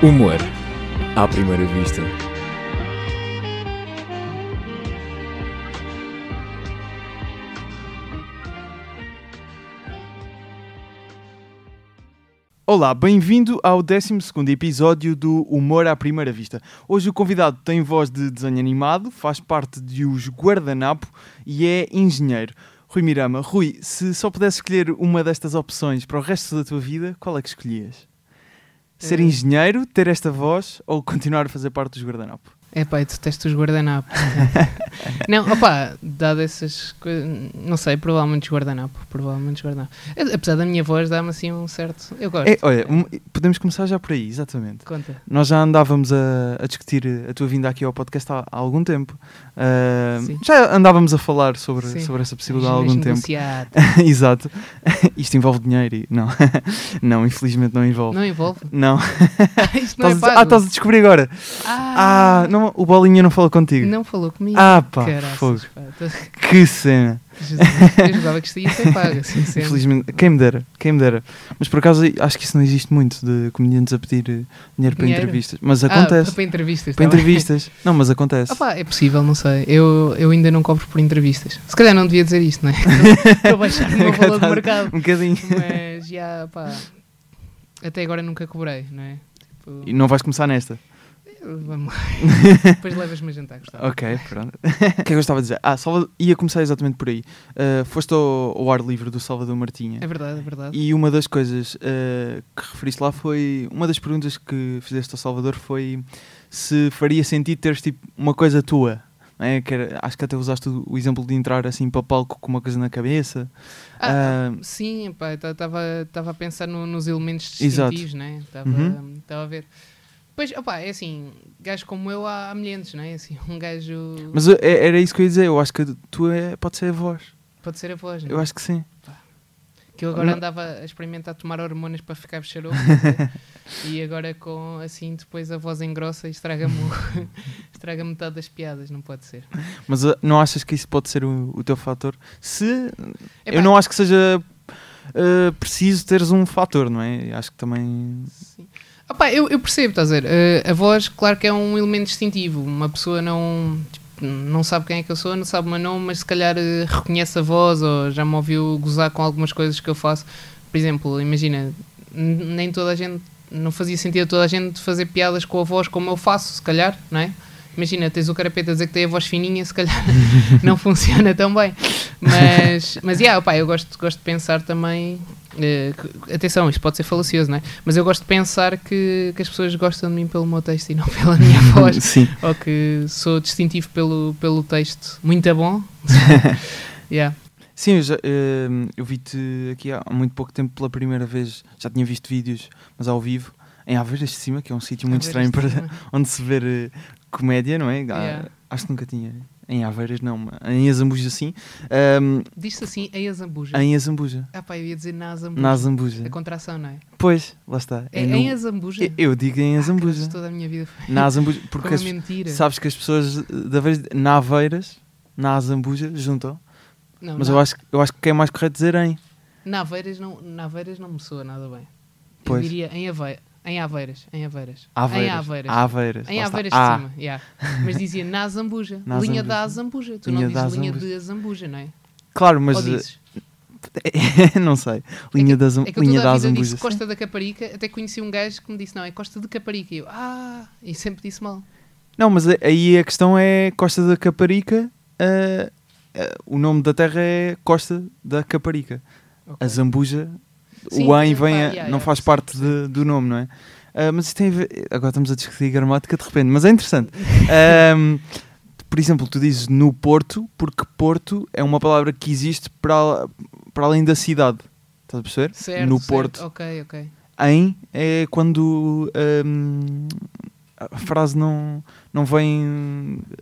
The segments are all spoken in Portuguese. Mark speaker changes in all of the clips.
Speaker 1: Humor à primeira vista.
Speaker 2: Olá, bem-vindo ao 12 episódio do Humor à Primeira Vista. Hoje o convidado tem voz de desenho animado, faz parte de Os Guardanapo e é engenheiro. Rui Mirama, Rui, se só pudesse escolher uma destas opções para o resto da tua vida, qual é que escolhias? Ser
Speaker 3: Eh.
Speaker 2: engenheiro, ter esta voz ou continuar a fazer parte dos Guardanapo?
Speaker 3: É pá, eu detesto os guardanapos. né? não, opá, dado essas coisas, não sei, provavelmente os guardanapos, provavelmente os guardanapos. A- Apesar da minha voz dá-me assim um certo, eu gosto.
Speaker 2: É, olha, um- podemos começar já por aí, exatamente.
Speaker 3: Conta.
Speaker 2: Nós já andávamos a, a discutir a tua vinda aqui ao podcast há, há algum tempo. Ah,
Speaker 3: Sim.
Speaker 2: já andávamos a falar sobre,
Speaker 3: Sim.
Speaker 2: sobre essa possibilidade há algum
Speaker 3: Engenheiros
Speaker 2: tempo.
Speaker 3: negociados.
Speaker 2: Exato. Isto envolve dinheiro e. Não, não infelizmente não envolve.
Speaker 3: Não é envolve.
Speaker 2: Não.
Speaker 3: Isto não
Speaker 2: Estás
Speaker 3: é
Speaker 2: a- ah,
Speaker 3: pago.
Speaker 2: estás a descobrir agora. Ah, não, o Bolinha não falou contigo.
Speaker 3: não falou comigo.
Speaker 2: Ah, pá,
Speaker 3: Caraças,
Speaker 2: fogo.
Speaker 3: pá, tô-
Speaker 2: Que cena.
Speaker 3: Jesus, eu jogava que isto ia ser pago, assim sendo.
Speaker 2: Infelizmente, quem me dera, quem me dera. Mas por acaso acho que isso não existe muito de comediantes a pedir eh, dinheiro para
Speaker 3: Dinheiro?
Speaker 2: entrevistas. Mas
Speaker 3: Ah,
Speaker 2: acontece.
Speaker 3: para entrevistas.
Speaker 2: para
Speaker 3: tá bem.
Speaker 2: entrevistas. Não, mas acontece.
Speaker 3: Opá, é possível, não sei. Eu, eu ainda não compro por entrevistas. Se calhar não devia dizer isto, não é? Estou a baixar o meu valor de mercado.
Speaker 2: um bocadinho.
Speaker 3: Mas já, pá. Até agora nunca cobrei, não é? Tipo,
Speaker 2: E não vais começar nesta.
Speaker 3: vamos lá. Depois levas-me a jantar, Gustavo.
Speaker 2: Ok, pronto. O que é que eu estava a dizer? Ah, Salvador, ia começar exatamente por aí. Ah, foste ao, ao ar livre do Salvador Martinha.
Speaker 3: É verdade, é verdade.
Speaker 2: E uma das coisas eh, que referiste lá foi. Uma das perguntas que fizeste ao Salvador foi se faria sentido teres tipo uma coisa tua. não é? Que era- acho que até usaste o o exemplo de entrar assim para palco com uma coisa na cabeça.
Speaker 3: Ah,
Speaker 2: Ah,
Speaker 3: Sim, pá, estava a pensar no- nos elementos
Speaker 2: Exato.
Speaker 3: distintivos, não é? Estava
Speaker 2: Uhum.
Speaker 3: a ver. Pois, opá, é assim, gajos como eu há há milhares, não é? Assim, um gajo
Speaker 2: mas eu- é- era isso que eu ia dizer. Eu acho que a tua é- pode ser a voz.
Speaker 3: pode ser a voz, não é?
Speaker 2: Eu acho que sim.
Speaker 3: Que eu agora
Speaker 2: Não-
Speaker 3: andava a experimentar tomar hormonas para ficar cheiroso né? e agora com assim depois a voz engrossa e estraga-me o- estraga metade das piadas, não pode ser.
Speaker 2: Mas ah, não achas que isso pode ser o, o teu fator? Se.
Speaker 3: Epá,
Speaker 2: Eu não acho que seja. ah, preciso teres um fator, não é? Acho que também.
Speaker 3: sim. Opá, eu, eu percebo, estás a ver? eh, a voz, claro que é um elemento distintivo. Uma pessoa não, tipo, não sabe quem é que eu sou, não sabe o meu nome, mas se calhar eh, reconhece a voz ou já me ouviu gozar com algumas coisas que eu faço. Por exemplo, imagina, n- nem toda a gente, não fazia sentido a toda a gente fazer piadas com a voz como eu faço, se calhar, não é? Imagina, tens o carapeta a dizer que tem a voz fininha, se calhar não funciona tão bem. Mas, mas yeah, opá, eu gosto, gosto de pensar também. eh, que- atenção, isto pode ser falacioso, não é? Mas eu gosto de pensar que, que as pessoas gostam de mim pelo meu texto e não pela minha voz.
Speaker 2: Sim.
Speaker 3: ou que sou distintivo pelo, pelo texto. Muito é bom. yeah.
Speaker 2: Sim, eu, já, ehm, eu vi-te aqui há muito pouco tempo pela primeira vez. Já tinha visto vídeos, mas ao vivo, em Aveiras de Cima, que é um sítio muito estranho para, onde se ver eh, comédia, não é? Ah,
Speaker 3: Yeah.
Speaker 2: Acho que nunca tinha. Em Aveiras, não. Em Azambuja, sim. Ehm,
Speaker 3: Diz-se assim em Azambuja.
Speaker 2: em Azambuja.
Speaker 3: Ah pá, eu ia dizer na Azambuja.
Speaker 2: Na
Speaker 3: A
Speaker 2: Azambuja.
Speaker 3: contração, não é?
Speaker 2: Pois, lá está.
Speaker 3: É,
Speaker 2: É no-
Speaker 3: em Azambuja?
Speaker 2: Eu- Eu digo em Azambuja.
Speaker 3: Toda a minha vida foi
Speaker 2: Na Azambuja. Porque
Speaker 3: uma
Speaker 2: as-
Speaker 3: mentira.
Speaker 2: sabes que as pessoas, eh, da vez, na Aveiras, na Azambuja, juntam.
Speaker 3: Não,
Speaker 2: Mas
Speaker 3: na,
Speaker 2: eu acho, que- eu acho que é mais correto dizer em.
Speaker 3: na Aveiras não, na Aveiras não me soa nada bem.
Speaker 2: Pois.
Speaker 3: Eu diria em, Ave, em Aveiras. Em Aveiras. Em
Speaker 2: Aveiras.
Speaker 3: Aveiras.
Speaker 2: Aveiras.
Speaker 3: Em
Speaker 2: lá está.
Speaker 3: Aveiras
Speaker 2: Ah,
Speaker 3: de cima, yeah. mas dizia na Azambuja,
Speaker 2: Na
Speaker 3: linha
Speaker 2: Azambuja.
Speaker 3: da Azambuja. Tu
Speaker 2: Linha
Speaker 3: não
Speaker 2: da
Speaker 3: dizes linha
Speaker 2: Azambuja.
Speaker 3: de Azambuja, não é?
Speaker 2: Claro, mas
Speaker 3: Ou dizes?
Speaker 2: eh, não sei. Linha das
Speaker 3: É que eu
Speaker 2: linha
Speaker 3: toda a
Speaker 2: das
Speaker 3: vida
Speaker 2: Zambujas.
Speaker 3: disse Costa da Caparica, até conheci um gajo que me disse, não, é Costa de Caparica. E eu, ah, e sempre disse mal.
Speaker 2: Não, mas a- aí a questão é Costa da Caparica. ah, ah, o nome da terra é Costa da Caparica.
Speaker 3: Ok.
Speaker 2: A Zambuja,
Speaker 3: Sim,
Speaker 2: o AN
Speaker 3: pá,
Speaker 2: vem, a-
Speaker 3: yeah, yeah,
Speaker 2: não faz
Speaker 3: percebo,
Speaker 2: parte de- do nome, não é? Ah, mas isso tem a ver. Agora estamos a discutir gramática de repente, mas é interessante. Ahm, por exemplo, tu dizes no Porto, porque Porto é uma palavra que existe para, al- para além da cidade. Estás a perceber?
Speaker 3: Certo,
Speaker 2: no
Speaker 3: certo.
Speaker 2: Porto.
Speaker 3: Ok, ok.
Speaker 2: em é quando hum, a frase não, não vem.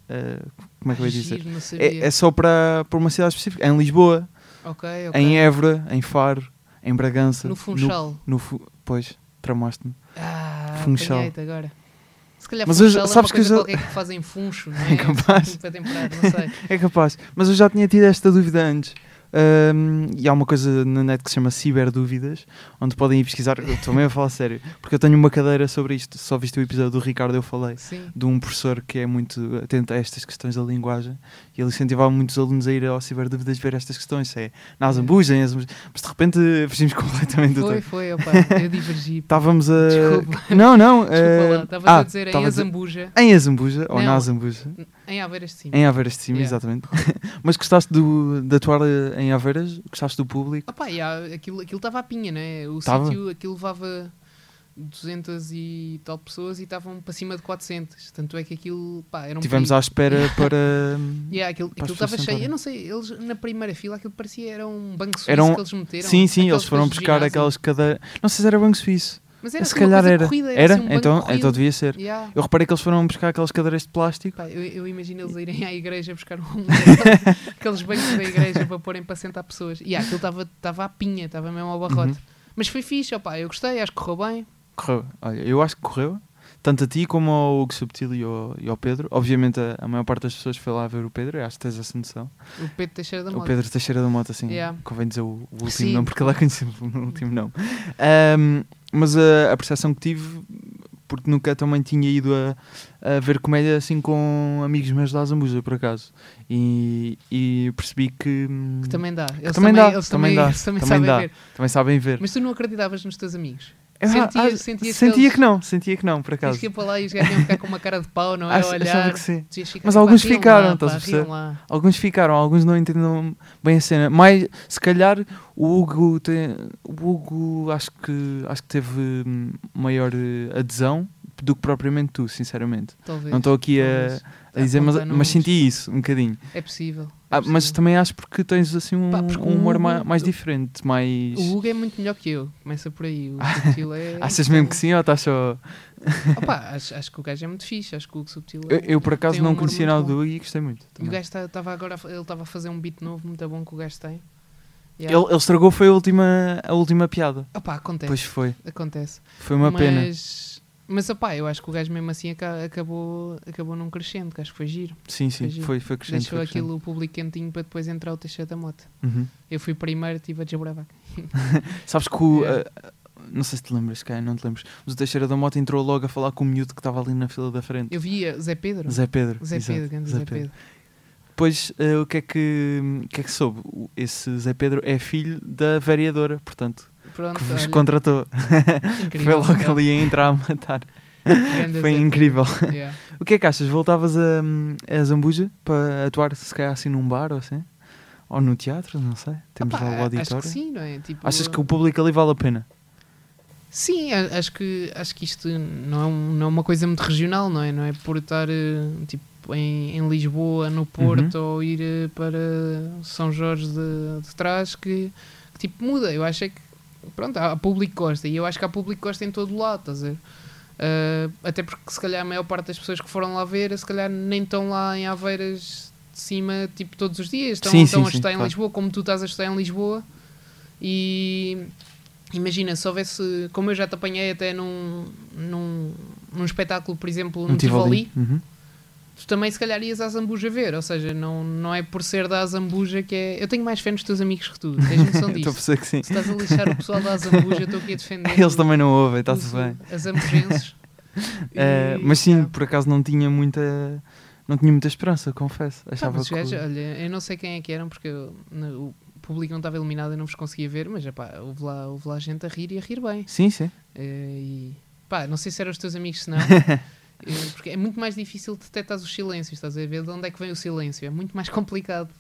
Speaker 2: uh, como é que eu ia dizer?
Speaker 3: Giro, não sabia.
Speaker 2: É, é só para, para uma cidade específica. Em Lisboa,
Speaker 3: Ok, ok.
Speaker 2: em Évora, em Faro, em Bragança.
Speaker 3: No Funchal.
Speaker 2: no Fu- pois, tramaste-me.
Speaker 3: Ah,
Speaker 2: Funchal.
Speaker 3: apanhei-te agora. Se calhar
Speaker 2: Mas eu
Speaker 3: Funchal
Speaker 2: já-
Speaker 3: é
Speaker 2: sabes
Speaker 3: uma
Speaker 2: que eu
Speaker 3: coisa
Speaker 2: já-
Speaker 3: qualquer que fazem funcho, não é?
Speaker 2: capaz.
Speaker 3: Para temperar, não sei.
Speaker 2: É capaz. Mas eu já tinha tido esta dúvida antes. Uh, Um, e há uma coisa na net que se chama Ciberdúvidas, onde podem ir pesquisar. Eu também vou falar sério, porque eu tenho uma cadeira sobre isto. Só viste o episódio do Ricardo, eu falei
Speaker 3: Sim.
Speaker 2: de um professor que é muito atento a estas questões da linguagem e ele incentivava muitos alunos a ir ao Ciberdúvidas ver estas questões, se é na Azambuja, em Azambuja. mas de repente fugimos completamente do
Speaker 3: Foi,
Speaker 2: tema.
Speaker 3: foi, opa, eu divergi.
Speaker 2: Estávamos a.
Speaker 3: Desculpa.
Speaker 2: Não, não.
Speaker 3: Desculpa
Speaker 2: Tá, eh,
Speaker 3: lá, estavas
Speaker 2: ah,
Speaker 3: a dizer em
Speaker 2: estava a dizer-
Speaker 3: Azambuja,
Speaker 2: Em Azambuja, ou
Speaker 3: Não.
Speaker 2: na Azambuja,
Speaker 3: em Aveiras de Cima.
Speaker 2: em Aveiras de Cima,
Speaker 3: Uhum. Yeah.
Speaker 2: exatamente. Mas gostaste do, de atuar eh, em Aveiras? Gostaste do público?
Speaker 3: Opa, e há- aquilo aquilo estava à pinha, né? O
Speaker 2: Tava.
Speaker 3: sítio, aquilo levava 200 e tal pessoas e estavam para cima de 400. Tanto é que aquilo, pá, era um
Speaker 2: Tivemos à
Speaker 3: perigo.
Speaker 2: espera para. hum,
Speaker 3: Yeah, aquilo
Speaker 2: para as
Speaker 3: aquilo estava
Speaker 2: pessoas
Speaker 3: cheio.
Speaker 2: sentarem.
Speaker 3: Eu não sei, eles na primeira fila, aquilo parecia era um banco suíço
Speaker 2: Era um-
Speaker 3: que eles meteram.
Speaker 2: Sim, sim, eles
Speaker 3: Aquelas
Speaker 2: foram
Speaker 3: coisas de
Speaker 2: buscar
Speaker 3: ginásio.
Speaker 2: aquelas cadeiras. Não sei se era Banco Suíço.
Speaker 3: Mas era
Speaker 2: se
Speaker 3: assim uma
Speaker 2: calhar
Speaker 3: coisa
Speaker 2: era.
Speaker 3: corrida,
Speaker 2: era?
Speaker 3: assim um banco
Speaker 2: então,
Speaker 3: corrido.
Speaker 2: então devia ser.
Speaker 3: Yeah.
Speaker 2: Eu reparei que eles foram buscar aquelas cadeiras de plástico.
Speaker 3: Pá, eu, eu imagino eles irem à igreja buscar um daqueles- aqueles bancos da igreja para porem para sentar pessoas. E ah, aquilo estava estava à pinha, estava mesmo
Speaker 2: Uhum.
Speaker 3: ao barrote. Mas foi fixe, opá, eu gostei, acho que correu bem.
Speaker 2: Correu. Olha, eu acho que correu. Tanto a ti como ao Hugo Subtil e ao, e ao Pedro. Obviamente, a, a maior parte das pessoas foi lá ver o Pedro. Eu acho que tens essa noção.
Speaker 3: O Pedro Teixeira da
Speaker 2: O
Speaker 3: Moda.
Speaker 2: Pedro Teixeira da Mota, sim.
Speaker 3: Yeah.
Speaker 2: Convém dizer o, o último
Speaker 3: Sim.
Speaker 2: nome, porque ele é conhecido pelo último nome. Ahm, mas a, a percepção que tive, porque nunca também tinha ido a, a ver comédia assim com amigos meus da Zambuja, por acaso. E, e percebi que, hum,
Speaker 3: Que também dá. Eles
Speaker 2: também
Speaker 3: também,
Speaker 2: dá,
Speaker 3: eles
Speaker 2: também
Speaker 3: também,
Speaker 2: dá,
Speaker 3: eles também
Speaker 2: também
Speaker 3: sabem
Speaker 2: dá.
Speaker 3: ver.
Speaker 2: também sabem ver.
Speaker 3: Mas tu não acreditavas nos teus amigos.
Speaker 2: Eu-
Speaker 3: sentias-
Speaker 2: ah,
Speaker 3: sentias que
Speaker 2: sentia
Speaker 3: eles-
Speaker 2: que não, sentia que não, por
Speaker 3: Tens
Speaker 2: acaso.
Speaker 3: que ir para lá e os gajos iam ficar com uma cara de pau, não é?
Speaker 2: Ach-
Speaker 3: a
Speaker 2: achava
Speaker 3: olhar.
Speaker 2: que sim.
Speaker 3: Tu ias ficar,
Speaker 2: Mas
Speaker 3: "Pá,
Speaker 2: alguns
Speaker 3: riam lá,
Speaker 2: ficaram,
Speaker 3: pá,
Speaker 2: estás a
Speaker 3: riam
Speaker 2: perceber?
Speaker 3: lá."
Speaker 2: Alguns ficaram, alguns não entenderam bem a cena. Mais, se calhar o Hugo, tem, o Hugo acho, que, acho que teve hum, maior eh, adesão do que propriamente tu, sinceramente.
Speaker 3: Talvez.
Speaker 2: Não estou aqui a,
Speaker 3: talvez.
Speaker 2: a dizer, mas,
Speaker 3: apontar
Speaker 2: mas
Speaker 3: nomes.
Speaker 2: senti isso um bocadinho.
Speaker 3: É possível. é
Speaker 2: Ah, mas
Speaker 3: possível.
Speaker 2: também acho porque tens assim um,
Speaker 3: Pá, porque
Speaker 2: um humor
Speaker 3: o
Speaker 2: ma- mais,
Speaker 3: Hugo-
Speaker 2: diferente, mais.
Speaker 3: O Hugo é muito melhor que eu. Começa por aí. O Subtil é.
Speaker 2: Ah, Achas mesmo que sim ou estás só.
Speaker 3: Opa, acho, acho que o gajo é muito fixe. Acho que o Hugo Subtil é.
Speaker 2: Eu, eu, por acaso
Speaker 3: tem um
Speaker 2: não
Speaker 3: humor
Speaker 2: conhecia
Speaker 3: muito
Speaker 2: nada
Speaker 3: bom.
Speaker 2: do Hugo e gostei muito.
Speaker 3: E o
Speaker 2: também.
Speaker 3: gajo estava agora. a fa- Ele estava a fazer um beat novo muito bom que o gajo tem. Yeah.
Speaker 2: Ele, ele estragou foi a última, a última piada.
Speaker 3: Opa, acontece.
Speaker 2: Pois foi.
Speaker 3: Acontece.
Speaker 2: Foi uma pena.
Speaker 3: Mas, mas opá, eu acho que o gajo mesmo assim aca- acabou, acabou num crescendo, que acho que foi giro.
Speaker 2: Sim, sim,
Speaker 3: foi giro.
Speaker 2: foi, foi crescente.
Speaker 3: Deixou
Speaker 2: foi crescente.
Speaker 3: aquilo o público quentinho para depois entrar o Teixeira da Mota.
Speaker 2: Uhum.
Speaker 3: Eu fui primeiro, tive a desbravar.
Speaker 2: Sabes que o.
Speaker 3: Yeah.
Speaker 2: ah, não sei se te lembras, Kai, não te lembras. Mas o Teixeira da Mota entrou logo a falar com o miúdo que estava ali na fila da frente.
Speaker 3: Eu via Zé Pedro.
Speaker 2: Zé Pedro.
Speaker 3: Zé
Speaker 2: exato,
Speaker 3: Pedro, grande Zé Pedro.
Speaker 2: Depois, ah, o que é que, o que é que soube? O- Esse Zé Pedro é filho da vereadora, portanto,
Speaker 3: Pronto,
Speaker 2: que vos
Speaker 3: olha,
Speaker 2: contratou. Foi
Speaker 3: incrível.
Speaker 2: logo ali a entrar a matar.
Speaker 3: Grande
Speaker 2: Foi
Speaker 3: Zé
Speaker 2: incrível.
Speaker 3: Pedro, yeah.
Speaker 2: O que é que achas? Voltavas a, a Zambuja para atuar, se calhar, assim num bar ou assim? Ou no teatro, não sei. Temos
Speaker 3: Opá,
Speaker 2: lá o auditório.
Speaker 3: Acho que sim, não é? Tipo,
Speaker 2: Achas que o público ali vale a pena?
Speaker 3: Sim, a- acho que, acho que isto não é, um- não é uma coisa muito regional, não é? Não é por estar eh, tipo, em, em Lisboa,
Speaker 2: Uhum.
Speaker 3: no Porto, ou ir eh, para São Jorge de, de trás que, que, tipo muda. Eu acho é que pronto, há há público que gosta e eu acho que há público que gosta em todo lado, estás a ver? Eh, até porque se calhar a maior parte das pessoas que foram lá ver, se calhar nem estão lá em Aveiras de cima tipo todos os dias, estão,
Speaker 2: Sim,
Speaker 3: estão
Speaker 2: sim,
Speaker 3: a
Speaker 2: sim,
Speaker 3: estudar em
Speaker 2: claro.
Speaker 3: Lisboa, como tu estás a estudar em Lisboa e Imagina, se houvesse, como eu já te apanhei até num, num, num espetáculo, por exemplo, no Tivoli,
Speaker 2: Uhum.
Speaker 3: tu também se calhar ias à Zambuja ver, ou seja, não, não é por ser da Zambuja que é. Eu tenho mais fé nos teus amigos que tu, tens noção
Speaker 2: Estou a
Speaker 3: disto.
Speaker 2: perceber que sim.
Speaker 3: se estás a lixar o pessoal da Zambuja, eu estou aqui a defender.
Speaker 2: Eles
Speaker 3: o-
Speaker 2: também não ouvem, está-se
Speaker 3: os-
Speaker 2: bem.
Speaker 3: As ambujenses.
Speaker 2: Eh,
Speaker 3: E- então?
Speaker 2: mas sim,
Speaker 3: yeah.
Speaker 2: por acaso não tinha muita. Não tinha muita esperança, confesso.
Speaker 3: Pá,
Speaker 2: Achava
Speaker 3: mas os
Speaker 2: que.
Speaker 3: gajos, olha, eu não sei quem é que eram porque eu- no- o público não estava iluminado e não vos conseguia ver, mas epá, houve, lá, houve lá gente a rir e a rir bem.
Speaker 2: Sim, sim.
Speaker 3: Eh, E, pá, não sei se eram os teus amigos, se não. Eh, Porque é muito mais difícil detectar os silêncios, estás a ver de onde é que vem o silêncio. É muito mais complicado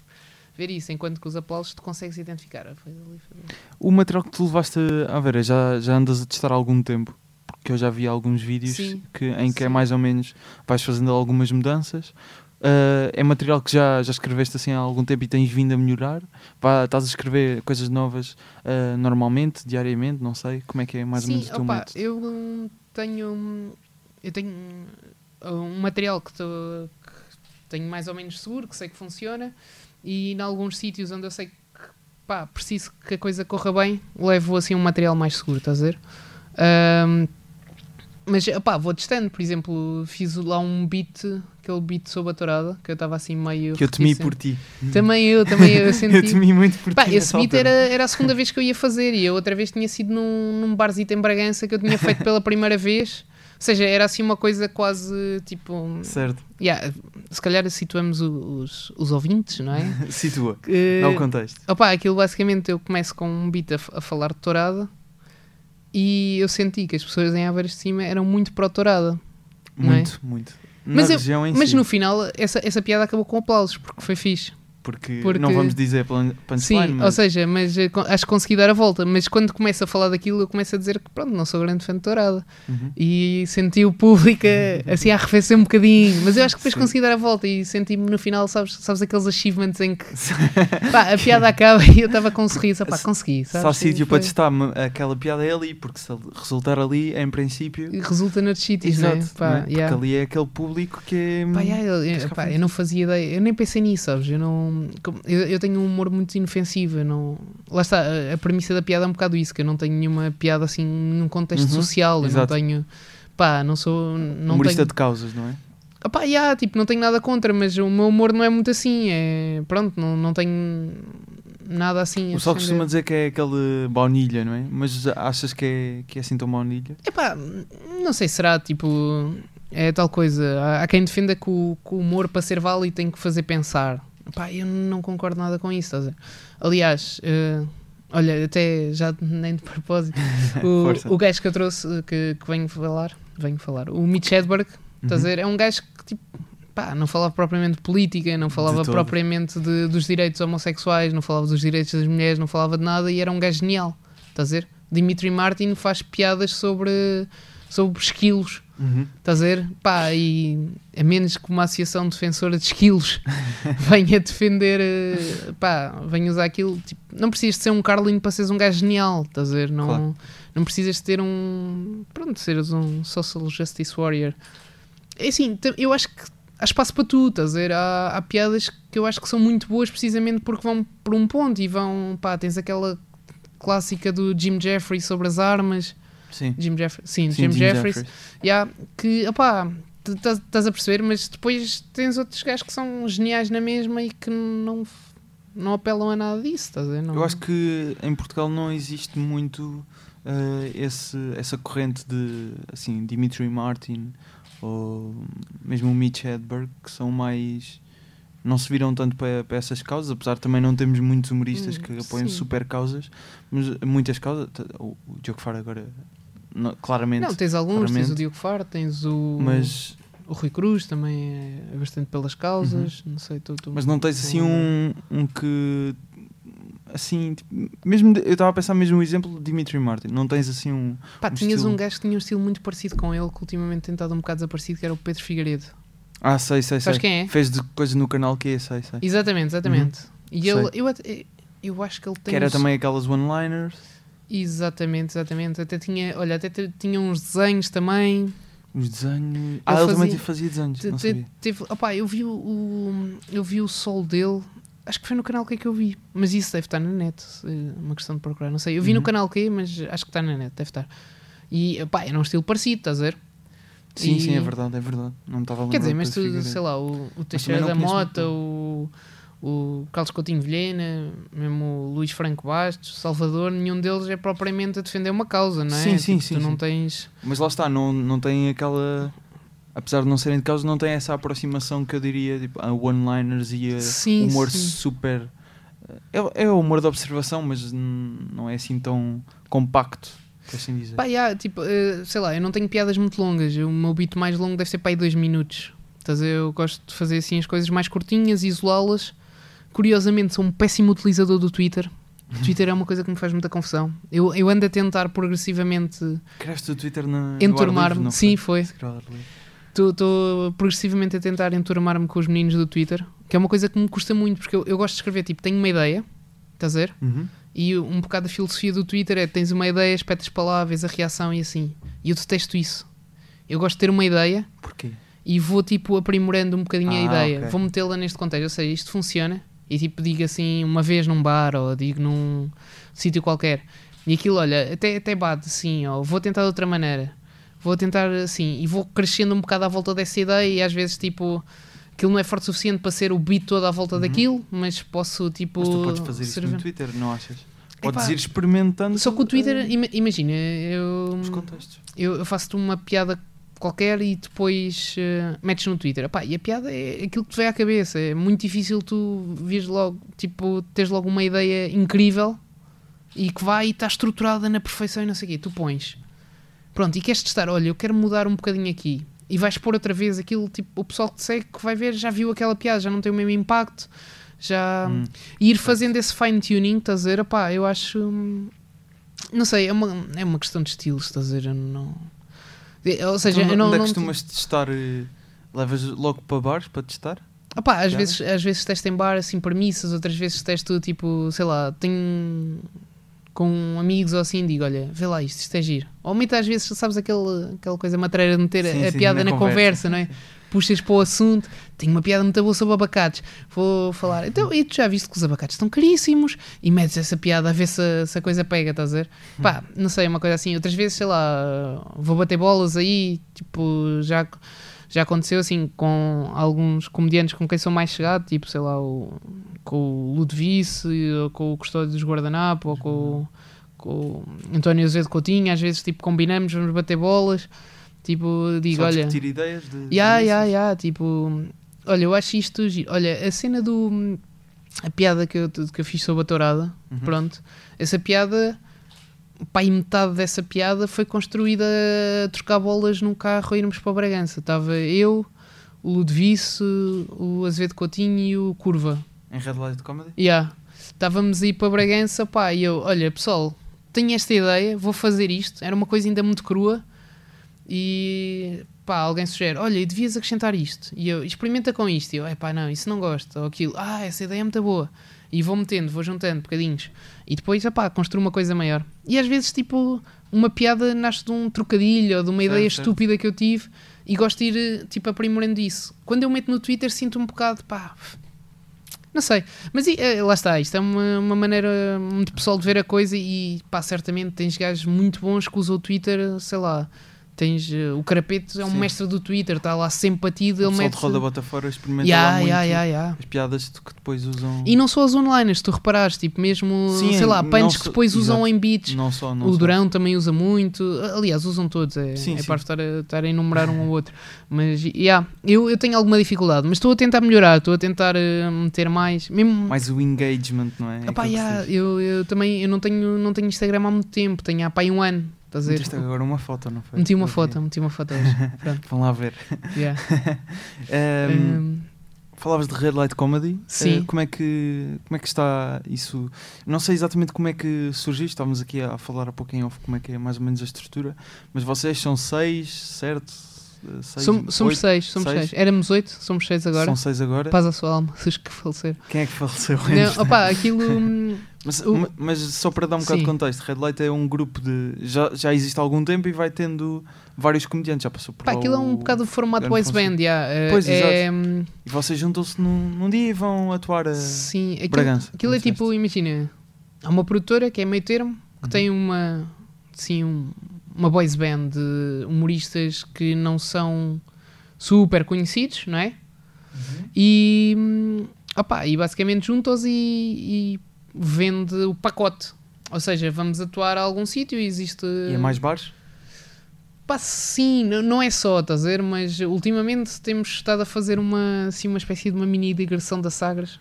Speaker 3: ver isso, enquanto que os aplausos tu consegues identificar. Ah, foi ali, foi ali.
Speaker 2: O material que tu levaste a ver, já, já andas a testar há algum tempo. Porque eu já vi alguns vídeos
Speaker 3: Sim,
Speaker 2: que, em que é
Speaker 3: sim.
Speaker 2: mais ou menos. Vais fazendo algumas mudanças. Eh, é material que já, já escreveste assim há algum tempo e tens vindo a melhorar. Vá, estás a escrever coisas novas eh, normalmente, diariamente, não sei. Como é que é mais
Speaker 3: Sim,
Speaker 2: ou menos o teu
Speaker 3: opá,
Speaker 2: método?
Speaker 3: eu hum, tenho. hum, Eu tenho hum, um material que, tô- que tenho mais ou menos seguro, que sei que funciona, e em alguns sítios onde eu sei que pá, preciso que a coisa corra bem, levo assim um material mais seguro, estás a ver? Hum, Mas, opá, vou testando. Por exemplo, fiz lá um beat, aquele beat sobre a tourada, que eu estava assim meio.
Speaker 2: Que eu temi
Speaker 3: reticente.
Speaker 2: por ti.
Speaker 3: Também eu, também eu senti.
Speaker 2: Eu temi muito por
Speaker 3: Pá,
Speaker 2: ti.
Speaker 3: esse
Speaker 2: nessa
Speaker 3: beat
Speaker 2: altura.
Speaker 3: era, era a segunda vez que eu ia fazer e a outra vez tinha sido num, num barzito em Bragança que eu tinha feito pela primeira vez. Ou seja, era assim uma coisa quase tipo.
Speaker 2: Certo.
Speaker 3: yeah, se calhar situamos o- os, os ouvintes, não é?
Speaker 2: Situa.
Speaker 3: Que-
Speaker 2: Dá o contexto.
Speaker 3: Opa, aquilo basicamente eu começo com um beat a, f- a falar de tourada e eu senti que as pessoas em Ávaras de Cima eram muito pró-tourada. Não é?
Speaker 2: Muito, muito. Na
Speaker 3: Mas eu-
Speaker 2: região em
Speaker 3: Mas
Speaker 2: si.
Speaker 3: no final essa, essa piada acabou com aplausos porque foi fixe.
Speaker 2: Porque,
Speaker 3: porque-
Speaker 2: não vamos dizer plan- punchline,
Speaker 3: Sim, ou
Speaker 2: mas
Speaker 3: seja, mas eh, con- acho que consegui dar a volta. Mas quando começo a falar daquilo, eu começo a dizer que pronto, não sou grande fã de tourada.
Speaker 2: Uhum.
Speaker 3: E senti o público a- assim a arrefecer um bocadinho. Mas eu acho que depois
Speaker 2: Sim.
Speaker 3: consegui dar a volta e senti-me no final, sabes, sabes aqueles achievements em que pá, a piada acaba e eu estava com um sorriso. Pá, consegui,
Speaker 2: se
Speaker 3: sabes?
Speaker 2: há sítio
Speaker 3: Foi-
Speaker 2: para testar me- aquela piada é ali, porque se ele resultar ali, em princípio.
Speaker 3: Resulta noutros sítios, não é?
Speaker 2: Exato.
Speaker 3: Pá,
Speaker 2: não é? Porque
Speaker 3: yeah.
Speaker 2: ali é aquele público que é.
Speaker 3: Pá, yeah, eu, eu-
Speaker 2: Tens que
Speaker 3: pá,
Speaker 2: aprender.
Speaker 3: eu não fazia ideia, eu nem pensei nisso, sabes? Eu, não, como- eu, eu tenho um humor muito inofensivo. eu não, lá está, a, a premissa da piada é um bocado isso, que eu não tenho nenhuma piada assim num contexto
Speaker 2: Uhum,
Speaker 3: social. Eu
Speaker 2: exato.
Speaker 3: não tenho. Pá, não sou. Não
Speaker 2: humorista
Speaker 3: tenho,
Speaker 2: de causas, não é?
Speaker 3: Ah pá, yeah, tipo, não tenho nada contra, mas o meu humor não é muito assim. É, pronto, não, não tenho nada assim. a
Speaker 2: O pessoal
Speaker 3: defender.
Speaker 2: costuma dizer que é aquele baunilha, não é? Mas achas que é, que é assim tão baunilha?
Speaker 3: Epá, não sei, será tipo. É tal coisa. Há, há quem defenda que o, que o humor para ser válido tem que fazer pensar. Epá, eu não concordo nada com isso, estás a ver? Aliás, eh, olha, até já nem de propósito.
Speaker 2: Força.
Speaker 3: O, o gajo que eu trouxe, eh, que, que venho falar, venho falar, o Mitch Hedberg, estás a ver? É um gajo que tipo. Pá, não falava propriamente de política, não falava
Speaker 2: todo.
Speaker 3: propriamente de- dos direitos homossexuais, não falava dos direitos das mulheres, não falava de nada e era um gajo genial. Estás a ver? Dimitri Martin faz piadas sobre, sobre esquilos.
Speaker 2: Uhum.
Speaker 3: Estás a ver? Pá, e a menos que uma associação defensora de esquilos venha defender, eh, pá, venha usar aquilo. Tipo, não precisas de ser um Carlinho para seres um gajo genial, estás a ver? Não,
Speaker 2: Claro.
Speaker 3: não precisas de ter um. Pronto, seres um social justice warrior. É assim, t- eu acho que há espaço para tudo, estás a ver? Há, há piadas que eu acho que são muito boas precisamente porque vão por um ponto e vão, pá, tens aquela clássica do Jim Jeffries sobre as armas.
Speaker 2: Sim.
Speaker 3: Jim Jeffries, sim,
Speaker 2: Sim,
Speaker 3: Jim,
Speaker 2: Jim
Speaker 3: Jeffries. Yeah, que, opá, tá, estás a perceber, mas depois tens outros gajos que são geniais na mesma e que não, f- não apelam a nada disso, estás a ver? Não-
Speaker 2: Eu acho que em Portugal não existe muito eh, esse, essa corrente de assim, Dimitri Martin ou mesmo o Mitch Hedberg, que são mais. não se viram tanto para, para essas causas, apesar de também não temos muitos humoristas
Speaker 3: Hum,
Speaker 2: que apoiam
Speaker 3: sim.
Speaker 2: super causas, mas eh, muitas causas. t- O, o Diogo Faro agora, não- claramente.
Speaker 3: Não, um tens alguns, tens
Speaker 2: claramente.
Speaker 3: o Diogo Faro, tens o,
Speaker 2: mas,
Speaker 3: o Rui Cruz, também é bastante pelas causas, não sei, tu, tu-
Speaker 2: Uhum. mas não tens assim
Speaker 3: tu-
Speaker 2: um, um que. Assim, tipo, mesmo de- eu estava a pensar mesmo o exemplo de Dimitri Martin. Não tens assim um,
Speaker 3: Pá,
Speaker 2: um
Speaker 3: tinhas
Speaker 2: estilo-
Speaker 3: um gajo que tinha um estilo muito parecido com ele, que ultimamente tem estado um bocado desaparecido, que era o Pedro Figueiredo.
Speaker 2: Ah, sei, sei,
Speaker 3: Sabes
Speaker 2: sei.
Speaker 3: quem é?
Speaker 2: Fez de coisas no canal que é, sei, sei.
Speaker 3: Exatamente, exatamente. E
Speaker 2: Uhum. Sei.
Speaker 3: ele, eu, até- eu acho que ele tem
Speaker 2: que era
Speaker 3: um
Speaker 2: também aquelas one-liners,
Speaker 3: Exatamente, exatamente. Até tinha, olha, até te- tinha uns desenhos também.
Speaker 2: os desenhos. ah, ele também
Speaker 3: fazia-
Speaker 2: fazia desenhos,
Speaker 3: Te-
Speaker 2: não
Speaker 3: te-
Speaker 2: sabia.
Speaker 3: teve, opá, eu vi o, o- eu vi o sol dele. Acho que foi no canal que é que eu vi, mas isso deve estar na net, se- uma questão de procurar, não sei. Eu vi
Speaker 2: Uhum.
Speaker 3: no canal que, mas acho que está na net, deve estar. E opá, era um estilo parecido, estás a ver?
Speaker 2: Sim,
Speaker 3: e-
Speaker 2: sim, é verdade, é verdade. Não me estava a lembrar.
Speaker 3: Quer dizer,
Speaker 2: do
Speaker 3: mas
Speaker 2: Pedro
Speaker 3: tu,
Speaker 2: Figueiredo.
Speaker 3: sei lá, o, o
Speaker 2: também
Speaker 3: Teixeira
Speaker 2: não
Speaker 3: da
Speaker 2: conheço
Speaker 3: Mota, o, o Carlos Coutinho Vilhena, mesmo o Luís Franco Bastos, Salvador, nenhum deles é propriamente a defender uma causa, não é?
Speaker 2: Sim, sim,
Speaker 3: Tipo,
Speaker 2: sim,
Speaker 3: Tu não
Speaker 2: sim.
Speaker 3: tens.
Speaker 2: Mas lá está, não, não tem aquela. Apesar de não serem de causas, não tem essa aproximação que eu diria, tipo, a one-liners e a
Speaker 3: Sim,
Speaker 2: humor
Speaker 3: sim.
Speaker 2: super. É, é o humor de observação, mas n- não é assim tão compacto, por assim dizer.
Speaker 3: Pá, yeah, tipo, eh, sei lá, eu não tenho piadas muito longas. O meu beat mais longo deve ser para aí dois minutos. Estás a ver? Eu gosto de fazer assim as coisas mais curtinhas, isolá-las. Curiosamente, sou um péssimo utilizador do Twitter. O Twitter é uma coisa que me faz muita confusão. Eu, eu ando a tentar progressivamente
Speaker 2: Criaste o Twitter na.
Speaker 3: enturmar-me. Sim, foi.
Speaker 2: foi.
Speaker 3: Estou progressivamente a tentar enturmar-me com os meninos do Twitter, que é uma coisa que me custa muito, porque eu, eu gosto de escrever, tipo, tenho uma ideia, estás a ver?
Speaker 2: Uhum.
Speaker 3: E um bocado da filosofia do Twitter é tens uma ideia, espetas palavras, a reação e assim. E eu detesto isso. Eu gosto de ter uma ideia
Speaker 2: Porquê?
Speaker 3: e vou tipo aprimorando um bocadinho
Speaker 2: Ah,
Speaker 3: a ideia.
Speaker 2: ok.
Speaker 3: Vou metê-la neste contexto. Ou seja, isto funciona. E tipo digo assim uma vez num bar ou digo num sítio qualquer. E aquilo, olha, até, até bate assim, ou vou tentar de outra maneira. vou tentar assim, e vou crescendo um bocado à volta dessa ideia e às vezes tipo aquilo não é forte o suficiente para ser o beat todo à volta daquilo, mas posso tipo.
Speaker 2: Uhum. Mas tu podes fazer isso
Speaker 3: serve-
Speaker 2: no Twitter, não achas? Podes
Speaker 3: Epá.
Speaker 2: ir experimentando
Speaker 3: Só que o Twitter,
Speaker 2: eh,
Speaker 3: ima- imagina, eu,
Speaker 2: os contextos.
Speaker 3: eu, eu faço-te uma piada qualquer e depois eh, metes no Twitter. Epá, e a piada é aquilo que te vem à cabeça. É muito difícil tu vires logo, tipo, teres logo uma ideia incrível e que vai e está estruturada na perfeição e não sei o quê. Tu pões. Pronto, e queres testar, olha, eu quero mudar um bocadinho aqui. E vais pôr outra vez aquilo, tipo, o pessoal que te segue que vai ver já viu aquela piada, já não tem o mesmo impacto. Já.
Speaker 2: Hum.
Speaker 3: E ir fazendo esse fine-tuning, estás a ver? Epá, eu acho. hum, Não sei, é uma, é uma questão de estilos, estás a ver? Eu não. É, Ou seja,
Speaker 2: tu,
Speaker 3: eu não.
Speaker 2: onde é que
Speaker 3: não
Speaker 2: costumas testar? eh, Levas logo para bares para testar?
Speaker 3: Opá, às,
Speaker 2: Já.
Speaker 3: vezes, às vezes testo em bar, assim, permissas, outras vezes testo, tipo, sei lá, tenho com amigos ou assim, digo, olha, vê lá isto, isto é giro. Ou muitas às vezes, sabes, aquele, aquela coisa matreira de meter
Speaker 2: Sim,
Speaker 3: a
Speaker 2: sim,
Speaker 3: piada
Speaker 2: na
Speaker 3: na,
Speaker 2: conversa.
Speaker 3: conversa, não é? Puxas para o assunto, tenho uma piada muito boa sobre abacates, vou falar, então, e tu já viste que os abacates estão caríssimos, e metes essa piada a ver se, se a coisa pega, estás a ver? Pá, não sei, é uma coisa assim, outras vezes, sei lá, vou bater bolas aí, tipo, já já aconteceu assim com alguns comediantes com quem sou mais chegado, tipo, sei lá, o- com o Ludovice, ou com o Custódio dos Guardanapo, ou com, o- com o António Azevedo Coutinho, às vezes tipo combinamos, vamos bater bolas, tipo, digo,
Speaker 2: Só
Speaker 3: olha,
Speaker 2: discutir ideias de.
Speaker 3: Ya,
Speaker 2: de
Speaker 3: ya,
Speaker 2: isso?
Speaker 3: ya, tipo, olha, eu acho isto giro. Olha, a cena do. A piada que eu, que eu fiz sobre a tourada,
Speaker 2: Uhum.
Speaker 3: pronto, essa piada, pai, metade dessa piada foi construída a trocar bolas num carro e irmos para Bragança. Estava eu, o Ludovice, o Azevedo Coutinho e o Curva.
Speaker 2: Em Red Light Comedy?
Speaker 3: Ya. Estávamos aí para Bragança, pá, e eu, olha, pessoal, tenho esta ideia, vou fazer isto. Era uma coisa ainda muito crua. E pá, alguém sugere, olha, e devias acrescentar isto. E eu, experimenta com isto. E eu, pá, não, isso não gosto. Ou aquilo, ah, essa ideia é muito boa. E vou metendo, vou juntando bocadinhos. E depois, pá, construo uma coisa maior. E às vezes, tipo, uma piada nasce de um trocadilho ou de uma
Speaker 2: Certo,
Speaker 3: ideia
Speaker 2: certo.
Speaker 3: estúpida que eu tive. E gosto de ir, eh, tipo, aprimorando isso. Quando eu meto no Twitter, sinto um bocado, pá, não sei, mas e, eh, lá está, isto é uma, uma maneira muito pessoal de ver a coisa e pá, certamente tens gajos muito bons que usam o Twitter, sei lá, tens eh, o Carapeto é um
Speaker 2: Sim.
Speaker 3: mestre do Twitter, está lá sempre batido,
Speaker 2: O
Speaker 3: ele
Speaker 2: pessoal
Speaker 3: mete...
Speaker 2: de roda bota fora experimenta
Speaker 3: Ya,
Speaker 2: lá muito
Speaker 3: ya, ya, ya.
Speaker 2: as piadas de que depois usam.
Speaker 3: E não só as onliners, tu reparares, tipo mesmo,
Speaker 2: Sim,
Speaker 3: sei lá,
Speaker 2: não
Speaker 3: punch que
Speaker 2: só-
Speaker 3: depois usam
Speaker 2: exato.
Speaker 3: em beats,
Speaker 2: Não só, não
Speaker 3: o
Speaker 2: só.
Speaker 3: Durão também usa muito. Aliás, usam todos. É,
Speaker 2: Sim,
Speaker 3: é
Speaker 2: sim.
Speaker 3: para estar a, estar a enumerar um ou outro. Mas, yeah, eu, eu tenho alguma dificuldade, mas estou a tentar melhorar, estou a tentar eh, meter mais. Mesmo,
Speaker 2: Mais o engagement, não é? Aquilo
Speaker 3: Epá,
Speaker 2: que se
Speaker 3: yeah,
Speaker 2: diz.
Speaker 3: eu, eu também eu não, tenho, não tenho Instagram há muito tempo, tenho há pá, aí um ano. Estás a ver?
Speaker 2: Meteste agora uma foto, não foi?
Speaker 3: Meti uma
Speaker 2: Eu vi.
Speaker 3: foto, meti uma foto hoje. Pronto,
Speaker 2: Vão lá ver. Ehm,
Speaker 3: yeah.
Speaker 2: Ahm,
Speaker 3: Um,
Speaker 2: Falavas de Red Light Comedy.
Speaker 3: Sim.
Speaker 2: Eh, como, é que, como é que está isso? Não sei exatamente como é que surgiu. Estávamos aqui a falar há pouco em off como é que é mais ou menos a estrutura. Mas vocês são seis, certo? Eh, Seis,
Speaker 3: som- somos
Speaker 2: oito?
Speaker 3: seis, somos
Speaker 2: seis.
Speaker 3: seis. Éramos oito, somos seis agora.
Speaker 2: São seis agora.
Speaker 3: Paz à sua alma, se os que faleceram.
Speaker 2: Quem é que faleceu?
Speaker 3: Não, opá, aquilo. hum,
Speaker 2: Mas,
Speaker 3: o-
Speaker 2: ma- mas só para dar um bocado de
Speaker 3: Sim.
Speaker 2: contexto, Red Light é um grupo de. Já, já existe há algum tempo e vai tendo vários comediantes. Já passou por
Speaker 3: Pá,
Speaker 2: lá
Speaker 3: aquilo é
Speaker 2: o-
Speaker 3: um bocado o formato
Speaker 2: Grande
Speaker 3: boys
Speaker 2: Fonseca.
Speaker 3: band, yeah. é-
Speaker 2: Pois,
Speaker 3: é,
Speaker 2: exato. Eh,
Speaker 3: hum,
Speaker 2: E vocês juntam-se num, num dia e vão atuar a.
Speaker 3: Sim, aquilo,
Speaker 2: Bragança,
Speaker 3: aquilo é
Speaker 2: como
Speaker 3: tipo, imagina, há uma produtora que é meio termo, que
Speaker 2: Uhum.
Speaker 3: tem uma, sim, um- uma boys band de humoristas que não são super conhecidos, não é?
Speaker 2: Uhum.
Speaker 3: E, hum, opá, e basicamente juntam-os e, e vende o pacote. Ou seja, vamos atuar a algum sítio e existe...
Speaker 2: E a
Speaker 3: eh,
Speaker 2: mais bares?
Speaker 3: Pá, sim, n- não é só, estás a ver? Mas ultimamente temos estado a fazer uma, assim, uma espécie de uma mini digressão da Sagres.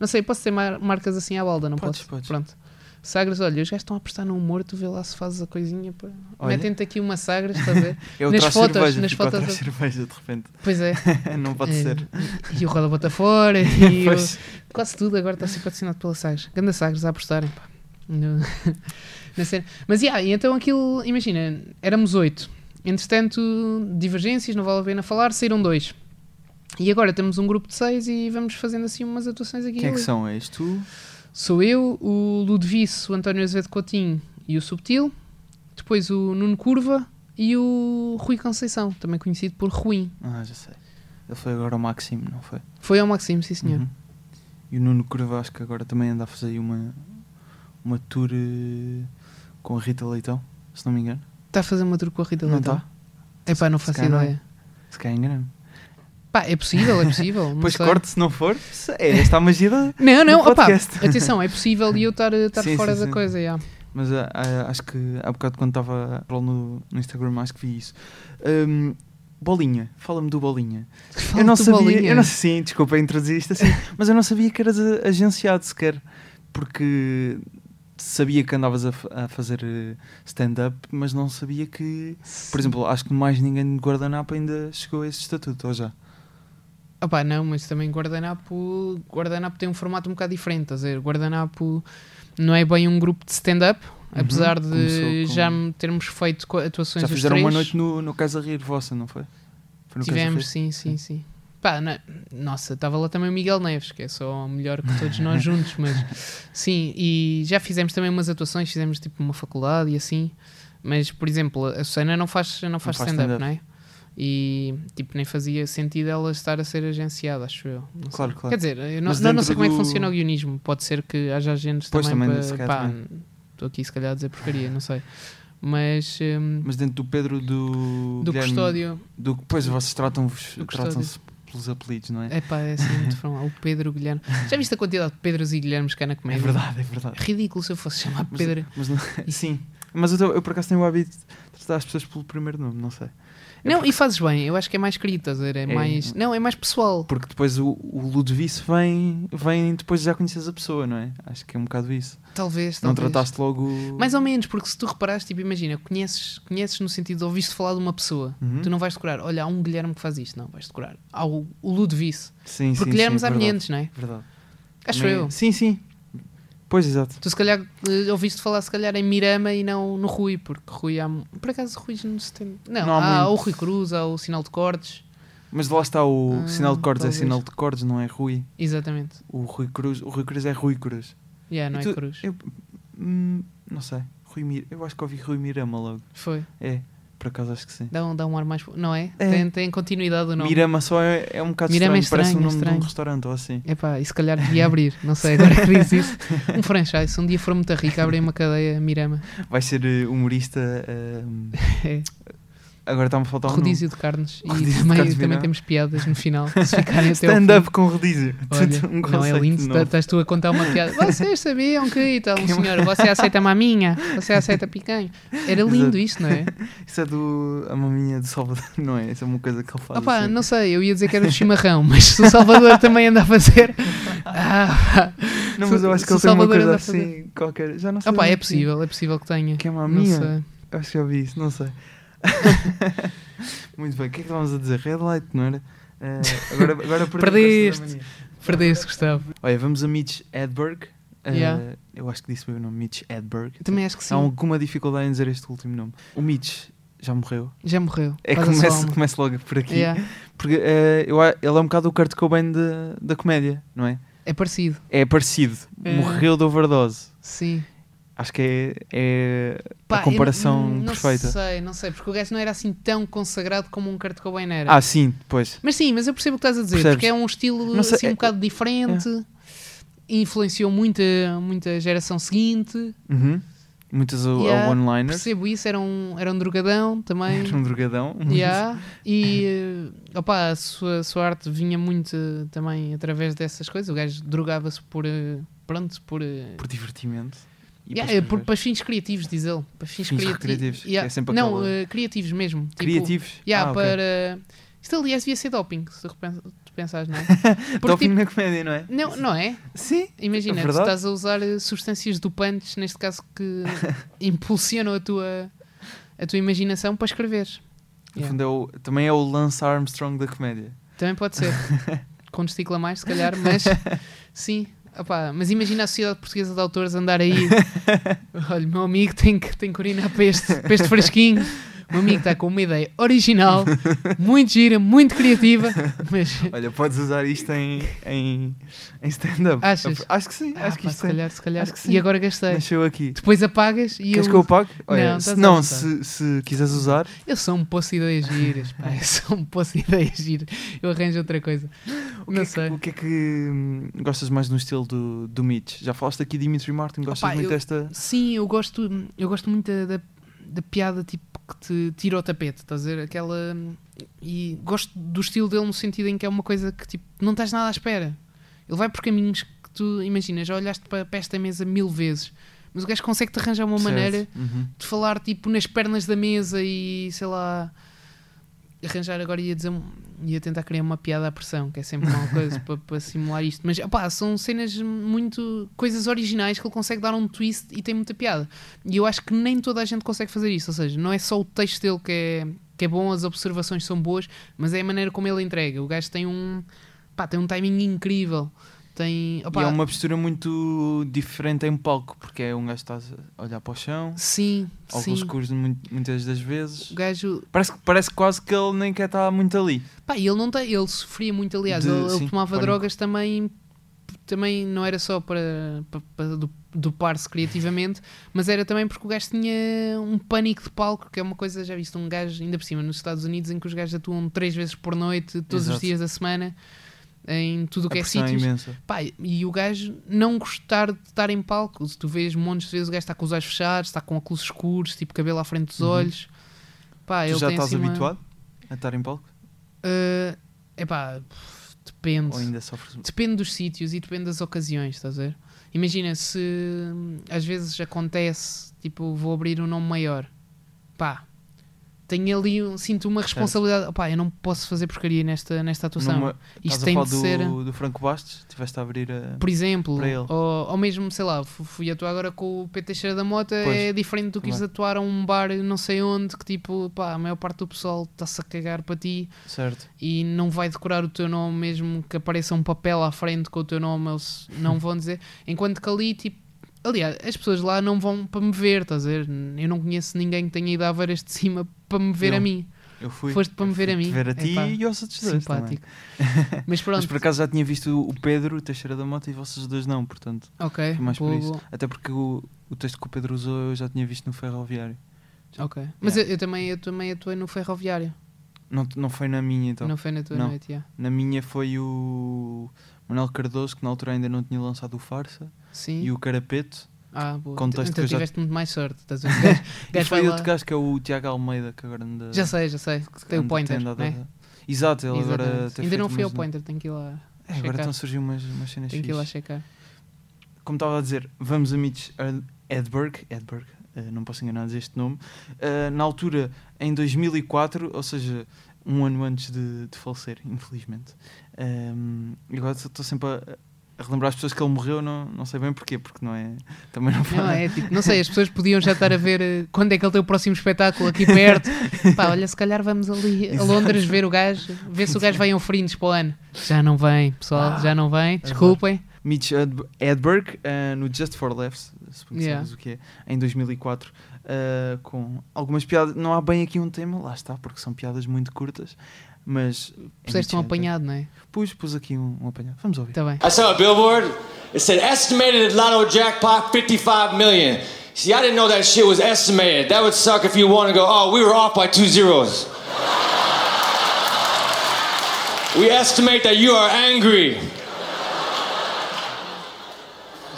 Speaker 3: Não sei, posso ter mar- marcas assim à balda, não
Speaker 2: Podes,
Speaker 3: posso?
Speaker 2: podes.
Speaker 3: Pronto. Sagres, olha, os gajos estão a apostar no humor, tu vê lá se fazes a coisinha. pá.
Speaker 2: Olha.
Speaker 3: Metem-te aqui uma Sagres, estás a ver?
Speaker 2: É o
Speaker 3: Nas
Speaker 2: traz
Speaker 3: fotos,
Speaker 2: cerveja,
Speaker 3: nas
Speaker 2: tipo, o
Speaker 3: fotos
Speaker 2: traz
Speaker 3: da-
Speaker 2: cerveja de repente.
Speaker 3: Pois é.
Speaker 2: não pode
Speaker 3: Eh,
Speaker 2: ser.
Speaker 3: E, e o Roda Bota Fora, e o-
Speaker 2: Pois.
Speaker 3: quase tudo agora está a ser patrocinado pela Sagres. Ganda Sagres a apostarem, pá. No- na cena. Mas, yeah, e então aquilo, imagina, éramos oito. Entretanto, divergências, não vale a pena falar, saíram dois. E agora temos um grupo de seis e vamos fazendo assim umas atuações aqui. e
Speaker 2: Quem é que
Speaker 3: ali.
Speaker 2: são? És tu?
Speaker 3: Sou eu, o Ludovice, o António Azevedo Coutinho e o Subtil. Depois o Nuno Curva e o Rui Conceição, também conhecido por Ruim.
Speaker 2: Ah, já sei. Ele foi agora o Maxime, não foi?
Speaker 3: Foi ao Maximo, sim senhor.
Speaker 2: Uhum. E o Nuno Curva, acho que agora também anda a fazer aí uma, uma tour eh, com a Rita Leitão, se não me engano.
Speaker 3: Está a fazer uma truco com a Rita
Speaker 2: não
Speaker 3: Leitão?
Speaker 2: está?
Speaker 3: Epá, não
Speaker 2: Se
Speaker 3: faço
Speaker 2: calhar não é.
Speaker 3: ideia.
Speaker 2: Se calhar enganamos.
Speaker 3: Pá, é possível, é possível. não
Speaker 2: Pois
Speaker 3: sei.
Speaker 2: corte se não for. se- É esta a magia da-
Speaker 3: Não, não,
Speaker 2: no
Speaker 3: opá,
Speaker 2: podcast.
Speaker 3: atenção, é possível e eu estar estar
Speaker 2: Sim,
Speaker 3: fora
Speaker 2: sim,
Speaker 3: da
Speaker 2: sim.
Speaker 3: coisa, já.
Speaker 2: Mas ah, ah, acho que há bocado quando estava a rolar no, no Instagram acho que vi isso. Ahm, bolinha, fala-me do bolinha. eu não
Speaker 3: Falta
Speaker 2: sabia,
Speaker 3: bolinha.
Speaker 2: eu não sim, desculpa introduzir isto assim, mas eu não sabia que eras a- agenciado sequer, porque sabia que andavas a, fa- a fazer eh, stand-up, mas não sabia que, por exemplo, acho que mais ninguém de guardanapo ainda chegou a esse estatuto, ou já?
Speaker 3: Opá, não, mas também guardanapo, guardanapo tem um formato um bocado diferente, estás a dizer, guardanapo não é bem um grupo de stand-up, apesar de
Speaker 2: Uhum, começou com-
Speaker 3: já me termos feito co- atuações
Speaker 2: Já
Speaker 3: os
Speaker 2: fizeram
Speaker 3: três,
Speaker 2: uma noite no, no Casa Rir vossa, não foi? Foi no Casa
Speaker 3: tivemos,
Speaker 2: Rir?
Speaker 3: sim, sim, sim. Pá, na- nossa, estava lá também o Miguel Neves, que é só melhor que todos nós juntos, mas sim, e já fizemos também umas atuações, fizemos tipo uma faculdade e assim, mas por exemplo, a Susana não faz, não faz
Speaker 2: faz
Speaker 3: stand-up,
Speaker 2: stand-up.
Speaker 3: não é? E tipo, nem fazia sentido ela estar a ser agenciada, acho eu. Não sei.
Speaker 2: Claro, claro.
Speaker 3: Quer dizer, eu não,
Speaker 2: Mas
Speaker 3: não, não
Speaker 2: dentro
Speaker 3: sei como é que
Speaker 2: do-
Speaker 3: funciona o guionismo. Pode ser que haja agentes
Speaker 2: Pois,
Speaker 3: também,
Speaker 2: também,
Speaker 3: para-
Speaker 2: se calhar
Speaker 3: pá,
Speaker 2: também.
Speaker 3: Estou aqui se calhar a dizer porcaria, não sei. Mas hum,
Speaker 2: Mas dentro do Pedro do.
Speaker 3: do
Speaker 2: Guilherme-
Speaker 3: custódio,
Speaker 2: Do, pois vocês tratam-vos
Speaker 3: Do custódio.
Speaker 2: tratam-se pelos apelidos, não é?
Speaker 3: é pá, é assim muito formal. O Pedro o Guilherme. Já viste a quantidade de Pedros e Guilhermes que há na
Speaker 2: É
Speaker 3: comédia?
Speaker 2: verdade, é verdade.
Speaker 3: Ridículo se eu fosse chamar
Speaker 2: Mas-
Speaker 3: Ah,
Speaker 2: é
Speaker 3: Pedro.
Speaker 2: Mas, não- sim, mas eu, tô- eu por acaso tenho o hábito de tratar as pessoas pelo primeiro nome, não sei. é
Speaker 3: Não, e fazes bem, eu acho que é mais querido, estás a ver? É,
Speaker 2: É.
Speaker 3: mais. Não, é mais pessoal.
Speaker 2: Porque depois o, o Ludovice vem, vem depois de já conheces a pessoa, não é? Acho que é um bocado isso.
Speaker 3: Talvez, talvez.
Speaker 2: Não trataste logo. o-
Speaker 3: Mais ou menos, porque se tu reparares, tipo, imagina, conheces, conheces no sentido de ouviste falar de uma pessoa.
Speaker 2: Uhum.
Speaker 3: Tu não vais decorar, olha, há um Guilherme que faz isto, não, vais decorar. Há o, o Ludovice.
Speaker 2: Sim,
Speaker 3: Porque
Speaker 2: sim,
Speaker 3: Guilhermes
Speaker 2: sim,
Speaker 3: há
Speaker 2: verdade,
Speaker 3: milhares, não é?
Speaker 2: Verdade.
Speaker 3: Acho
Speaker 2: Também- é.
Speaker 3: eu.
Speaker 2: Sim, sim. Pois, exato.
Speaker 3: Tu se calhar eh, ouviste falar se calhar em Mirama e não no Rui, porque Rui há. Por acaso Rui não se tem. Não,
Speaker 2: Não há
Speaker 3: há,
Speaker 2: muito.
Speaker 3: o Rui Cruz, há o Sinal de Cortes.
Speaker 2: Mas lá está o
Speaker 3: Ah,
Speaker 2: sinal de cordes, é
Speaker 3: talvez.
Speaker 2: sinal de cordes, não é Rui.
Speaker 3: Exatamente.
Speaker 2: O Rui Cruz, o Rui Cruz é Rui Cruz.
Speaker 3: Yeah,
Speaker 2: E
Speaker 3: não é
Speaker 2: tu-
Speaker 3: Cruz.
Speaker 2: Eu, hum, não sei. Rui Mir, eu acho que ouvi Rui Mirama logo.
Speaker 3: Foi.
Speaker 2: É, por acaso acho que sim.
Speaker 3: Dá um, dá um ar mais. Não é?
Speaker 2: É.
Speaker 3: Tem, tem continuidade o nome.
Speaker 2: Mirama só é, é um bocado
Speaker 3: Mirama é
Speaker 2: estranho, parece o
Speaker 3: estranho, é
Speaker 2: nome de
Speaker 3: estranho.
Speaker 2: um restaurante ou assim.
Speaker 3: Epá, e se calhar devia abrir, não sei, agora que diz isso. Um franchise, se um dia for muito rico, abrir uma cadeia Mirama.
Speaker 2: Vai ser eh, humorista. eh,
Speaker 3: É.
Speaker 2: agora está-me a faltar um nome.
Speaker 3: Rodízio de carnes.
Speaker 2: Rodízio de
Speaker 3: e também,
Speaker 2: carnes
Speaker 3: também
Speaker 2: Mirama.
Speaker 3: temos piadas no final, se ficarem até ao fim.
Speaker 2: Stand-up com rodízio.
Speaker 3: Olha,
Speaker 2: Um
Speaker 3: não é
Speaker 2: conceito
Speaker 3: lindo,
Speaker 2: novo.
Speaker 3: tá- estás tu a contar uma piada. Vocês sabiam que e tal, um senhor, você aceita maminha, você aceita picanha. Era
Speaker 2: Exato.
Speaker 3: lindo isto, não é?
Speaker 2: Isso é do. A maminha de Salvador, não é? Isso é uma coisa que ele faz.
Speaker 3: Opa,
Speaker 2: assim.
Speaker 3: não sei, eu ia dizer que era do chimarrão, mas se o Salvador também anda a fazer. Ah,
Speaker 2: Não, mas eu acho que ele
Speaker 3: Se
Speaker 2: tem uma
Speaker 3: Salvador
Speaker 2: coisa
Speaker 3: anda a fazer.
Speaker 2: assim qualquer. Já não sei.
Speaker 3: opa,
Speaker 2: onde
Speaker 3: é
Speaker 2: que-
Speaker 3: possível, é possível que tenha.
Speaker 2: Que é
Speaker 3: Não
Speaker 2: maminha.
Speaker 3: sei.
Speaker 2: Acho que já vi isso, não sei. Muito bem, o que é que estávamos a dizer? Red light, não era? Eh, agora agora perdi o curso
Speaker 3: Perdeste.
Speaker 2: da mania.
Speaker 3: Perdeste, Gustavo.
Speaker 2: Olha, vamos a Mitch Edberg. Eh,
Speaker 3: Yeah.
Speaker 2: Eu acho que disse bem o nome, Mitch Edberg.
Speaker 3: Eu também acho que sim.
Speaker 2: Há alguma dificuldade em dizer este último nome. O Mitch já morreu.
Speaker 3: Já morreu.
Speaker 2: É que
Speaker 3: Faz a sua
Speaker 2: começo,
Speaker 3: alma.
Speaker 2: começo logo por aqui.
Speaker 3: Yeah.
Speaker 2: Porque eh, eu a- ele é um bocado o Kurt Cobain de- da comédia, não é?
Speaker 3: É parecido,
Speaker 2: É parecido.
Speaker 3: É.
Speaker 2: Morreu de overdose.
Speaker 3: sim.
Speaker 2: Acho que é, é
Speaker 3: Pá,
Speaker 2: a
Speaker 3: eu
Speaker 2: comparação
Speaker 3: não-
Speaker 2: perfeita.
Speaker 3: Não sei, não sei, porque o gajo não era assim tão consagrado como um Kurt Cobain era.
Speaker 2: Ah, sim, pois.
Speaker 3: Mas sim, mas eu percebo o que estás a dizer,
Speaker 2: Percebes?
Speaker 3: porque é um estilo
Speaker 2: Não sei,
Speaker 3: assim um
Speaker 2: é-
Speaker 3: bocado diferente, influenciou muita, muita geração seguinte,
Speaker 2: Uhum. Muitas o-
Speaker 3: Yeah,
Speaker 2: one-liners.
Speaker 3: percebo isso, era um, era um drogadão também.
Speaker 2: Um drogadão.
Speaker 3: Yeah. E eh, opá, a sua, sua arte vinha muito eh, também através dessas coisas. O gajo drogava-se por eh, pronto, por, eh,
Speaker 2: Por divertimento. E
Speaker 3: yeah,
Speaker 2: para
Speaker 3: eh, por-
Speaker 2: escrever.
Speaker 3: para fins criativos, diz ele. Para fins,
Speaker 2: Fins
Speaker 3: criati-
Speaker 2: recreativos, que
Speaker 3: yeah.
Speaker 2: é sempre
Speaker 3: Não,
Speaker 2: aquela-
Speaker 3: eh, criativos mesmo. tipo,
Speaker 2: Criativos.
Speaker 3: yeah,
Speaker 2: ah, ok.
Speaker 3: para... Isto aliás devia ser doping, se tu repen- tu pensares, não é? Porque,
Speaker 2: Doping
Speaker 3: tipo,
Speaker 2: na Então comédia, não é?
Speaker 3: não, não é?
Speaker 2: Sim.
Speaker 3: Imagina,
Speaker 2: É
Speaker 3: tu
Speaker 2: verdade.
Speaker 3: estás a usar eh, substâncias dopantes, neste caso que impulsionam a tua, a tua imaginação para escrever.
Speaker 2: No
Speaker 3: Yeah.
Speaker 2: fundo é o- também é o Lance Armstrong da comédia.
Speaker 3: Também pode ser. Com testícula mais, se calhar, mas sim. Opá, mas imagina a Sociedade Portuguesa de Autores andar aí. Olha, meu amigo tem que, tem que urinar para este, para este fresquinho. O meu amigo está com uma ideia original, muito gira, muito criativa, mas
Speaker 2: Olha, podes usar isto em, em, em stand-up.
Speaker 3: Achas?
Speaker 2: Acho que sim.
Speaker 3: Ah,
Speaker 2: acho que
Speaker 3: pá,
Speaker 2: isto
Speaker 3: se
Speaker 2: é-
Speaker 3: calhar, se calhar.
Speaker 2: acho que sim.
Speaker 3: E agora gastei.
Speaker 2: nasceu aqui.
Speaker 3: Depois apagas e
Speaker 2: Queres
Speaker 3: eu.
Speaker 2: que eu pague? Olha,
Speaker 3: Não,
Speaker 2: se,
Speaker 3: estás à
Speaker 2: não se,
Speaker 3: vontade.
Speaker 2: se quiseres usar,
Speaker 3: Eu sou um poço de ideias giras, pá. Eu sou um poço de ideias giras. Eu arranjo outra coisa.
Speaker 2: o que,
Speaker 3: não
Speaker 2: é
Speaker 3: sei.
Speaker 2: que, o que é que hum, gostas mais no estilo do, do Mitch? Já falaste aqui de Dimitri Martin, gostas
Speaker 3: Opa,
Speaker 2: muito
Speaker 3: eu-
Speaker 2: desta.
Speaker 3: Sim, eu gosto, eu gosto muito da, da- da piada tipo que te tira o tapete, estás a ver? Aquela. E gosto do estilo dele no sentido em que é uma coisa que tipo, não estás nada à espera. Ele vai por caminhos que tu imaginas, já olhaste para, para esta mesa mil vezes, mas o gajo consegue-te arranjar uma
Speaker 2: Certo.
Speaker 3: maneira
Speaker 2: Uhum.
Speaker 3: de falar tipo nas pernas da mesa e sei lá. Arranjar agora ia, dizer, ia tentar criar uma piada à pressão, que é sempre uma coisa para, para simular isto. Mas opá, são cenas muito. coisas originais que ele consegue dar um twist e tem muita piada. E eu acho que nem toda a gente consegue fazer isso. Ou seja, não é só o texto dele que é, que é bom, as observações são boas, mas é a maneira como ele entrega. O gajo tem um. Pá, tem um timing incrível. Tem. opá,
Speaker 2: E é uma postura muito diferente em palco, porque é um gajo que está a olhar para o chão,
Speaker 3: Sim,
Speaker 2: alguns
Speaker 3: sim.
Speaker 2: cursos mu- muitas das vezes.
Speaker 3: O gajo.
Speaker 2: Parece, que- parece quase que ele nem quer estar muito ali.
Speaker 3: Pá, ele não tem. Ele sofria muito, aliás.
Speaker 2: De-
Speaker 3: ele, ele
Speaker 2: sim,
Speaker 3: tomava
Speaker 2: pânico.
Speaker 3: drogas também. Também não era só para, para, para do- dopar-se criativamente, mas era também porque o gajo tinha um pânico de palco, que é uma coisa, já viste, um gajo, ainda por cima, nos Estados Unidos, em que os gajos atuam três vezes por noite, todos os
Speaker 2: Exato.
Speaker 3: dias da semana, em tudo o
Speaker 2: A
Speaker 3: que é
Speaker 2: pressão é
Speaker 3: sítios.
Speaker 2: imensa.
Speaker 3: Pá, e o gajo não gostar de estar em palco. Se tu vês montes de vezes o gajo está com os olhos fechados, está com óculos escuros, tipo cabelo à frente dos
Speaker 2: Uhum.
Speaker 3: olhos. Pá,
Speaker 2: Tu
Speaker 3: ele
Speaker 2: já
Speaker 3: tem
Speaker 2: estás
Speaker 3: assim uma-
Speaker 2: habituado a estar em palco?
Speaker 3: Uh, epá, pff, depende.
Speaker 2: Ou ainda sofres
Speaker 3: Depende dos sítios e depende das ocasiões, estás a ver? Imagina se hum, às vezes acontece, tipo, vou abrir um nome maior. Pá, tenho ali, um- sinto uma responsabilidade. Opá, eu não posso fazer porcaria nesta, nesta atuação.
Speaker 2: numa-
Speaker 3: Isto
Speaker 2: Estás a
Speaker 3: tem
Speaker 2: falar
Speaker 3: de
Speaker 2: do,
Speaker 3: ser.
Speaker 2: do Franco Bastos? Tiveste a abrir a.
Speaker 3: Por exemplo,
Speaker 2: Para ele.
Speaker 3: ou, ou mesmo, sei lá, fu- fui atuar agora com o Pedro Teixeira da Mota,
Speaker 2: Pois,
Speaker 3: é diferente do que ires
Speaker 2: também.
Speaker 3: atuar a um bar não sei onde, que tipo, pá, a maior parte do pessoal está-se a cagar para ti
Speaker 2: Certo.
Speaker 3: e não vai decorar o teu nome, mesmo que apareça um papel à frente com o teu nome, eles não vão dizer. Enquanto que ali, tipo, aliás, as pessoas lá não vão para me ver, estás a ver? Eu não conheço ninguém que tenha ido à veras de cima para me ver
Speaker 2: Eu
Speaker 3: a mim.
Speaker 2: Eu fui.
Speaker 3: Foste para me
Speaker 2: eu
Speaker 3: ver a
Speaker 2: fui-te
Speaker 3: mim.
Speaker 2: Ver a ti
Speaker 3: Epá,
Speaker 2: e aos outros dois. também.
Speaker 3: Simpático. Mas pronto,
Speaker 2: Mas por acaso já tinha visto o Pedro, o Teixeira da Mota e vocês dois não, portanto.
Speaker 3: ok,
Speaker 2: Foi mais por
Speaker 3: boa,
Speaker 2: isso.
Speaker 3: boa.
Speaker 2: Até porque o, o texto que o Pedro usou eu já tinha visto no Ferroviário.
Speaker 3: Ok. Mas eu, eu também, eu também atuei no ferroviário.
Speaker 2: Não, não foi na minha então.
Speaker 3: não foi na tua
Speaker 2: não.
Speaker 3: noite, já.
Speaker 2: Na minha foi o Manuel Cardoso, que na altura ainda não tinha lançado o Farsa,
Speaker 3: Sim.
Speaker 2: e o Carapeto.
Speaker 3: ah, boa.
Speaker 2: contexto
Speaker 3: então
Speaker 2: que eu já-
Speaker 3: tiveste muito mais sorte. Estás a ver? O
Speaker 2: E
Speaker 3: gajo
Speaker 2: foi
Speaker 3: vai
Speaker 2: outro
Speaker 3: lá-
Speaker 2: gajo que é o Tiago Almeida, que agora anda.
Speaker 3: Já sei, já sei. Tem o
Speaker 2: anda-
Speaker 3: pointer.
Speaker 2: andado
Speaker 3: né?
Speaker 2: a- Exato, ele agora
Speaker 3: Exatamente.
Speaker 2: tem
Speaker 3: Ainda não
Speaker 2: feito
Speaker 3: fui ao
Speaker 2: umas-
Speaker 3: pointer, tenho que ir lá.
Speaker 2: É, agora
Speaker 3: checar.
Speaker 2: estão a surgir umas, umas cenas
Speaker 3: Tenho que ir lá
Speaker 2: fixes.
Speaker 3: checar.
Speaker 2: Como estava a dizer, vamos a Mitch Ed- Edberg, Edberg eh, não posso enganar a dizer este nome, eh, na altura, em 2004, ou seja, um ano antes de, de falecer, infelizmente. Ehm, e agora estou sempre a, a relembrar as pessoas que ele morreu, não, não sei bem porquê, porque não é. Também não,
Speaker 3: Não,
Speaker 2: fala-
Speaker 3: é tipo, não sei, as pessoas podiam já estar a ver eh, quando é que ele tem o próximo espetáculo aqui perto. Pá, olha, se calhar vamos ali a Londres ver o gajo, ver se o gajo vem a Frinos para o ano. Já não vem,
Speaker 2: Ah,
Speaker 3: pessoal, já não
Speaker 2: é
Speaker 3: vem. Desculpem.
Speaker 2: Mitch Ed- Hedberg eh, no Just for Laughs, se bem que
Speaker 3: Yeah.
Speaker 2: sabes o que é, em 2004, eh, com algumas piadas. Não há bem aqui um tema, lá está, porque são piadas muito curtas, mas. é Mitch
Speaker 3: Puseste um
Speaker 2: Hedberg.
Speaker 3: apanhado, Então. não é?
Speaker 2: Pus, pus aqui um, um apanhado. Vamos ouvir.
Speaker 3: Está bem.
Speaker 4: I saw a billboard. It said estimated lotto jackpot 55 million. See, I didn't know that shit was estimated. That would suck if you want to go, oh, we were off by two zeros. we estimate that you are angry.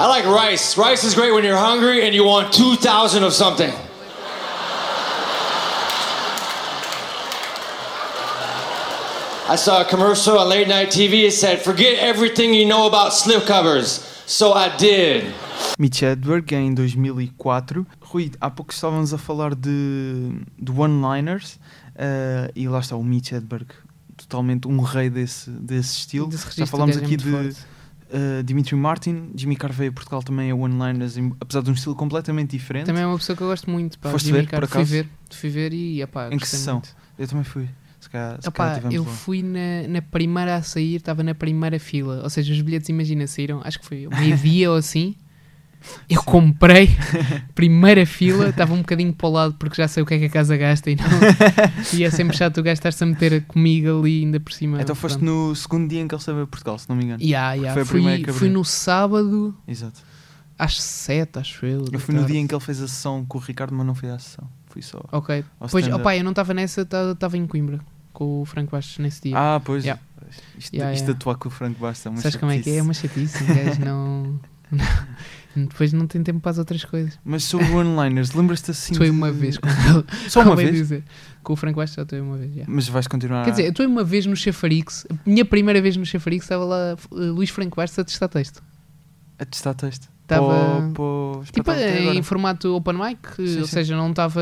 Speaker 4: I like rice. Rice is great when you're hungry and you want 2,000 of something. I saw a commercial on late night TV. It said, forget everything you know about slipcovers. So I did.
Speaker 2: Mitch Hedberg em 2004. Rui, há pouco estávamos a falar de, de one-liners eh, e lá está o Mitch Hedberg, totalmente um rei desse, desse estilo.
Speaker 3: Desse
Speaker 2: Já
Speaker 3: registro, o
Speaker 2: falámos
Speaker 3: gajo é
Speaker 2: aqui
Speaker 3: muito
Speaker 2: de
Speaker 3: forte.
Speaker 2: eh, Dimitri Martin, Jimmy Carveia, Portugal também é one-liners, em- apesar de um estilo completamente diferente.
Speaker 3: Também é uma pessoa que eu gosto muito. Pá,
Speaker 2: Foste
Speaker 3: Jimmy
Speaker 2: ver, por
Speaker 3: Carter. Fui
Speaker 2: acaso?
Speaker 3: ver, fui ver e epá,
Speaker 2: Em que
Speaker 3: gostei
Speaker 2: sessão?
Speaker 3: muito.
Speaker 2: Ah, Eu também fui. Se calhar, se
Speaker 3: Epá,
Speaker 2: calhar tivemos um.
Speaker 3: eu
Speaker 2: lá.
Speaker 3: fui na, na primeira a sair, estava na primeira fila. Ou seja, os bilhetes, imagina, saíram, acho que foi meio-dia ou assim. Eu comprei, primeira fila, estava um bocadinho para o lado porque já sei o que é que a casa gasta e, não, e é sempre chato o gajo estar-se a meter comigo ali ainda por cima.
Speaker 2: Então foste no segundo dia em que ele saiu a Portugal, se não me engano.
Speaker 3: Yeah, yeah.
Speaker 2: foi a
Speaker 3: fui,
Speaker 2: primeira que
Speaker 3: fui
Speaker 2: abriu.
Speaker 3: no sábado
Speaker 2: Exato.
Speaker 3: às 7, acho eu. da
Speaker 2: Eu fui no
Speaker 3: tarde.
Speaker 2: dia em que ele fez a sessão com o Ricardo, mas não fui à sessão. Fui só.
Speaker 3: Ok.
Speaker 2: ao
Speaker 3: Pois,
Speaker 2: stand-up.
Speaker 3: opá, eu não estava nessa, estava em Coimbra com o Franco Bastos nesse dia.
Speaker 2: Ah, pois.
Speaker 3: Yeah.
Speaker 2: Isto,
Speaker 3: Yeah,
Speaker 2: isto
Speaker 3: yeah.
Speaker 2: atuar com o Franco Bastos é uma
Speaker 3: Sabes como é que é? É
Speaker 2: chatice.
Speaker 3: uma chatice, um gajo não. não- Depois não tem tempo para as outras coisas.
Speaker 2: Mas sobre one-liners, lembras-te assim?
Speaker 3: Atuei
Speaker 2: de-
Speaker 3: uma vez com ele.
Speaker 2: Só uma
Speaker 3: Acabei de
Speaker 2: vez? Ah.
Speaker 3: dizer. Com o Franco Bastos já atuei uma vez. já.
Speaker 2: Mas vais continuar.
Speaker 3: Quer dizer, eu atuei uma vez no Chafarix. A minha primeira vez no Chafarix estava lá eh, Luís Franco Bastos a testar texto.
Speaker 2: Ah, a testar texto.
Speaker 3: Tava-
Speaker 2: Pô, pô,
Speaker 3: Tipo,
Speaker 2: espetáculo tá, até
Speaker 3: eh, em
Speaker 2: agora.
Speaker 3: formato open mic, eh,
Speaker 2: Sim,
Speaker 3: ou
Speaker 2: sim.
Speaker 3: seja, não estava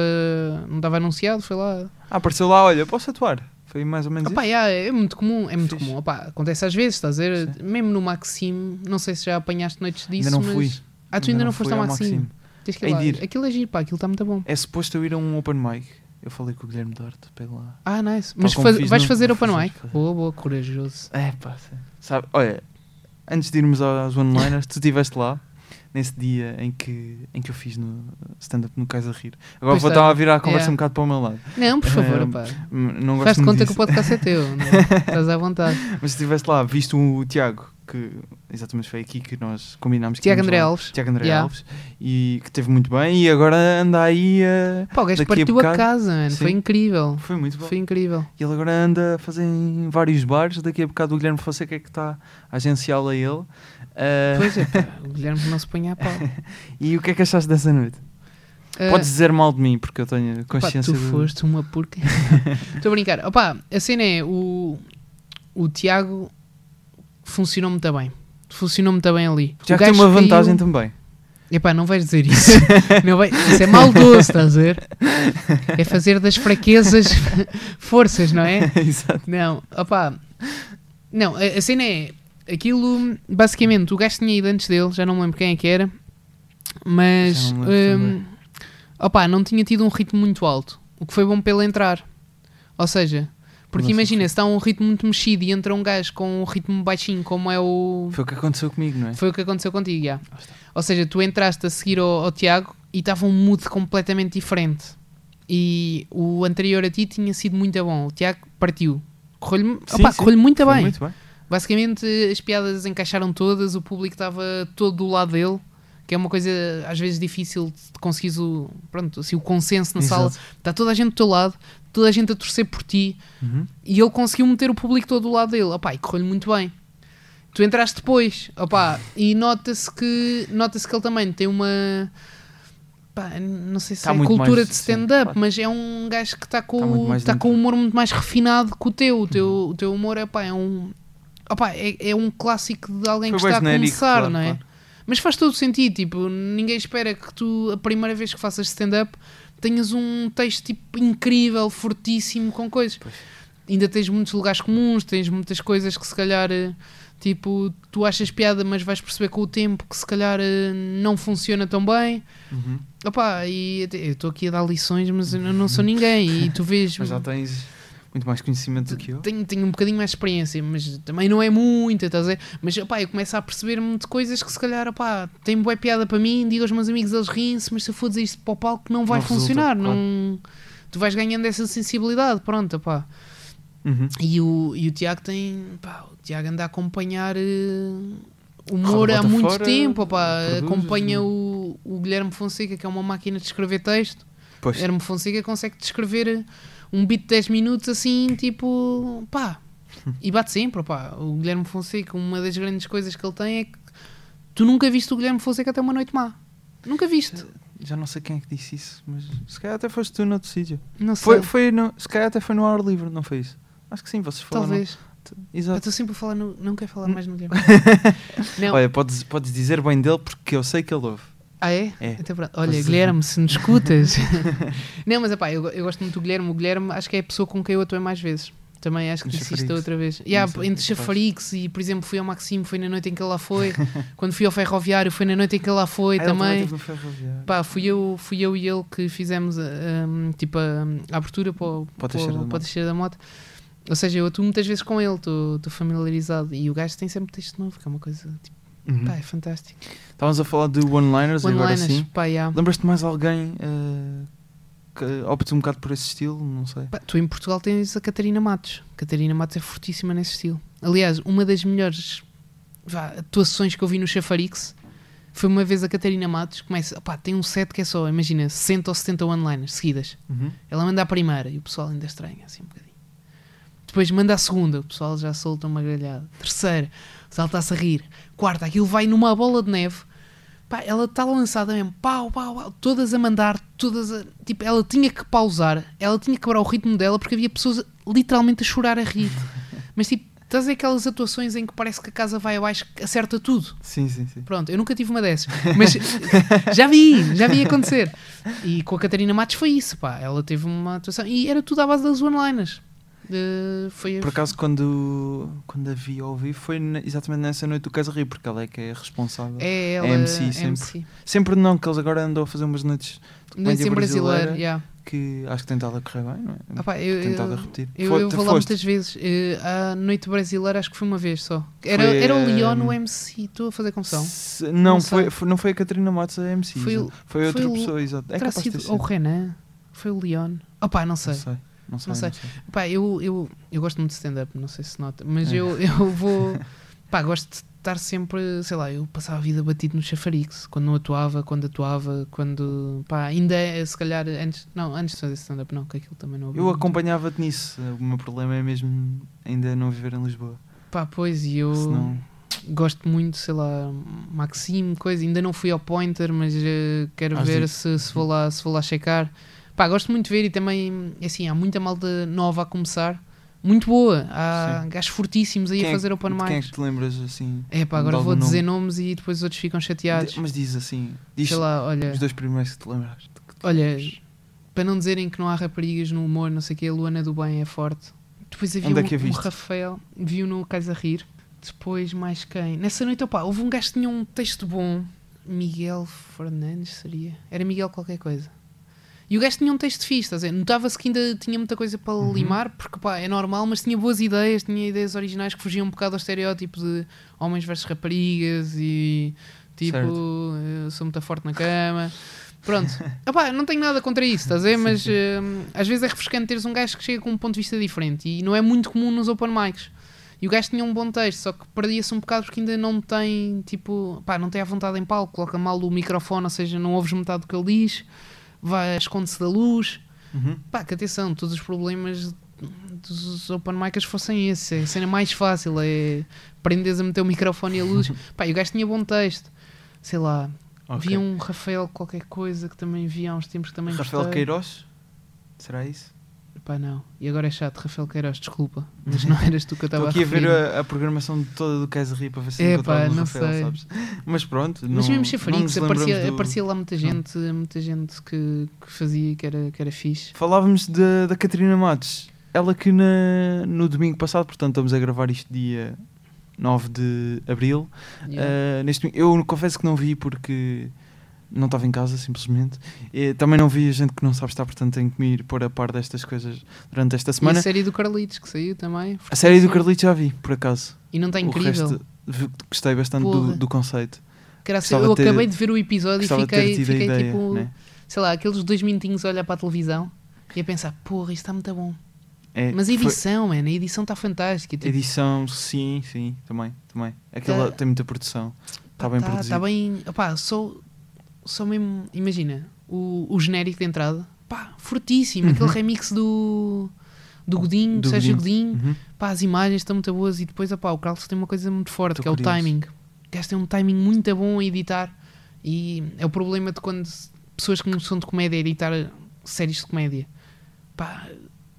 Speaker 3: não estava anunciado, foi lá.
Speaker 2: Ah, apareceu lá, olha, posso atuar. Foi mais ou menos
Speaker 3: Opá,
Speaker 2: isso.
Speaker 3: yeah, é muito comum, é muito
Speaker 2: Fixe.
Speaker 3: comum. Opá, acontece às vezes, estás a ver? Mesmo no Maxime, não sei se já apanhaste noites disso,
Speaker 2: não
Speaker 3: mas...
Speaker 2: fui.
Speaker 3: Ah, tu ainda, não foste
Speaker 2: fui
Speaker 3: ao
Speaker 2: ao
Speaker 3: Maxime. Tens que ir
Speaker 2: Hei
Speaker 3: lá.
Speaker 2: de ir.
Speaker 3: Aquilo é giro, pá, aquilo está muito bom.
Speaker 2: É suposto eu ir a um open mic. Eu falei com o Guilherme Dorte para ir lá.
Speaker 3: Ah, nice. Mas
Speaker 2: como
Speaker 3: faz-
Speaker 2: fiz
Speaker 3: vais
Speaker 2: no-
Speaker 3: fazer
Speaker 2: no
Speaker 3: open
Speaker 2: Fusion,
Speaker 3: mic?
Speaker 2: fazer.
Speaker 3: Boa, boa, corajoso.
Speaker 2: É pá, sim. sabe? Olha, antes de irmos aos one-liners, tu estiveste lá nesse dia em que, em que eu fiz no stand-up no Cais a Rir. Agora
Speaker 3: Pois
Speaker 2: vou
Speaker 3: tá.
Speaker 2: estar a virar a conversa
Speaker 3: Yeah.
Speaker 2: um bado para o meu lado.
Speaker 3: Não, por favor,
Speaker 2: Ehm,
Speaker 3: pá.
Speaker 2: M- Não
Speaker 3: Faz
Speaker 2: gosto
Speaker 3: de
Speaker 2: muito
Speaker 3: conta que
Speaker 2: disso.
Speaker 3: o podcast é teu, não é? estás à vontade.
Speaker 2: Mas se estiveste lá, viste o Tiago, que exatamente foi aqui que nós combinámos. que
Speaker 3: Tiago
Speaker 2: íamos
Speaker 3: André
Speaker 2: lá.
Speaker 3: Alves.
Speaker 2: Tiago André
Speaker 3: Yeah.
Speaker 2: Alves. E que teve muito bem e agora anda aí a...
Speaker 3: Pá, o gajo
Speaker 2: Daqui a
Speaker 3: partiu a,
Speaker 2: bocado-
Speaker 3: casa, mano. Foi
Speaker 2: Sim.
Speaker 3: incrível.
Speaker 2: Foi muito bom.
Speaker 3: Foi incrível.
Speaker 2: E ele agora anda a fazer em vários bares. Daqui a bocado o Guilherme Fonseca é que está a agenciá-lo a ele. Ah,
Speaker 3: Pois é, pá, o Guilherme não se põe a pau.
Speaker 2: e o que é que achaste dessa noite?
Speaker 3: Ah,
Speaker 2: Podes dizer mal de mim, porque eu tenho
Speaker 3: pá,
Speaker 2: consciência
Speaker 3: tu
Speaker 2: de-
Speaker 3: foste uma porca. Estou a brincar. Opá, a cena é, o, o Tiago funcionou muito bem. Funcionou muito bem ali.
Speaker 2: Já
Speaker 3: o
Speaker 2: que tem
Speaker 3: gajo
Speaker 2: uma vantagem
Speaker 3: caiu...
Speaker 2: também.
Speaker 3: Epá, não vais dizer isso. não vai... Isso é maldoso, estás a ver? É fazer das fraquezas forças, não é?
Speaker 2: Exato.
Speaker 3: Não, opá. Não, a, a cena é. Aquilo, basicamente, o gajo tinha ido antes dele, já não me lembro quem é que era, mas.
Speaker 2: Já não me lembro
Speaker 3: hum, opá, não tinha tido um ritmo muito alto, o que foi bom para ele entrar. Ou seja, porque
Speaker 2: Não
Speaker 3: imagina,
Speaker 2: sei.
Speaker 3: se está um ritmo muito mexido e entra um gajo com um ritmo baixinho, como é o.
Speaker 2: Foi o que aconteceu comigo, não é?
Speaker 3: Foi o que aconteceu contigo, já.
Speaker 2: Ah, está.
Speaker 3: Ou seja, tu entraste a seguir ao, ao Tiago e estava um mood completamente diferente. E o anterior a ti tinha sido muito bom. O Tiago partiu. Correu-lhe
Speaker 2: Sim,
Speaker 3: opá,
Speaker 2: sim.
Speaker 3: correu-lhe muito
Speaker 2: Foi
Speaker 3: bem.
Speaker 2: muito bem.
Speaker 3: Basicamente, as piadas encaixaram todas, o público estava todo do lado dele, que é uma coisa às vezes difícil de conseguires o, pronto, assim, o consenso na
Speaker 2: Exato.
Speaker 3: sala. Está toda a gente do teu lado, toda a gente a torcer por ti,
Speaker 2: Uhum.
Speaker 3: e ele conseguiu meter o público todo do lado dele. Opá, e correu-lhe muito bem. Tu entraste depois, opá, e nota-se que, nota que ele também tem uma. pá, não sei se
Speaker 2: Tá
Speaker 3: é
Speaker 2: muito
Speaker 3: cultura
Speaker 2: mais-
Speaker 3: de
Speaker 2: sim,
Speaker 3: stand-up,
Speaker 2: claro.
Speaker 3: mas é um gajo que está
Speaker 2: Tá muito
Speaker 3: com,
Speaker 2: mais
Speaker 3: tá
Speaker 2: dentro. Uhum.
Speaker 3: com um humor muito mais refinado que o teu. O teu, o teu humor opá, é um. opá, é, é um clássico de alguém
Speaker 2: Foi
Speaker 3: que
Speaker 2: bem
Speaker 3: está a
Speaker 2: genérico,
Speaker 3: começar,
Speaker 2: claro,
Speaker 3: não é?
Speaker 2: claro.
Speaker 3: Mas faz todo sentido, tipo, ninguém espera que tu, a primeira vez que faças stand-up, tenhas um texto tipo incrível, fortíssimo, com coisas. Ainda tens muitos lugares comuns, tens muitas coisas que se calhar, eh, tipo, tu achas piada, mas vais perceber com o tempo que se calhar eh, não funciona tão bem.
Speaker 2: Uhum.
Speaker 3: Opa, e até- eu estou aqui a dar lições, mas eu não sou ninguém. E tu vês.
Speaker 2: Mas já tens muito mais conhecimento do que eu.
Speaker 3: Tenho, tenho um bocadinho mais de experiência, mas também não é muita, estás a ver? Mas opá, eu começo a perceber-me de coisas que se calhar opá, tem boa piada para mim, digo aos meus amigos, eles riem-se, mas se eu for dizer isto para o palco não vai
Speaker 2: Não resulta,
Speaker 3: funcionar.
Speaker 2: claro.
Speaker 3: não... Tu vais ganhando essa sensibilidade, pronto, opá.
Speaker 2: Uhum.
Speaker 3: E o, e o Tiago tem. Pá, o Tiago anda a acompanhar eh, humor
Speaker 2: Roda
Speaker 3: há
Speaker 2: bota
Speaker 3: muito
Speaker 2: fora, é?
Speaker 3: tempo. Pá,
Speaker 2: produz,
Speaker 3: acompanha o, o Guilherme Fonseca, que é uma máquina de escrever texto. O
Speaker 2: Pois.
Speaker 3: Guilherme Fonseca consegue descrever um beat de 10 minutos assim, tipo. pá. E bate sempre, pá. O Guilherme Fonseca, uma das grandes coisas que ele tem é que tu nunca viste o Guilherme Fonseca até uma noite má. Nunca viste.
Speaker 2: Já não sei quem é que disse isso, mas se calhar até foste tu noutro sítio.
Speaker 3: Não sei.
Speaker 2: Foi, foi no, se calhar até foi no ar livre, não foi isso? Acho que sim, vocês falaram.
Speaker 3: Talvez. Pá,
Speaker 2: Exato. Hum.
Speaker 3: Estou sempre a falar no. Não quero falar mais no Guilherme. Não.
Speaker 2: Olha, podes, podes dizer bem dele porque eu sei que ele ouve.
Speaker 3: Ah, é?
Speaker 2: É.
Speaker 3: Então pronto. Olha,
Speaker 2: Vocês-
Speaker 3: Guilherme, se nos escutas. não, mas epá, eu, go- eu gosto muito do Guilherme. O Guilherme acho que é a pessoa com quem eu atuei mais vezes. Também acho que
Speaker 2: No
Speaker 3: disse isto
Speaker 2: Chafarix.
Speaker 3: outra vez. Yeah,
Speaker 2: sei o que é
Speaker 3: entre
Speaker 2: que faz.
Speaker 3: Chafarix e, por exemplo, fui ao Maxime, foi na noite em que ele lá foi. Quando fui ao Ferroviário, foi na noite em que ele lá foi
Speaker 2: Ah, ele
Speaker 3: também.
Speaker 2: teve no Ferroviário.
Speaker 3: Pá, fui eu, fui eu e ele que fizemos a, a- tipo, a, a abertura para o
Speaker 2: Para o
Speaker 3: para
Speaker 2: Teixeira da
Speaker 3: o- para o
Speaker 2: Mota.
Speaker 3: Teixeira da Mota. Ou seja, eu atuo muitas vezes com ele, estou estou familiarizado. E o gajo tem sempre texto novo, que é uma coisa. Tipo,
Speaker 2: Uhum.
Speaker 3: pá, é fantástico.
Speaker 2: Estávamos a falar de one-liners agora
Speaker 3: One-liners,
Speaker 2: sim.
Speaker 3: pá, yeah.
Speaker 2: Lembras-te mais alguém eh, que opte um bocado por esse estilo? Não sei.
Speaker 3: Pá, tu em Portugal tens a Catarina Matos. Catarina Matos é fortíssima nesse estilo. Aliás, uma das melhores vá, atuações que eu vi no Chafarix foi uma vez a Catarina Matos. Começa, opá, tem um set que é só, imagina, 60 ou 70 one-liners seguidas. Ela manda a primeira e o pessoal ainda estranha, assim um bocadinho. Depois manda a segunda, o pessoal já solta uma gralhada. Terceira, salta-se a rir. Quarta, aquilo vai numa bola de neve. Pá, ela está lançada mesmo, pau, pau, pau, todas a mandar, todas a. Tipo, ela tinha que pausar, ela tinha que quebrar o ritmo dela porque havia pessoas literalmente a chorar a rir. Mas tipo, estás a ver aquelas atuações em que parece que a casa vai abaixo, que acerta tudo.
Speaker 2: Sim, sim, sim.
Speaker 3: Pronto, eu nunca tive uma dessas, mas já vi, já vi acontecer. E com a Catarina Matos foi isso, pá. Ela teve uma atuação e era tudo à base das one-liners. Eh, foi
Speaker 2: Por acaso, quando, quando a vi ao vivo, foi na- exatamente nessa noite do Casa Rio, porque ela é que é responsável.
Speaker 3: é
Speaker 2: é
Speaker 3: ela,
Speaker 2: MC sempre.
Speaker 3: MC.
Speaker 2: Sempre não, que eles agora andam a fazer umas noites
Speaker 3: Não é
Speaker 2: Comédia
Speaker 3: sempre
Speaker 2: brasileira.
Speaker 3: brasileiro, yeah.
Speaker 2: que acho que tem estado a correr bem, não é?
Speaker 3: Ah, pá, eu,
Speaker 2: Tentado a
Speaker 3: eu-
Speaker 2: repetir.
Speaker 3: eu-
Speaker 2: Fo-
Speaker 3: eu
Speaker 2: te
Speaker 3: vou lá
Speaker 2: foste?
Speaker 3: muitas vezes. Eh, à noite brasileira, acho que foi uma vez só. Era,
Speaker 2: Foi,
Speaker 3: era o Leon,
Speaker 2: eh, é
Speaker 3: o MC. Estou a fazer confusão.
Speaker 2: Se- não,
Speaker 3: Não
Speaker 2: foi,
Speaker 3: sei.
Speaker 2: foi- não foi a Catarina Matos é a MC.
Speaker 3: Foi o-
Speaker 2: exato. foi outra
Speaker 3: foi o-
Speaker 2: pessoa, exato. É
Speaker 3: Terá
Speaker 2: capaz de ter
Speaker 3: sido
Speaker 2: sido.
Speaker 3: ou o Renan? Foi o Leon? Opá, não sei.
Speaker 2: Não sei. Não sei.
Speaker 3: Não sei.
Speaker 2: não sei.
Speaker 3: Pá, eu, eu, eu gosto muito de stand-up, não sei se nota, mas
Speaker 2: É.
Speaker 3: eu, eu vou. Pá, gosto de estar sempre, sei lá, eu passava a vida batido no chafarix, quando não atuava, quando atuava, quando. Pá, ainda é, se calhar antes. Não, antes de fazer stand-up, não, que aquilo também não.
Speaker 2: Eu acompanhava-te nisso. O meu problema é mesmo ainda não viver em Lisboa.
Speaker 3: Pá, pois, e eu
Speaker 2: Senão,
Speaker 3: gosto muito, sei lá, Maxime, coisa, ainda não fui ao Pointer, mas eh, quero
Speaker 2: Às
Speaker 3: ver
Speaker 2: vezes.
Speaker 3: se, se, vou lá, se vou lá checar. Pá, gosto muito de ver e também, assim, há muita malta nova a começar. Muito boa, há gajos fortíssimos aí
Speaker 2: Quem é
Speaker 3: a
Speaker 2: que-
Speaker 3: fazer open
Speaker 2: de
Speaker 3: mics.
Speaker 2: quem é que te lembras assim?
Speaker 3: É pá,
Speaker 2: De
Speaker 3: agora
Speaker 2: algum
Speaker 3: vou
Speaker 2: nome.
Speaker 3: dizer nomes e depois os outros ficam chateados.
Speaker 2: De- mas diz assim. Diz
Speaker 3: Sei lá, olha,
Speaker 2: os dois primeiros que te lembraste.
Speaker 3: olha, para não dizerem que não há raparigas no humor, não sei o quê, a Luana do Bem é forte. Depois havia
Speaker 2: Onde é
Speaker 3: um,
Speaker 2: que a
Speaker 3: um
Speaker 2: viste?
Speaker 3: Rafael, viu no Cais a Rir. Depois mais quem? Nessa noite, opá, houve um gajo que tinha um texto bom. Miguel Fernandes seria? Era Miguel qualquer coisa. E o gajo tinha um texto fixe, estás a ver? Notava-se que ainda tinha muita coisa para limar, porque pá, é normal, mas tinha boas ideias, tinha ideias originais que fugiam um bocado ao estereótipo de homens versus raparigas e tipo,
Speaker 2: Certo.
Speaker 3: eu sou muito forte na cama. Pronto, Epá, não tenho nada contra isso, estás a ver? Mas hum, às vezes é refrescante teres um gajo que chega com um ponto de vista diferente e não é muito comum nos open mics. E o gajo tinha um bom texto, só que perdia-se um bocado porque ainda não tem, tipo, pá, não tem a vontade em palco, coloca mal o microfone, ou seja, não ouves metade do que ele diz, vai, esconde-se da luz.
Speaker 2: Uhum.
Speaker 3: Pá, que atenção, todos os problemas dos open micers fossem esse. É a cena mais fácil é prenderes a meter o microfone e a luz. Pá, e o gajo tinha bom texto. Sei lá,
Speaker 2: Ok.
Speaker 3: havia um Rafael qualquer coisa que também vi há uns tempos que também
Speaker 2: Rafael
Speaker 3: gostei.
Speaker 2: Queiroz? Será isso?
Speaker 3: Pá, não. E agora é chato, Rafael Queiroz, desculpa. Mas não eras tu que
Speaker 2: Estou
Speaker 3: eu estava a
Speaker 2: aqui a ver
Speaker 3: referir.
Speaker 2: a, a programação toda do Casa Rio para ver se
Speaker 3: É,
Speaker 2: encontro
Speaker 3: pá,
Speaker 2: algum
Speaker 3: não
Speaker 2: Rafael,
Speaker 3: sei.
Speaker 2: sabes? Mas pronto.
Speaker 3: Mas
Speaker 2: não,
Speaker 3: mesmo
Speaker 2: não nos
Speaker 3: Chafarix,
Speaker 2: lembramos
Speaker 3: aparecia,
Speaker 2: do-
Speaker 3: aparecia lá muita gente, muita gente que, que fazia, que era, que era fixe.
Speaker 2: Falávamos da, da Catarina Matos. Ela que na- no domingo passado, portanto, estamos a gravar isto dia 9 de abril.
Speaker 3: Yeah.
Speaker 2: Ah, neste, domingo- eu confesso que não vi porque não estava em casa, simplesmente. E também não vi a gente que não sabe estar, portanto, tenho que me ir pôr a par destas coisas durante esta
Speaker 3: e
Speaker 2: semana.
Speaker 3: a série do Carlitos que saiu também.
Speaker 2: A série do Carlito já vi, por acaso.
Speaker 3: E não está
Speaker 2: o
Speaker 3: é incrível.
Speaker 2: resto vi- gostei bastante do,
Speaker 3: Porra.
Speaker 2: do conceito.
Speaker 3: Graças
Speaker 2: Gostava
Speaker 3: eu
Speaker 2: de ter-
Speaker 3: acabei de ver o episódio e
Speaker 2: Gostava de ter
Speaker 3: fiquei,
Speaker 2: tido a
Speaker 3: fiquei
Speaker 2: ideia.
Speaker 3: tipo,
Speaker 2: né?
Speaker 3: sei lá, aqueles dois minutinhos a olhar para a televisão e a pensar, porra, isto está muito bom.
Speaker 2: É,
Speaker 3: Mas a
Speaker 2: foi-
Speaker 3: edição, mano, a edição está fantástica. tipo,
Speaker 2: Edição, sim, sim, também, também. Aquela
Speaker 3: Tá-
Speaker 2: tem muita produção. Está bem
Speaker 3: tá-
Speaker 2: produzido.
Speaker 3: tá bem- opá, só, só mesmo, imagina, o, o genérico de entrada, pá, fortíssimo, aquele remix do, do Godinho,
Speaker 2: Uhum. Do
Speaker 3: do Sérgio Godinho,
Speaker 2: Uhum.
Speaker 3: pá, as imagens estão muito boas e depois, opá, o Carlos tem uma coisa muito forte,
Speaker 2: Tô
Speaker 3: que
Speaker 2: curioso.
Speaker 3: é o timing. O gajo tem um timing muito bom a editar e é o problema de quando pessoas que não são de comédia editar séries de comédia. Pá,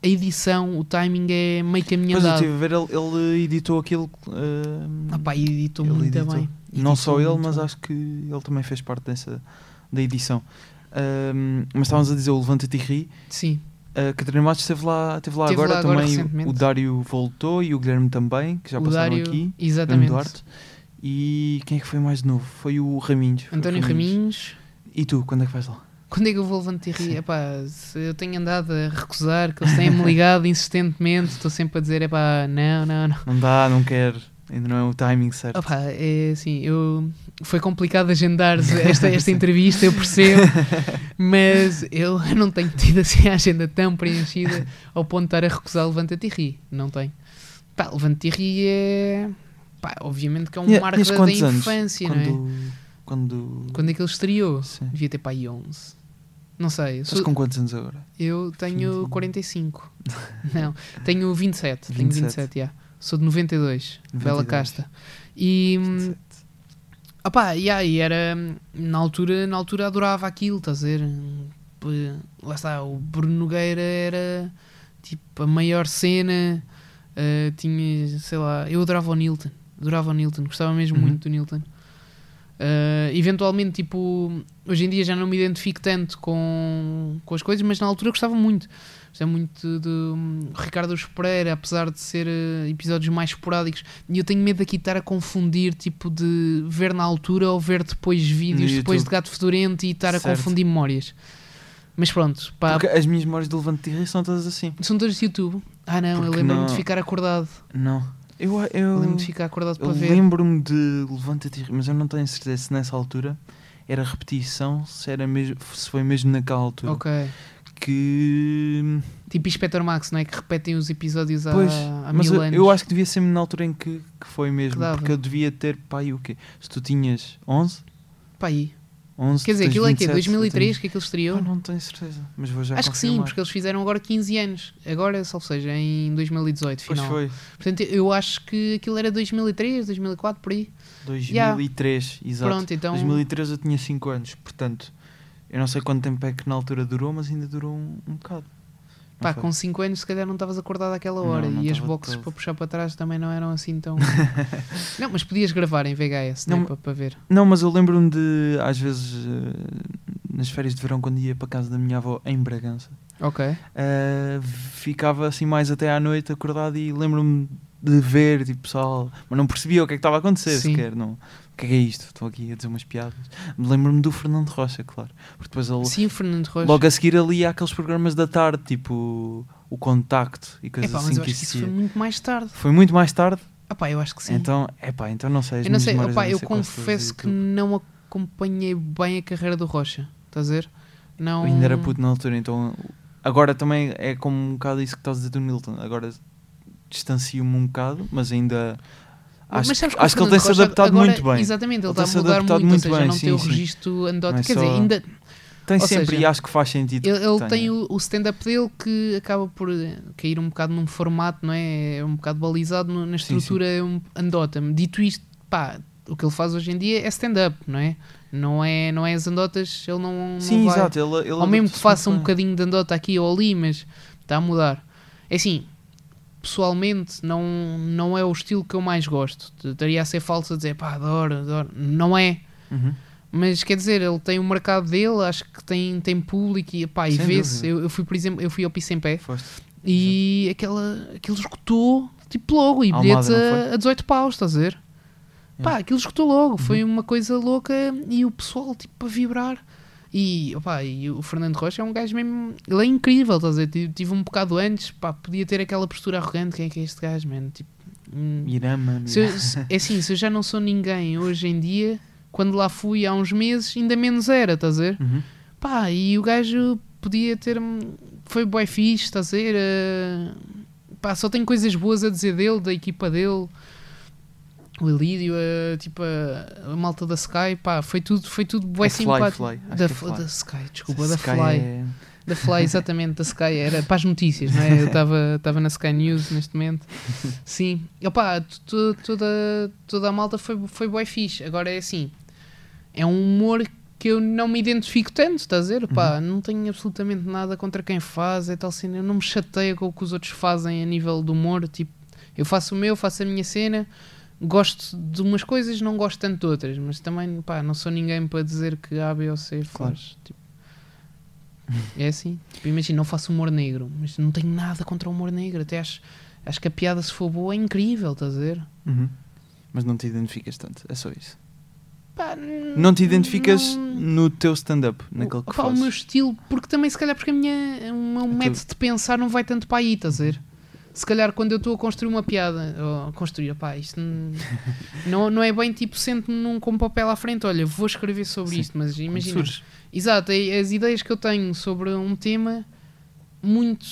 Speaker 3: a edição, o timing é meio caminho
Speaker 2: Pois eu
Speaker 3: andado.
Speaker 2: estive a ver, ele, ele editou aquilo. ah,
Speaker 3: Ah pá, e editou
Speaker 2: ele
Speaker 3: muito
Speaker 2: editou.
Speaker 3: bem.
Speaker 2: Não
Speaker 3: Editou
Speaker 2: só ele,
Speaker 3: muito
Speaker 2: mas
Speaker 3: bem.
Speaker 2: acho que ele também fez parte dessa da edição. Ah, mas estávamos a dizer o Levanta-te e ri.
Speaker 3: Sim,
Speaker 2: A Catarina Matos esteve lá, esteve lá
Speaker 3: Esteve
Speaker 2: agora
Speaker 3: lá agora
Speaker 2: também.
Speaker 3: recentemente.
Speaker 2: o Dário voltou e o Guilherme também, que já
Speaker 3: o
Speaker 2: passaram
Speaker 3: Dário,
Speaker 2: aqui. Guilherme
Speaker 3: exatamente.
Speaker 2: Duarte. E quem é que foi mais de novo? Foi o Raminhos. Foi o
Speaker 3: António Raminhos.
Speaker 2: E tu, quando é que vais lá?
Speaker 3: Quando é que eu vou levantar e rir? Epá, se eu tenho andado a recusar, que eles têm-me ligado insistentemente, estou sempre a dizer, epá, não, não, não.
Speaker 2: Não dá, não quer. Ainda não é o timing certo.
Speaker 3: Opa, é assim, eu, foi complicado agendar esta, esta entrevista, eu percebo, mas eu não tenho tido assim a agenda tão preenchida ao ponto de estar a recusar Levanta-te e ri, não tenho. Pá, Levanta-te e ri é, pá, obviamente que é um
Speaker 2: Tinha-
Speaker 3: marco
Speaker 2: tinhas
Speaker 3: da, da
Speaker 2: quantos anos?
Speaker 3: infância, não é?
Speaker 2: quando, quando.
Speaker 3: Quando é que ele estreou?
Speaker 2: Sim.
Speaker 3: Devia ter pá aí 11. Não sei, eu,
Speaker 2: Estás
Speaker 3: sou-
Speaker 2: com um. quantos anos agora?
Speaker 3: eu tenho
Speaker 2: 21.
Speaker 3: 45. Não, tenho 27, tenho
Speaker 2: 27.
Speaker 3: 27, já. Sou de 92, Bela
Speaker 2: 92.
Speaker 3: Casta. E... hum,
Speaker 2: 27.
Speaker 3: Ah Ah pá, yeah, e era. Na altura, na altura adorava aquilo, estás a ver? P- tipo, Lá está, o Bruno Nogueira era tipo a maior cena. ah, tinha, sei lá, eu adorava o Nilton, adorava o Nilton, gostava mesmo
Speaker 2: Uhum.
Speaker 3: muito do Nilton. Ah, eventualmente, tipo, hoje em dia já não me identifico tanto com, com as coisas, mas na altura gostava muito. Gostava muito do hum, Ricardo Araújo Pereira, apesar de ser ah, episódios mais esporádicos. E eu tenho medo aqui de estar a confundir, tipo, de ver na altura ou ver depois vídeos, depois
Speaker 2: YouTube.
Speaker 3: de Gato Fedorento e estar a
Speaker 2: Certo.
Speaker 3: confundir memórias. Mas pronto, pá,
Speaker 2: Porque as minhas memórias de Levante de Rio são todas assim.
Speaker 3: são todas de YouTube. Ah não, eu
Speaker 2: Porque
Speaker 3: lembro-me
Speaker 2: não-
Speaker 3: de ficar acordado.
Speaker 2: Não. Eu, eu,
Speaker 3: Lembro-me de ficar acordado
Speaker 2: eu
Speaker 3: para ver.
Speaker 2: lembro-me de Levante de Rio, mas eu não tenho certeza se nessa altura era repetição, se, era mesmo, se foi mesmo naquela altura.
Speaker 3: Ok.
Speaker 2: Que.
Speaker 3: Tipo Inspector Max, não é? Que repetem os episódios há,
Speaker 2: Pois,
Speaker 3: há
Speaker 2: mas
Speaker 3: mil
Speaker 2: eu,
Speaker 3: anos.
Speaker 2: eu acho que devia ser na altura em que, que foi mesmo.
Speaker 3: Que dava.
Speaker 2: porque eu devia ter, pai, o quê? Se tu tinhas 11?
Speaker 3: Pá, aí.
Speaker 2: 11
Speaker 3: Quer dizer,
Speaker 2: tu tens
Speaker 3: aquilo é que
Speaker 2: 27,
Speaker 3: 2003
Speaker 2: eu
Speaker 3: que aquilo
Speaker 2: tenho-
Speaker 3: estreou?
Speaker 2: Ah, não tenho certeza, mas vou já
Speaker 3: acho que sim,
Speaker 2: confirmar.
Speaker 3: porque eles fizeram agora 15 anos. Agora, só seja, em 2018,
Speaker 2: Pois
Speaker 3: final.
Speaker 2: foi,
Speaker 3: Portanto, eu acho que aquilo era 2003, 2004, por aí.
Speaker 2: 2003, exato.
Speaker 3: Pronto, então.
Speaker 2: 2003 eu tinha 5 anos, portanto, eu não sei quanto tempo é que na altura durou, mas ainda durou um, um bocado. Não
Speaker 3: Pá,
Speaker 2: foi?
Speaker 3: com 5 anos se calhar não estavas acordado àquela hora
Speaker 2: Não, não
Speaker 3: e as
Speaker 2: estava
Speaker 3: boxes
Speaker 2: todo.
Speaker 3: para puxar para trás também não eram assim tão. não, mas podias gravar em VHS, não,
Speaker 2: Não,
Speaker 3: é? Para, para ver.
Speaker 2: Não, mas eu lembro-me de, às vezes, eh, nas férias de verão, quando ia para casa da minha avó em Bragança,
Speaker 3: Ok.
Speaker 2: Uh, ficava assim mais até à noite acordado e lembro-me de ver, tipo, pessoal, mas não percebia o que é que estava a acontecer
Speaker 3: Sim.
Speaker 2: sequer, não. O que é que é isto? Estou aqui a dizer umas piadas. Lembro-me do Fernando Rocha, claro. Porque depois ele,
Speaker 3: Sim, Fernando Rocha.
Speaker 2: logo a seguir ali há aqueles programas da tarde, tipo o Contacto e coisas
Speaker 3: Epá, mas
Speaker 2: assim
Speaker 3: eu
Speaker 2: que
Speaker 3: acho que isso
Speaker 2: existia.
Speaker 3: foi
Speaker 2: Foi...
Speaker 3: muito mais tarde.
Speaker 2: muito mais tarde,
Speaker 3: Ah pá, eu acho que sim.
Speaker 2: então, epá, então não sei. as
Speaker 3: eu não
Speaker 2: minhas
Speaker 3: sei,
Speaker 2: memórias
Speaker 3: opá,
Speaker 2: devem
Speaker 3: eu
Speaker 2: ser quase todas
Speaker 3: confesso que
Speaker 2: do YouTube.
Speaker 3: não acompanhei bem a carreira do Rocha. Estás a ver? Não...
Speaker 2: Eu ainda era puto na altura, então agora também é como um bocado isso que estás a dizer do Milton. Agora distancio-me um bocado, mas ainda
Speaker 3: Mas
Speaker 2: acho,
Speaker 3: sabes
Speaker 2: que,
Speaker 3: o
Speaker 2: acho que ele tem
Speaker 3: Fernando
Speaker 2: se
Speaker 3: Rocha
Speaker 2: adaptado
Speaker 3: agora-
Speaker 2: muito bem.
Speaker 3: Exatamente, ele
Speaker 2: Ele
Speaker 3: está a
Speaker 2: tem-se
Speaker 3: mudar muito,
Speaker 2: adaptado
Speaker 3: ou
Speaker 2: muito
Speaker 3: seja,
Speaker 2: bem,
Speaker 3: não tem o
Speaker 2: sim, sim.
Speaker 3: registro
Speaker 2: Não
Speaker 3: anedótico.
Speaker 2: é
Speaker 3: Quer dizer,
Speaker 2: só-
Speaker 3: ainda,
Speaker 2: Tem
Speaker 3: ou
Speaker 2: sempre
Speaker 3: seja,
Speaker 2: e acho que faz sentido.
Speaker 3: Ele, ele
Speaker 2: que
Speaker 3: tem
Speaker 2: tenha.
Speaker 3: um o, o stand-up dele que acaba por eh, cair um bocado num formato, não é? É um bocado balizado no- na
Speaker 2: Sim, sim.
Speaker 3: estrutura um, andota-me. Dito isto, pá, o que ele faz hoje em dia é stand-up, não é? Não é, não é as andotas, ele não. não
Speaker 2: Sim,
Speaker 3: vai.
Speaker 2: exato. Ele, ele
Speaker 3: Ao mesmo que
Speaker 2: adapta-se
Speaker 3: faça um
Speaker 2: muito bem.
Speaker 3: bocadinho de andota aqui ou ali, mas está a mudar. É assim, pessoalmente, não, não é o estilo que eu mais gosto. Estaria a ser falso a dizer, pá, adoro, adoro. Não é.
Speaker 2: Uhum.
Speaker 3: Mas quer dizer, ele tem o mercado dele, acho que tem, tem público e, pá, e
Speaker 2: Sem
Speaker 3: vê-se.
Speaker 2: dúvida.
Speaker 3: Eu, eu fui, por exemplo, eu fui ao Piso em Pé
Speaker 2: Foste.
Speaker 3: e aquela, aquilo esgotou tipo logo e
Speaker 2: Almada,
Speaker 3: bilhetes
Speaker 2: não É.
Speaker 3: a, a 18 paus, estás a ver? Pá, aquilo esgotou logo, foi
Speaker 2: Uhum.
Speaker 3: uma coisa louca e o pessoal tipo a vibrar. E, opá, e o Fernando Rocha é um gajo mesmo. Ele é incrível, estás a ver? Tive- Tive um bocado antes, pá, podia ter aquela postura arrogante. Quem é que é este gajo, mano? Tipo, hum,
Speaker 2: Irama,
Speaker 3: se eu-
Speaker 2: Hum.
Speaker 3: se- é assim, se eu já não sou ninguém hoje em dia, quando lá fui há uns meses, ainda menos era, estás a ver?
Speaker 2: Uhum.
Speaker 3: Pá, e o gajo podia ter. Foi bué fixe, estás a ver? eh, pá, só tenho coisas boas a dizer dele, da equipa dele. O Elídio, a, tipo, a, a malta da Sky, pá, foi tudo, foi tudo bué
Speaker 2: É Fly,
Speaker 3: simpático.
Speaker 2: Fly, acho
Speaker 3: da,
Speaker 2: que é
Speaker 3: F-
Speaker 2: Fly.
Speaker 3: da Sky, desculpa, da
Speaker 2: Sky
Speaker 3: Fly.
Speaker 2: é-
Speaker 3: Da Fly, exatamente, da Sky, era para as notícias, não é? Eu estava estava na Sky News neste momento. Sim, opá, tu- tu- toda, toda a malta foi, foi bué fixe. Agora é assim, é um humor que eu não me identifico tanto, estás a dizer? Pá, não tenho absolutamente nada contra quem faz, é tal cena. Eu não me chateio com o que os outros fazem a nível do humor. Tipo, eu faço o meu, faço a minha cena, gosto de umas coisas, não gosto tanto de outras, mas também, pá, não sou ninguém para dizer que A, B ou C faz.
Speaker 2: Claro.
Speaker 3: Tipo, é assim. Tipo, imagina, não faço humor negro, mas não tenho nada contra o humor negro. Até acho, acho que a piada, se for boa, é incrível, estás a ver?
Speaker 2: Uhum. Mas não te identificas tanto, é só isso.
Speaker 3: Pá,
Speaker 2: Não te identificas
Speaker 3: não-
Speaker 2: no teu stand-up, naquele que
Speaker 3: Opa, o
Speaker 2: fazes. Então-
Speaker 3: meu estilo, porque também se calhar porque a minha, o meu método de pensar não vai tanto para aí, estás a ver? Se calhar quando eu estou a construir uma piada, ou a construir, opá, isto n- não, não é bem tipo sento-me num com papel à frente, olha, vou escrever sobre
Speaker 2: Sim,
Speaker 3: isto, mas
Speaker 2: Quando
Speaker 3: imagina.
Speaker 2: surge.
Speaker 3: Exato, é- as ideias que eu tenho sobre um tema muito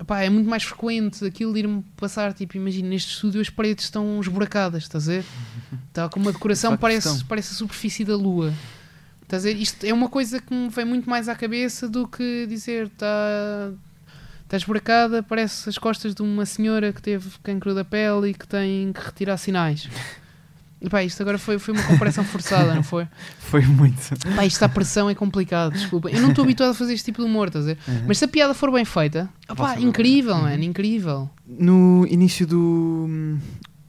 Speaker 3: opá, é muito mais frequente aquilo de ir-me passar, tipo, imagina, neste estúdio as paredes estão esburacadas, estás a ver? Está com uma decoração,
Speaker 2: facto
Speaker 3: parece,
Speaker 2: estão.
Speaker 3: parece a superfície da lua. Estás a ver? Isto é uma coisa que me vem muito mais à cabeça do que dizer está está esburacada, parece as costas de uma senhora que teve cancro da pele e que tem que retirar sinais. Pá, isto agora foi, foi uma comparação forçada, não foi?
Speaker 2: Foi muito.
Speaker 3: Pá, isto à pressão é complicado, desculpa. Eu não estou habituado a fazer este tipo de humor, estás a ver?
Speaker 2: Uhum.
Speaker 3: Mas se a piada for bem feita, opá,
Speaker 2: ser
Speaker 3: incrível, mano, incrível.
Speaker 2: No início do. hum,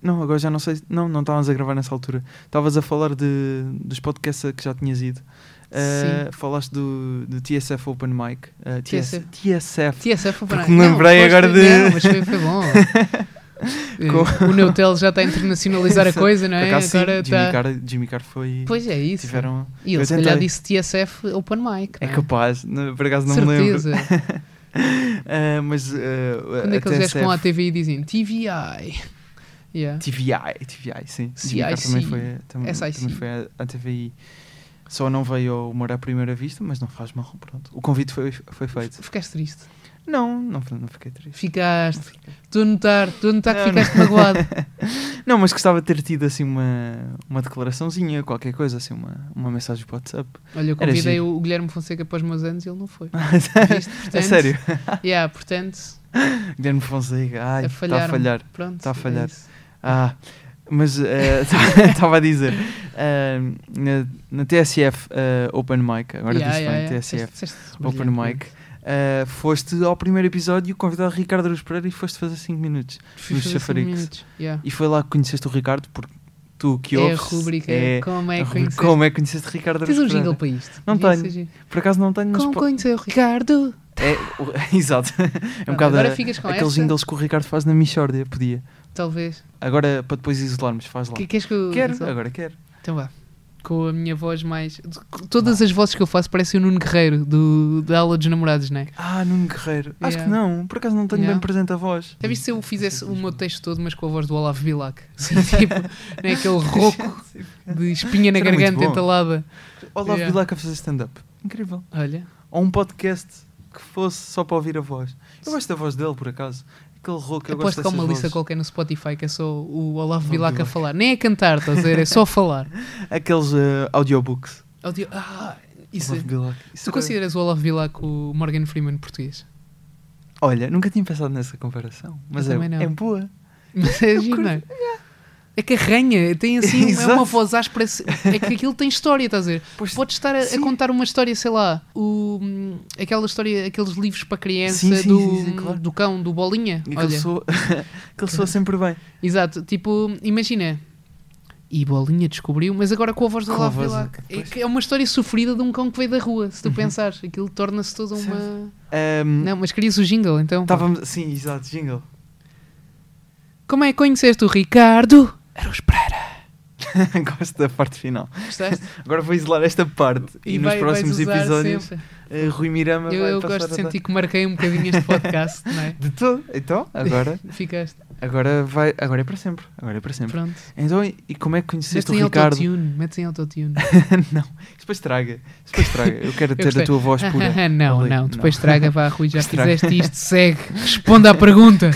Speaker 2: Não, agora já não sei. Não, não estávamos a gravar nessa altura. Estavas a falar de, dos podcasts a que já tinhas ido. Uh, falaste do, do TSF Open Mic. Uh, TS, TSF.
Speaker 3: TSF foi
Speaker 2: Porque me lembrei agora de-
Speaker 3: Não, mas foi, foi bom. Eh, O Neutel já está a internacionalizar a coisa, não
Speaker 2: Por
Speaker 3: é?
Speaker 2: acaso, sim,
Speaker 3: Agora
Speaker 2: Jimmy,
Speaker 3: está.
Speaker 2: Carr, Jimmy Carr foi.
Speaker 3: Pois é isso.
Speaker 2: tiveram.
Speaker 3: E ele
Speaker 2: Eu
Speaker 3: se calhar
Speaker 2: tentei.
Speaker 3: disse TSF Open Mic.
Speaker 2: É
Speaker 3: não
Speaker 2: capaz, não- por acaso não me lembro.
Speaker 3: Certeza.
Speaker 2: Ah, mas. Uh,
Speaker 3: Quando é que eles
Speaker 2: TSF
Speaker 3: vão à TVI dizem TVI? Yeah.
Speaker 2: TVI, TVI, sim.
Speaker 3: CIC.
Speaker 2: Jimmy Carr também foi, também,
Speaker 3: SIC.
Speaker 2: também foi à, à TVI. Só não veio ao humor à primeira vista, mas não faz mal, pronto. O convite foi, foi feito.
Speaker 3: Ficaste triste.
Speaker 2: Não, não, não fiquei triste.
Speaker 3: Ficaste. Estou a notar, estou a notar que
Speaker 2: Não,
Speaker 3: tá, ficaste magoado.
Speaker 2: Não, mas gostava de ter tido assim uma, uma declaraçãozinha, qualquer coisa, assim, uma, uma mensagem para o WhatsApp.
Speaker 3: Olha, eu
Speaker 2: Era
Speaker 3: convidei
Speaker 2: giro.
Speaker 3: o Guilherme Fonseca para os meus anos e ele não foi. Viste?
Speaker 2: é
Speaker 3: Portanto,
Speaker 2: sério,
Speaker 3: Yeah, portanto,
Speaker 2: Guilherme Fonseca, ai,
Speaker 3: a
Speaker 2: está a
Speaker 3: falhar.
Speaker 2: falhar.
Speaker 3: Pronto,
Speaker 2: Está a
Speaker 3: é
Speaker 2: falhar.
Speaker 3: isso.
Speaker 2: Ah, mas estava a dizer, eh, na, na TSF eh, Open Mic, agora
Speaker 3: Yeah,
Speaker 2: diz bem,
Speaker 3: yeah, yeah.
Speaker 2: TSF
Speaker 3: Disseste- disseste
Speaker 2: Open
Speaker 3: brilhante,
Speaker 2: Mic, eh, foste ao primeiro episódio convidado Ricardo Aruz Pereira e foste fazer 5 minutos.
Speaker 3: mano. Fui
Speaker 2: nos
Speaker 3: fazer cinco
Speaker 2: chafaricos.
Speaker 3: minutos, yeah.
Speaker 2: E foi lá que conheceste o Ricardo, porque tu que
Speaker 3: É a
Speaker 2: ouves...
Speaker 3: rubrica.
Speaker 2: é
Speaker 3: como
Speaker 2: a
Speaker 3: é que
Speaker 2: rubrica,
Speaker 3: conheceste?
Speaker 2: Como é que conheceste Ricardo Aruz
Speaker 3: Tens um
Speaker 2: Pereira?
Speaker 3: jingle para isto?
Speaker 2: Não
Speaker 3: Devia
Speaker 2: tenho.
Speaker 3: ser giro.
Speaker 2: Por acaso não tenho, mas...
Speaker 3: Como
Speaker 2: po-
Speaker 3: conheceu o Ricardo?
Speaker 2: É, o- exato. É um bocado
Speaker 3: agora
Speaker 2: a-
Speaker 3: ficas com
Speaker 2: aqueles
Speaker 3: esta?
Speaker 2: jingles que o Ricardo faz na Michórdia, podia.
Speaker 3: Talvez.
Speaker 2: Agora, para depois isolarmos, faz lá.
Speaker 3: Que, queres que eu...
Speaker 2: Quero, agora quero.
Speaker 3: Então vá. Com a minha voz mais. Todas as vozes que eu faço parecem o Nuno Guerreiro, do, da aula dos namorados, não é?
Speaker 2: Ah, Nuno Guerreiro. Acho
Speaker 3: Yeah.
Speaker 2: que não. Por acaso não tenho
Speaker 3: Yeah.
Speaker 2: bem presente a voz.
Speaker 3: Já viste se eu fizesse o meu texto todo, mas com a voz do Olavo Bilac? Assim, tipo, não é aquele rouco de espinha na
Speaker 2: Isso era muito
Speaker 3: garganta
Speaker 2: bom.
Speaker 3: entalada.
Speaker 2: Olá,
Speaker 3: Yeah.
Speaker 2: yeah. Vilac a fazer stand-up. Incrível.
Speaker 3: Olha,
Speaker 2: Ou um podcast que fosse só para ouvir a voz. Eu gosto da voz dele, por acaso. Aquele rouco, eu gosto
Speaker 3: aposto que há
Speaker 2: dessas
Speaker 3: É uma lista
Speaker 2: vozes.
Speaker 3: qualquer no Spotify que é só o Olavo
Speaker 2: Olavo
Speaker 3: Bilac a
Speaker 2: Bilac.
Speaker 3: falar. Nem é cantar, estás a dizer? É só falar.
Speaker 2: Aqueles eh, audiobooks.
Speaker 3: Audio- Ah, isso.
Speaker 2: Olavo Bilac. Isso é
Speaker 3: Tu
Speaker 2: era-
Speaker 3: consideras o Olavo Bilac o Morgan Freeman português?
Speaker 2: Olha, nunca tinha pensado nessa comparação. Mas é,
Speaker 3: também não.
Speaker 2: é boa.
Speaker 3: Mas é giro, não é? É que arranha, tem assim, é uma
Speaker 2: Exato.
Speaker 3: voz áspera, é que aquilo tem história, estás a ver?
Speaker 2: Pois-
Speaker 3: Podes estar a, a
Speaker 2: sim.
Speaker 3: contar uma história, sei lá, o, hum, aquela história, aqueles livros para criança
Speaker 2: Sim, sim,
Speaker 3: do, hum,
Speaker 2: sim, sim, claro.
Speaker 3: do cão, do bolinha.
Speaker 2: E
Speaker 3: Olha,
Speaker 2: Aquele soa, aquele soa sempre bem.
Speaker 3: exato, tipo, imagina. E bolinha descobriu, mas agora com a voz do
Speaker 2: Com a
Speaker 3: Olavo
Speaker 2: voz,
Speaker 3: Bilac. É,
Speaker 2: pois. Uhum.
Speaker 3: que é uma história sofrida de um cão que veio da rua, se tu pensares. Aquilo torna-se toda uma.
Speaker 2: Ahm,
Speaker 3: Não, mas querias o jingle então?
Speaker 2: Estávamos. Sim, exato, jingle.
Speaker 3: Como é que conheceste o Ricardo? Era os Pereira.
Speaker 2: Gosto da parte final.
Speaker 3: Gostaste?
Speaker 2: Agora vou isolar esta parte e, nos
Speaker 3: vai- vais
Speaker 2: próximos
Speaker 3: usar
Speaker 2: episódios
Speaker 3: sempre.
Speaker 2: eh, Rui Mirama
Speaker 3: Eu,
Speaker 2: vai
Speaker 3: eu
Speaker 2: passar
Speaker 3: gosto de
Speaker 2: a dar-
Speaker 3: sentir que marquei um bocadinho este podcast, não é?
Speaker 2: de tudo. Então, agora,
Speaker 3: Ficaste,
Speaker 2: agora vai, agora é para sempre, agora é para sempre.
Speaker 3: pronto.
Speaker 2: Então, e e como é que conheceste
Speaker 3: Metes
Speaker 2: o
Speaker 3: em
Speaker 2: Ricardo?
Speaker 3: autotune, metes em autotune.
Speaker 2: não, isso depois traga, isso depois traga. Eu quero ter
Speaker 3: gostei.
Speaker 2: a tua voz pura.
Speaker 3: não,
Speaker 2: Ali,
Speaker 3: não, depois traga, vá, Rui, já
Speaker 2: Estraga.
Speaker 3: fizeste isto, segue, responde à pergunta.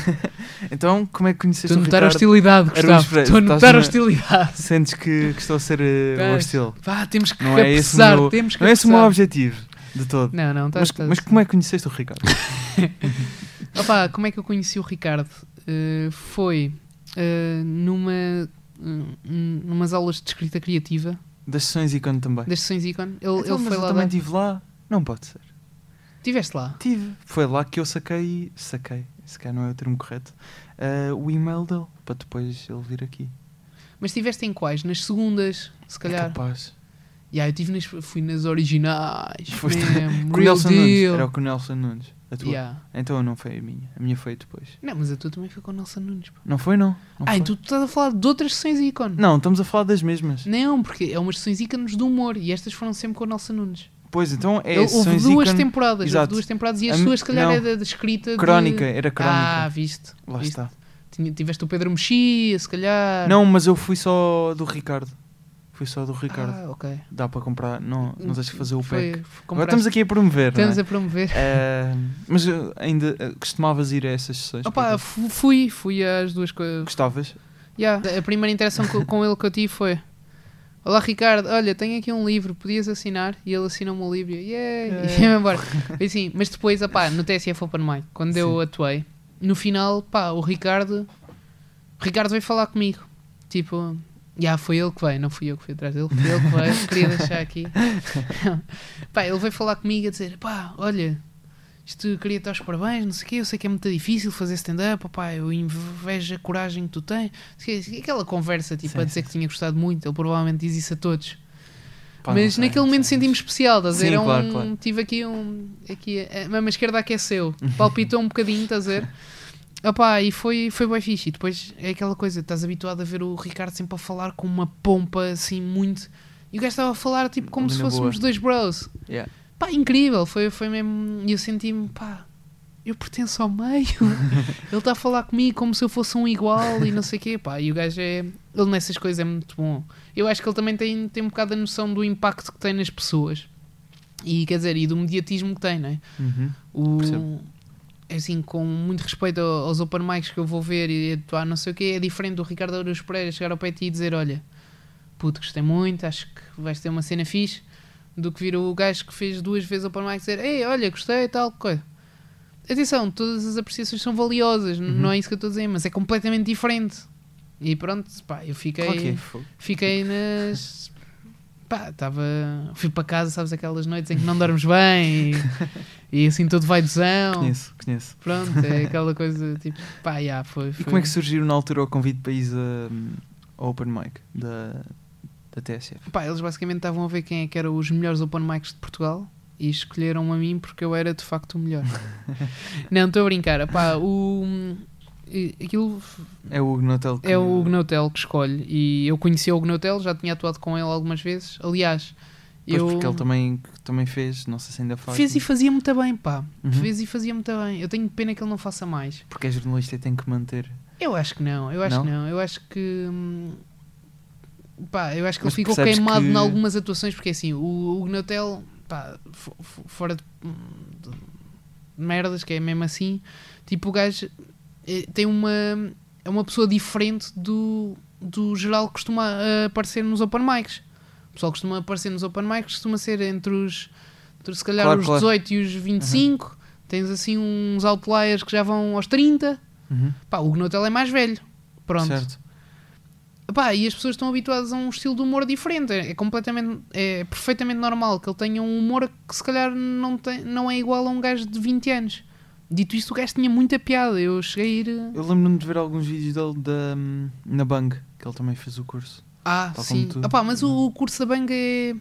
Speaker 2: Então, como é que conheceste
Speaker 3: Estou a
Speaker 2: o
Speaker 3: notar a
Speaker 2: Ricardo?
Speaker 3: hostilidade,
Speaker 2: Araújo
Speaker 3: Gustavo.
Speaker 2: Pereira,
Speaker 3: Estou a
Speaker 2: estás
Speaker 3: notar a
Speaker 2: na-
Speaker 3: hostilidade.
Speaker 2: Sentes que, que estou a ser eh,
Speaker 3: Estás-
Speaker 2: hostil?
Speaker 3: Vá, temos que
Speaker 2: Não é esse o
Speaker 3: apressar,
Speaker 2: meu-
Speaker 3: temos que
Speaker 2: Não é esse o meu
Speaker 3: apressar.
Speaker 2: objetivo de todo.
Speaker 3: Não, tá, não, estás...
Speaker 2: mas, mas como é que conheceste o Ricardo?
Speaker 3: Opa, como é que eu conheci o Ricardo? Eh, foi eh, numa... hum, hum, numas aulas de escrita criativa
Speaker 2: Das sessões Icon também.
Speaker 3: das sessões Icon. Ele,
Speaker 2: Então,
Speaker 3: ele
Speaker 2: mas
Speaker 3: foi
Speaker 2: eu
Speaker 3: lá
Speaker 2: também
Speaker 3: dar...
Speaker 2: estive lá. Não pode ser.
Speaker 3: Tiveste lá?
Speaker 2: Tive. Foi lá que eu saquei, saquei, se calhar não é o termo correto, eh, o e-mail dele, para depois ele vir aqui.
Speaker 3: Mas estiveste em quais? Nas segundas, se
Speaker 2: É
Speaker 3: calhar.
Speaker 2: capaz.
Speaker 3: Ya, eu tive nas, fui nas originais.
Speaker 2: Foste-
Speaker 3: mesmo,
Speaker 2: Com o
Speaker 3: real
Speaker 2: Nelson Nunes. Era
Speaker 3: deal.
Speaker 2: o com o Nelson Nunes. A tua.
Speaker 3: Ya.
Speaker 2: Então não foi a minha. A minha foi depois.
Speaker 3: Não, mas a tua também foi com o Nelson Nunes. pá.
Speaker 2: Não foi, não? Não,
Speaker 3: Ah,
Speaker 2: foi.
Speaker 3: então tu estás a falar de outras sessões ícone.
Speaker 2: não estamos a falar das mesmas.
Speaker 3: Não, porque é umas sessões ícones do humor e estas foram sempre com o Nelson Nunes.
Speaker 2: Pois então é
Speaker 3: Ele- houve
Speaker 2: sessões
Speaker 3: duas
Speaker 2: ícone-
Speaker 3: temporadas,
Speaker 2: Exato.
Speaker 3: houve duas temporadas e as
Speaker 2: A mi-
Speaker 3: suas, se calhar,
Speaker 2: não.
Speaker 3: é da, da escrita.
Speaker 2: Crónica,
Speaker 3: de...
Speaker 2: era
Speaker 3: Ah,
Speaker 2: crónica.
Speaker 3: viste.
Speaker 2: Lá
Speaker 3: viste.
Speaker 2: está.
Speaker 3: Tinha- Tiveste o Pedro Mexia, se calhar.
Speaker 2: Não, mas eu fui só do Ricardo. Fui só do Ricardo.
Speaker 3: Ah, ok.
Speaker 2: Dá para comprar. Não, não tens que fazer o pack.
Speaker 3: Foi-
Speaker 2: Agora
Speaker 3: compraste-
Speaker 2: estamos aqui a promover. não é?
Speaker 3: Estamos a promover.
Speaker 2: Eh, mas eu ainda eh, costumavas ir a essas sessões?
Speaker 3: Opa,
Speaker 2: Pedro?
Speaker 3: fu- fui, fui às duas coisas.
Speaker 2: Gostavas?
Speaker 3: Ya, A primeira interação co- com ele que eu tive foi: Olá Ricardo, olha, tenho aqui um livro, podias assinar? E ele assinou-me o livro. Yeah! E foi embora. Foi assim, mas depois, opá, no TSF Open Mic, quando eu atuei, no final, pá, o Ricardo. o Ricardo veio falar comigo. Tipo, Já, foi ele que veio, não fui eu que fui atrás dele, foi ele que veio, queria deixar aqui. pá, ele veio falar comigo a dizer, pá, olha, isto queria te dar os parabéns, não sei o quê, eu sei que é muito difícil fazer stand-up, pá, eu invejo a coragem que tu tens. Não sei o quê. Aquela conversa, tipo, a dizer que tinha gostado muito, ele provavelmente diz isso a todos.
Speaker 2: Pá, não
Speaker 3: mas
Speaker 2: sei,
Speaker 3: naquele
Speaker 2: não
Speaker 3: momento
Speaker 2: sei.
Speaker 3: senti-me especial, estás a
Speaker 2: Sim,
Speaker 3: dizer? É um-
Speaker 2: claro, claro.
Speaker 3: Tive aqui um. Aqui, a a mama esquerda aqueceu, palpitou um bocadinho, estás a dizer? Opá, e foi, foi bem fixe. E depois é aquela coisa, estás habituado a ver o Ricardo sempre a falar com uma pompa assim muito. E o gajo estava a falar tipo como
Speaker 2: Ali
Speaker 3: se
Speaker 2: na
Speaker 3: fôssemos
Speaker 2: boa.
Speaker 3: dois bros.
Speaker 2: Yeah.
Speaker 3: Pá, incrível, foi, foi mesmo. E eu senti-me, pá, eu pertenço ao meio. Ele está a falar comigo como se eu fosse um igual e não sei o quê, pá. E o gajo é. Ele nessas coisas é muito bom. Eu acho que ele também tem, tem um bocado a noção do impacto que tem nas pessoas. E quer dizer, e do mediatismo que tem, não é?
Speaker 2: Uhum.
Speaker 3: O,
Speaker 2: Percebo.
Speaker 3: assim, com muito respeito ao- aos open mics que eu vou ver e atuar, não sei o quê, é diferente do Ricardo Aruz Pereira chegar ao pé de ti e dizer: Olha, puto, gostei muito, acho que vais ter uma cena fixe, do que vir o gajo que fez duas vezes open mic e dizer: Ei, olha, gostei, tal coisa. Atenção, todas as apreciações são valiosas,
Speaker 2: Uhum.
Speaker 3: n- não é isso que eu estou a dizer, mas é completamente diferente. E pronto, pá, eu fiquei.
Speaker 2: Claro que é, fogo.
Speaker 3: Fiquei nas. Pá, estava. Fui para casa, sabes, aquelas noites em que não dormes bem e, e assim tudo vai dozão.
Speaker 2: Conheço, conheço.
Speaker 3: Pronto, é aquela coisa tipo. Pá, já foi.
Speaker 2: E
Speaker 3: foi.
Speaker 2: como é que surgiu na altura o convite para ir a hum, Open Mic da, da TSF?
Speaker 3: Pá, eles basicamente estavam a ver quem é que eram os melhores open mics de Portugal e escolheram a mim porque eu era de facto o melhor. não, estou a brincar. Pá, o. e- Aquilo
Speaker 2: É o Hugo Notel que...
Speaker 3: É o Gnotel que escolhe. E eu conheci o Gnotel, já tinha atuado com ele algumas vezes. Aliás,
Speaker 2: Pois,
Speaker 3: eu.
Speaker 2: porque ele também, que também fez, não sei se ainda faz.
Speaker 3: Fez e
Speaker 2: mas-
Speaker 3: fazia muito bem, pá.
Speaker 2: Uhum.
Speaker 3: Fez e fazia muito bem. Eu tenho pena que ele não faça mais.
Speaker 2: Porque é jornalista e tem que manter.
Speaker 3: Eu acho que não, eu acho
Speaker 2: Não?
Speaker 3: que não. Eu acho que. hum, Pá, eu acho que
Speaker 2: Mas
Speaker 3: ele ficou
Speaker 2: percebes
Speaker 3: queimado
Speaker 2: que-
Speaker 3: em algumas atuações, porque assim, o Gnotel, pá, fo- fo- fora de, hum, de merdas, que é mesmo assim, tipo, o gajo eh, tem uma. É uma pessoa diferente do, do geral que costuma eh, aparecer nos open mics. O pessoal que costuma aparecer nos open mics costuma ser entre os. Entre, se calhar
Speaker 2: Claro,
Speaker 3: os
Speaker 2: claro. Uhum.
Speaker 3: 18 e os 25. Tens assim uns outliers que já vão aos 30.
Speaker 2: Uhum.
Speaker 3: Pá, o Gnotel é mais velho. Pronto.
Speaker 2: Certo.
Speaker 3: Pá, e as pessoas estão habituadas a um estilo de humor diferente. É é completamente, é perfeitamente normal que ele tenha um humor que se calhar não, tem, não é igual a um gajo de 20 anos. Dito isto, o gajo tinha muita piada. Eu cheguei a ir. eh,
Speaker 2: Eu lembro-me de ver alguns vídeos dele da, hum, na Bang, que ele também fez o curso.
Speaker 3: Ah,
Speaker 2: Tal
Speaker 3: sim.
Speaker 2: como tu.
Speaker 3: Ah, pá, mas o curso da banga é.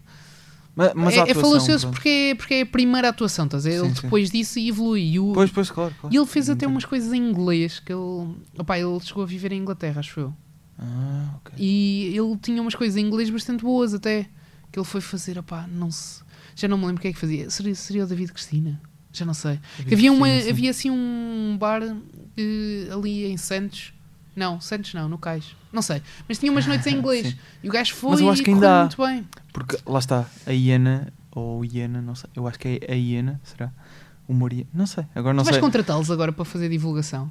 Speaker 2: Ma- Mas,
Speaker 3: é,
Speaker 2: a
Speaker 3: é
Speaker 2: atuação,
Speaker 3: falacioso
Speaker 2: pronto.
Speaker 3: porque é, porque é a primeira atuação, estás a ver?
Speaker 2: Sim,
Speaker 3: Ele
Speaker 2: sim.
Speaker 3: depois disso evolui. E, o-
Speaker 2: Pois, pois, claro. claro.
Speaker 3: e ele fez até
Speaker 2: Entendo.
Speaker 3: umas coisas em inglês que ele. Opá, ele chegou a viver em Inglaterra, acho eu.
Speaker 2: Ah, ok.
Speaker 3: E ele tinha umas coisas em inglês bastante boas até. Que ele foi fazer, opá, não se Já não me lembro o que é que fazia. Seria, seria o David Cristina? Já não sei. Que havia, uma,
Speaker 2: Sim, sim.
Speaker 3: havia assim um bar eh, ali em Santos. Não, Santos não, no Cais. Não sei. Mas tinha umas noites em inglês.
Speaker 2: Sim.
Speaker 3: e o gajo foi
Speaker 2: Mas eu acho
Speaker 3: e
Speaker 2: que ainda
Speaker 3: correu
Speaker 2: há.
Speaker 3: muito bem.
Speaker 2: Porque lá está, a hiena, ou hiena, não sei, eu acho que é a hiena, será? Humor hiena, não sei, agora não
Speaker 3: tu vais
Speaker 2: sei.
Speaker 3: contratá-los agora para fazer divulgação.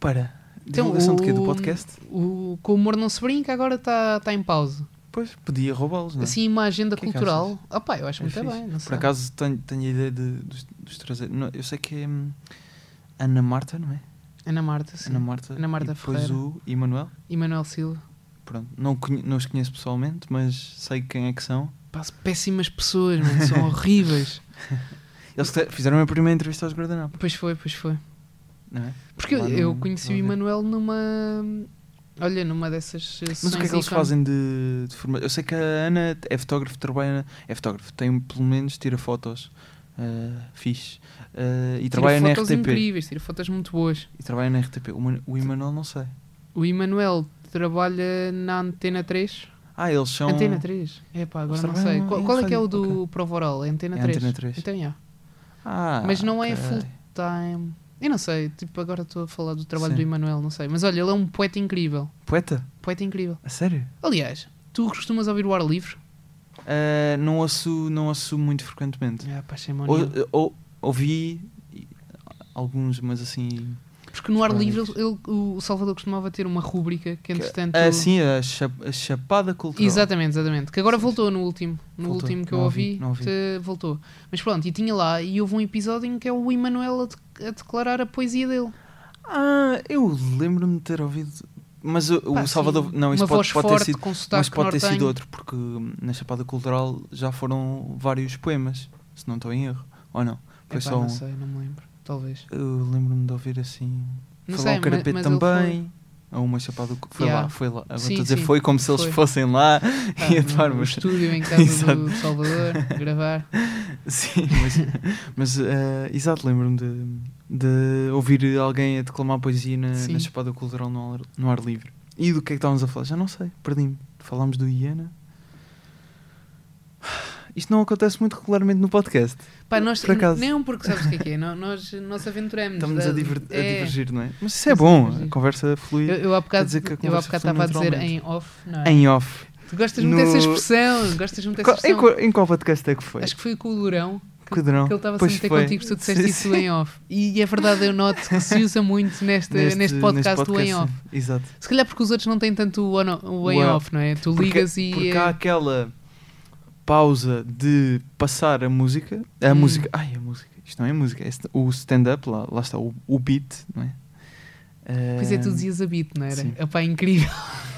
Speaker 2: Para,
Speaker 3: Então,
Speaker 2: divulgação de quê? Do
Speaker 3: o-
Speaker 2: podcast?
Speaker 3: O, com o humor não se brinca, agora está tá em pausa.
Speaker 2: Pois, podia roubá-los, não é?
Speaker 3: Assim, uma agenda
Speaker 2: Que é que
Speaker 3: cultural. opá, eu acho
Speaker 2: É
Speaker 3: muito
Speaker 2: fixe.
Speaker 3: bem. Não
Speaker 2: Por
Speaker 3: sei.
Speaker 2: acaso tenho, tenho a ideia de, dos, dos trazer. não, eu sei que é hum, Ana Marta, não é?
Speaker 3: Ana Marta, sim.
Speaker 2: Ana Marta.
Speaker 3: Ana Marta
Speaker 2: e depois
Speaker 3: Ferreira.
Speaker 2: o Emanuel.
Speaker 3: E Manuel Silva.
Speaker 2: Pronto, não, conhe- não os conheço pessoalmente, mas sei quem é que são.
Speaker 3: Pá, péssimas pessoas, mano, são horríveis.
Speaker 2: Eles te- fizeram a primeira entrevista aos Guardanapo,
Speaker 3: Pois foi, pois foi.
Speaker 2: não é?
Speaker 3: Porque
Speaker 2: Lá
Speaker 3: eu, eu
Speaker 2: no-
Speaker 3: conheci o
Speaker 2: lá dentro.
Speaker 3: Emanuel numa. Olha, numa dessas. eh,
Speaker 2: Mas o que é
Speaker 3: sessões
Speaker 2: que eles
Speaker 3: icónicas.
Speaker 2: fazem de, de forma. Eu sei que a Ana é fotógrafa, trabalha. É fotógrafa, tem pelo menos tira fotos ah, fixe ah, e
Speaker 3: Tira
Speaker 2: trabalha na
Speaker 3: fotos
Speaker 2: RTP.
Speaker 3: incríveis, tira fotas muito boas.
Speaker 2: E trabalha na RTP. O, Manu- o Emanuel não sei.
Speaker 3: O Emanuel trabalha na Antena 3.
Speaker 2: Ah, eles são.
Speaker 3: Antena 3? É pá, agora
Speaker 2: Eles
Speaker 3: não
Speaker 2: trabalham
Speaker 3: sei. Qual,
Speaker 2: em
Speaker 3: qual é que é
Speaker 2: rádio,
Speaker 3: o do Provoral? É Antena
Speaker 2: É
Speaker 3: 3.
Speaker 2: Antena 3.
Speaker 3: Então, yeah.
Speaker 2: Ah,
Speaker 3: Mas não é
Speaker 2: ok.
Speaker 3: full time. Eu não sei, tipo, agora estou a falar do trabalho
Speaker 2: Sim.
Speaker 3: do Emanuel, não sei. Mas olha, ele é um poeta incrível.
Speaker 2: Poeta?
Speaker 3: Poeta incrível.
Speaker 2: A sério?
Speaker 3: Aliás, tu costumas ouvir o ar livre?
Speaker 2: Ah, não, ouço, não ouço muito frequentemente.
Speaker 3: Ah, pá, shame on
Speaker 2: Ou,
Speaker 3: you.
Speaker 2: ou- ouvi e- alguns, mas assim.
Speaker 3: Porque no ar
Speaker 2: Os
Speaker 3: livre
Speaker 2: crónicos.
Speaker 3: ele- o Salvador costumava ter uma rúbrica que entretanto.
Speaker 2: Ah, sim, a, cha- a Chapada Cultural.
Speaker 3: Exatamente, exatamente. Que agora
Speaker 2: Sim,
Speaker 3: voltou no último. No
Speaker 2: Voltou.
Speaker 3: último que eu
Speaker 2: Não
Speaker 3: ouvi,
Speaker 2: ouvi, não ouvi.
Speaker 3: te- voltou. Mas pronto, e tinha lá, e houve um episódio em que é o Emanuel a, de- a declarar a poesia dele.
Speaker 2: Ah, eu lembro-me de ter ouvido Mas o, o
Speaker 3: Pá,
Speaker 2: Salvador.
Speaker 3: sim,
Speaker 2: Não, isso
Speaker 3: uma
Speaker 2: pode,
Speaker 3: voz
Speaker 2: pode ter
Speaker 3: forte,
Speaker 2: sido.
Speaker 3: com sotaque
Speaker 2: Mas pode ter sido
Speaker 3: nortenho.
Speaker 2: outro, porque hum, na Chapada Cultural já foram vários poemas, se não estou em erro. Ou não? Foi
Speaker 3: Epá,
Speaker 2: só um.
Speaker 3: Não sei, não me lembro. Talvez.
Speaker 2: Eu lembro-me de ouvir assim. foi
Speaker 3: Não sei,
Speaker 2: lá o
Speaker 3: ma-
Speaker 2: Carapete
Speaker 3: mas ele
Speaker 2: também. A uma Chapada. Cu- Foi
Speaker 3: Yeah.
Speaker 2: lá, foi lá. Agora
Speaker 3: Sim,
Speaker 2: estou a dizer
Speaker 3: sim,
Speaker 2: foi como se eles
Speaker 3: foi.
Speaker 2: fossem lá
Speaker 3: Pá,
Speaker 2: e atuar,
Speaker 3: no
Speaker 2: mas.
Speaker 3: estúdio em casa
Speaker 2: Exato.
Speaker 3: do Salvador, gravar.
Speaker 2: Sim, mas, mas eh, exato, lembro-me de, de ouvir alguém a declamar poesia na,
Speaker 3: Sim.
Speaker 2: na Chapada Cultural no ar, no ar livre. E do que é que estávamos a falar? Já não sei, perdi-me. Falámos do Iena. Isto não acontece muito regularmente no podcast.
Speaker 3: Pá, nós,
Speaker 2: Por acaso.
Speaker 3: Não, porque sabes o que é que é? Nó- Nós, nós aventuramos.
Speaker 2: Estamos a, diver- a
Speaker 3: é.
Speaker 2: divergir, não é? Mas isso é
Speaker 3: Estamos a
Speaker 2: bom, a
Speaker 3: divergir.
Speaker 2: conversa flui
Speaker 3: Eu, eu há bocado,
Speaker 2: dizer que a
Speaker 3: eu há
Speaker 2: conversa
Speaker 3: bocado
Speaker 2: flui
Speaker 3: estava a dizer
Speaker 2: naturalmente.
Speaker 3: em off, não é?
Speaker 2: em off.
Speaker 3: Tu gostas muito
Speaker 2: No-
Speaker 3: dessa expressão, gostas muito dessa
Speaker 2: Qual- em,
Speaker 3: expressão.
Speaker 2: qual- em qual podcast é que foi?
Speaker 3: Acho que foi com o Lourão que,
Speaker 2: Que não.
Speaker 3: que ele estava
Speaker 2: Pois
Speaker 3: sempre a ter
Speaker 2: foi.
Speaker 3: contigo, tu
Speaker 2: Sim,
Speaker 3: disseste isso
Speaker 2: sim.
Speaker 3: em off. E é verdade, eu noto que se usa muito neste, neste, podcast, do em
Speaker 2: sim.
Speaker 3: off.
Speaker 2: Exato.
Speaker 3: Se calhar porque os outros não têm tanto o, on- o em
Speaker 2: Ué.
Speaker 3: off, não é? Tu
Speaker 2: Porque-
Speaker 3: ligas e.
Speaker 2: Porque
Speaker 3: eh,
Speaker 2: há aquela pausa de passar a música. A
Speaker 3: Hum.
Speaker 2: música. Ai, a música. Isto não é música. é st- o stand-up, lá, lá está, o, o beat, não é?
Speaker 3: Pois é, tu
Speaker 2: Ah,
Speaker 3: dizias a beat, não era?
Speaker 2: sim.
Speaker 3: Epá, incrível.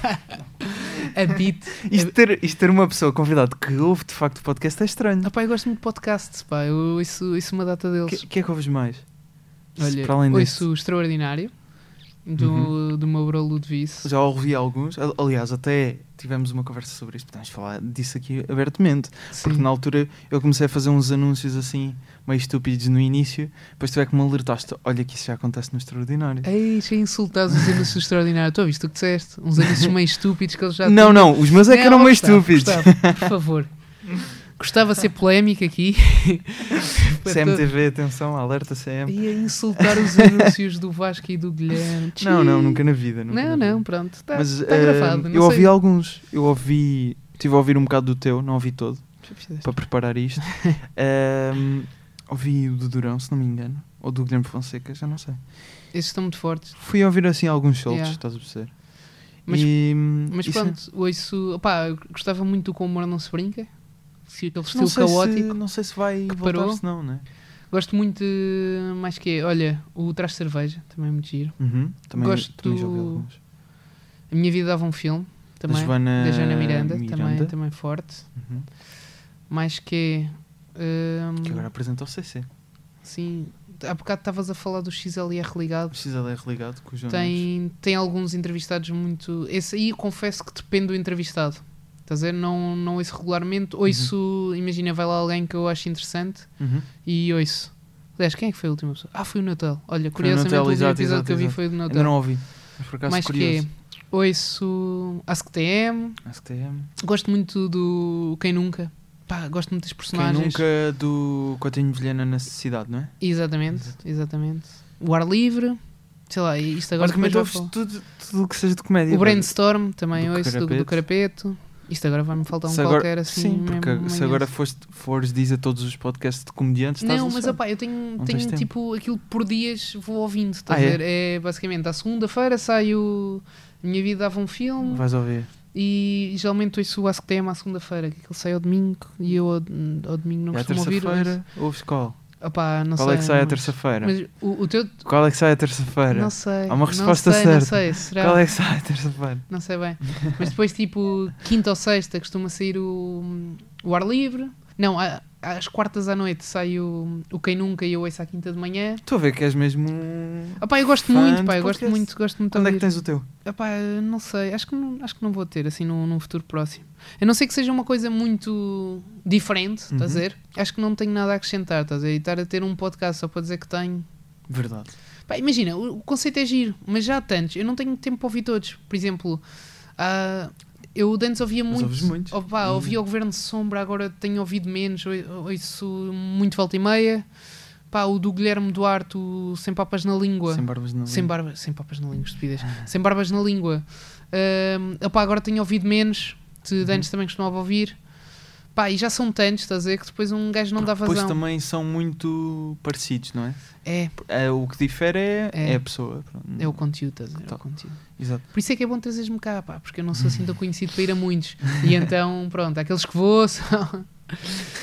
Speaker 3: a beat.
Speaker 2: Isto ter, isto ter uma pessoa convidada que ouve de facto o podcast é estranho.
Speaker 3: Epá, eu gosto muito de podcasts, pá. Eu isso, isso uma data
Speaker 2: O
Speaker 3: deles.
Speaker 2: que, que é que ouves mais?
Speaker 3: Olha,
Speaker 2: para além
Speaker 3: ouço
Speaker 2: disso.
Speaker 3: o Extraordinário do, do meu bro Ludvice.
Speaker 2: Já ouvi alguns. Al- Aliás, até tivemos uma conversa sobre isto. Podemos falar disso aqui abertamente. Porque
Speaker 3: Sim.
Speaker 2: na altura eu comecei a fazer uns anúncios assim, meio estúpidos no início. Depois tu é que me alertaste. Olha, que isso já acontece no extraordinário.
Speaker 3: Ei, já insultados os anúncios do extraordinário. Tu ouviste o que disseste? Uns anúncios meio estúpidos que eles já
Speaker 2: não,
Speaker 3: tinham.
Speaker 2: não, os meus é que eram meio
Speaker 3: Gustavo,
Speaker 2: estúpidos.
Speaker 3: Gustavo, por favor. Gostava de ser polémico aqui. Para todo-
Speaker 2: CMTV, atenção, alerta CM.
Speaker 3: Ia insultar os anúncios do Vasco e do Guilherme.
Speaker 2: Não, não, nunca na vida. Nunca na
Speaker 3: Não,
Speaker 2: vida.
Speaker 3: não, pronto. Está
Speaker 2: Mas
Speaker 3: tá
Speaker 2: eh,
Speaker 3: gravado. não
Speaker 2: eu ouvi
Speaker 3: sei.
Speaker 2: alguns. Eu ouvi. Estive a ouvir um bocado do teu, não ouvi todo, para preparar isto. Ahm, ouvi o do Durão, se não me engano. Ou do Guilherme Fonseca, já não sei.
Speaker 3: Esses estão muito fortes.
Speaker 2: Fui ouvir assim alguns soltos,
Speaker 3: Yeah.
Speaker 2: estás a perceber?
Speaker 3: Mas-
Speaker 2: E, hum,
Speaker 3: Mas
Speaker 2: isso- é-
Speaker 3: pronto, ouço. Opá, eu gostava muito do Com o Humor Não Se Brinca. Se aquele
Speaker 2: não
Speaker 3: estilo
Speaker 2: sei, se,
Speaker 3: caótico.
Speaker 2: não sei se vai
Speaker 3: que
Speaker 2: voltar,
Speaker 3: parou.
Speaker 2: se não, né?
Speaker 3: Gosto muito de. Mais que é, olha, o Traz Cerveja, também é muito giro.
Speaker 2: Uhum, também,
Speaker 3: Gosto
Speaker 2: também já ouvi
Speaker 3: do-
Speaker 2: alguns.
Speaker 3: A Minha Vida Dava um Filme, também.
Speaker 2: da Joana,
Speaker 3: da Joana Miranda, Também,
Speaker 2: Miranda,
Speaker 3: também forte.
Speaker 2: uhum,
Speaker 3: Mais que é. hum,
Speaker 2: que agora apresenta o CC.
Speaker 3: Sim, há bocado estavas a falar do XLR ligado.
Speaker 2: Precisa de ligado com o João Nunes.
Speaker 3: Tem, tem alguns entrevistados muito. Esse aí eu confesso que depende do entrevistado. Estás a ver? Não, não ouço regularmente. Ouço, imagina, vai lá alguém que eu acho interessante
Speaker 2: Uhum.
Speaker 3: e ouço. Aliás, quem é que foi a última pessoa? Ah, foi o Natal. Olha,
Speaker 2: Foi o
Speaker 3: curiosamente
Speaker 2: Natal,
Speaker 3: o último
Speaker 2: exato,
Speaker 3: episódio
Speaker 2: exato,
Speaker 3: que eu vi
Speaker 2: exato.
Speaker 3: foi o do
Speaker 2: Ainda
Speaker 3: Natal.
Speaker 2: não ouvi. Mas por acaso
Speaker 3: Mais que
Speaker 2: curioso.
Speaker 3: é, ouço AskTM,
Speaker 2: Acho que é tem.
Speaker 3: gosto muito do Quem Nunca. Pá, gosto muito das
Speaker 2: Quem
Speaker 3: personagens.
Speaker 2: nunca do Coutinho Vilhena na cidade, não é?
Speaker 3: Exatamente, exatamente. O Ar Livre, sei lá, e isto agora também
Speaker 2: Basicamente
Speaker 3: já
Speaker 2: ouves
Speaker 3: falo.
Speaker 2: tudo tudo o que seja de comédia.
Speaker 3: O Brainstorm também
Speaker 2: do
Speaker 3: ouço do, do Carapeto. Isto agora vai-me faltar um
Speaker 2: Se agora-
Speaker 3: qualquer assim.
Speaker 2: Sim, porque
Speaker 3: mesmo
Speaker 2: se
Speaker 3: manhoso.
Speaker 2: agora foste, fores diz a todos os podcasts de comediantes, estás
Speaker 3: Não, mas
Speaker 2: lixado.
Speaker 3: opá, eu tenho,
Speaker 2: Não tens
Speaker 3: tenho
Speaker 2: tempo.
Speaker 3: tipo aquilo por dias vou ouvindo, estás
Speaker 2: Ah,
Speaker 3: a
Speaker 2: é?
Speaker 3: ver? É basicamente à segunda-feira sai o Minha Vida Dava um Filme
Speaker 2: Vais ouvir.
Speaker 3: e geralmente ouço o Ask Tema à segunda-feira, que aquilo sai ao domingo e eu ao, ao domingo não
Speaker 2: é a
Speaker 3: costumo ouvir.
Speaker 2: terça-feira, ouves qual?
Speaker 3: Opá, não
Speaker 2: Qual
Speaker 3: sei.
Speaker 2: é que sai a
Speaker 3: mas-
Speaker 2: terça-feira?
Speaker 3: Mas o, o teu.
Speaker 2: Qual é que sai a terça-feira?
Speaker 3: Não sei.
Speaker 2: Há uma resposta
Speaker 3: não sei,
Speaker 2: certa.
Speaker 3: Não sei, será?
Speaker 2: Qual é que sai a terça-feira?
Speaker 3: Não sei bem. Mas depois, tipo, quinta ou sexta costuma sair o, o ar livre. Não, a- às quartas à noite sai o, o Quem Nunca e eu ouço à quinta de manhã.
Speaker 2: Estou a ver que és mesmo um.
Speaker 3: Ah pá, eu gosto
Speaker 2: Fã
Speaker 3: muito,
Speaker 2: de
Speaker 3: pá, eu gosto
Speaker 2: podcast.
Speaker 3: muito, gosto muito de
Speaker 2: Quando é que
Speaker 3: ouvir.
Speaker 2: tens o teu?
Speaker 3: Ah pá, eu não sei, acho que não, acho que não vou ter, assim, num, num futuro próximo. A não ser que seja uma coisa muito diferente, estás a
Speaker 2: Uhum.
Speaker 3: dizer? Acho que não tenho nada a acrescentar, estás a ver? E estar a ter um podcast só para dizer que tenho...
Speaker 2: Verdade.
Speaker 3: Pá, imagina, o, o conceito é giro, mas já há tantos. Eu não tenho tempo para ouvir todos. Por exemplo, ah, eu de antes ouvia
Speaker 2: Mas
Speaker 3: muito.
Speaker 2: ouves muitos.
Speaker 3: Oh, pá,
Speaker 2: Uhum.
Speaker 3: Ouvia o Governo de Sombra, agora tenho ouvido menos. ou- Ouço muito volta e meia. Pá, o do Guilherme Duarte, o Sem Papas na Língua.
Speaker 2: Sem Ah. barbas não.
Speaker 3: Sem, barba, sem papas na língua, estupidez. Sem barbas na língua. Ahm, opá, agora tenho ouvido menos. De
Speaker 2: Uhum.
Speaker 3: de antes também costumava ouvir. Pá, e já são tantos, estás a ver? Que depois um gajo não dá
Speaker 2: Depois
Speaker 3: vazão.
Speaker 2: também são muito parecidos, não é?
Speaker 3: É,
Speaker 2: É, o que difere é,
Speaker 3: É.
Speaker 2: é. a pessoa. pronto.
Speaker 3: é o conteúdo, estás a ver? É
Speaker 2: Tá.
Speaker 3: o conteúdo.
Speaker 2: Exato.
Speaker 3: Por isso é que é bom trazeres-me cá, pá, porque eu não sou assim tão conhecido para ir a muitos. E então, pronto, aqueles que vou são.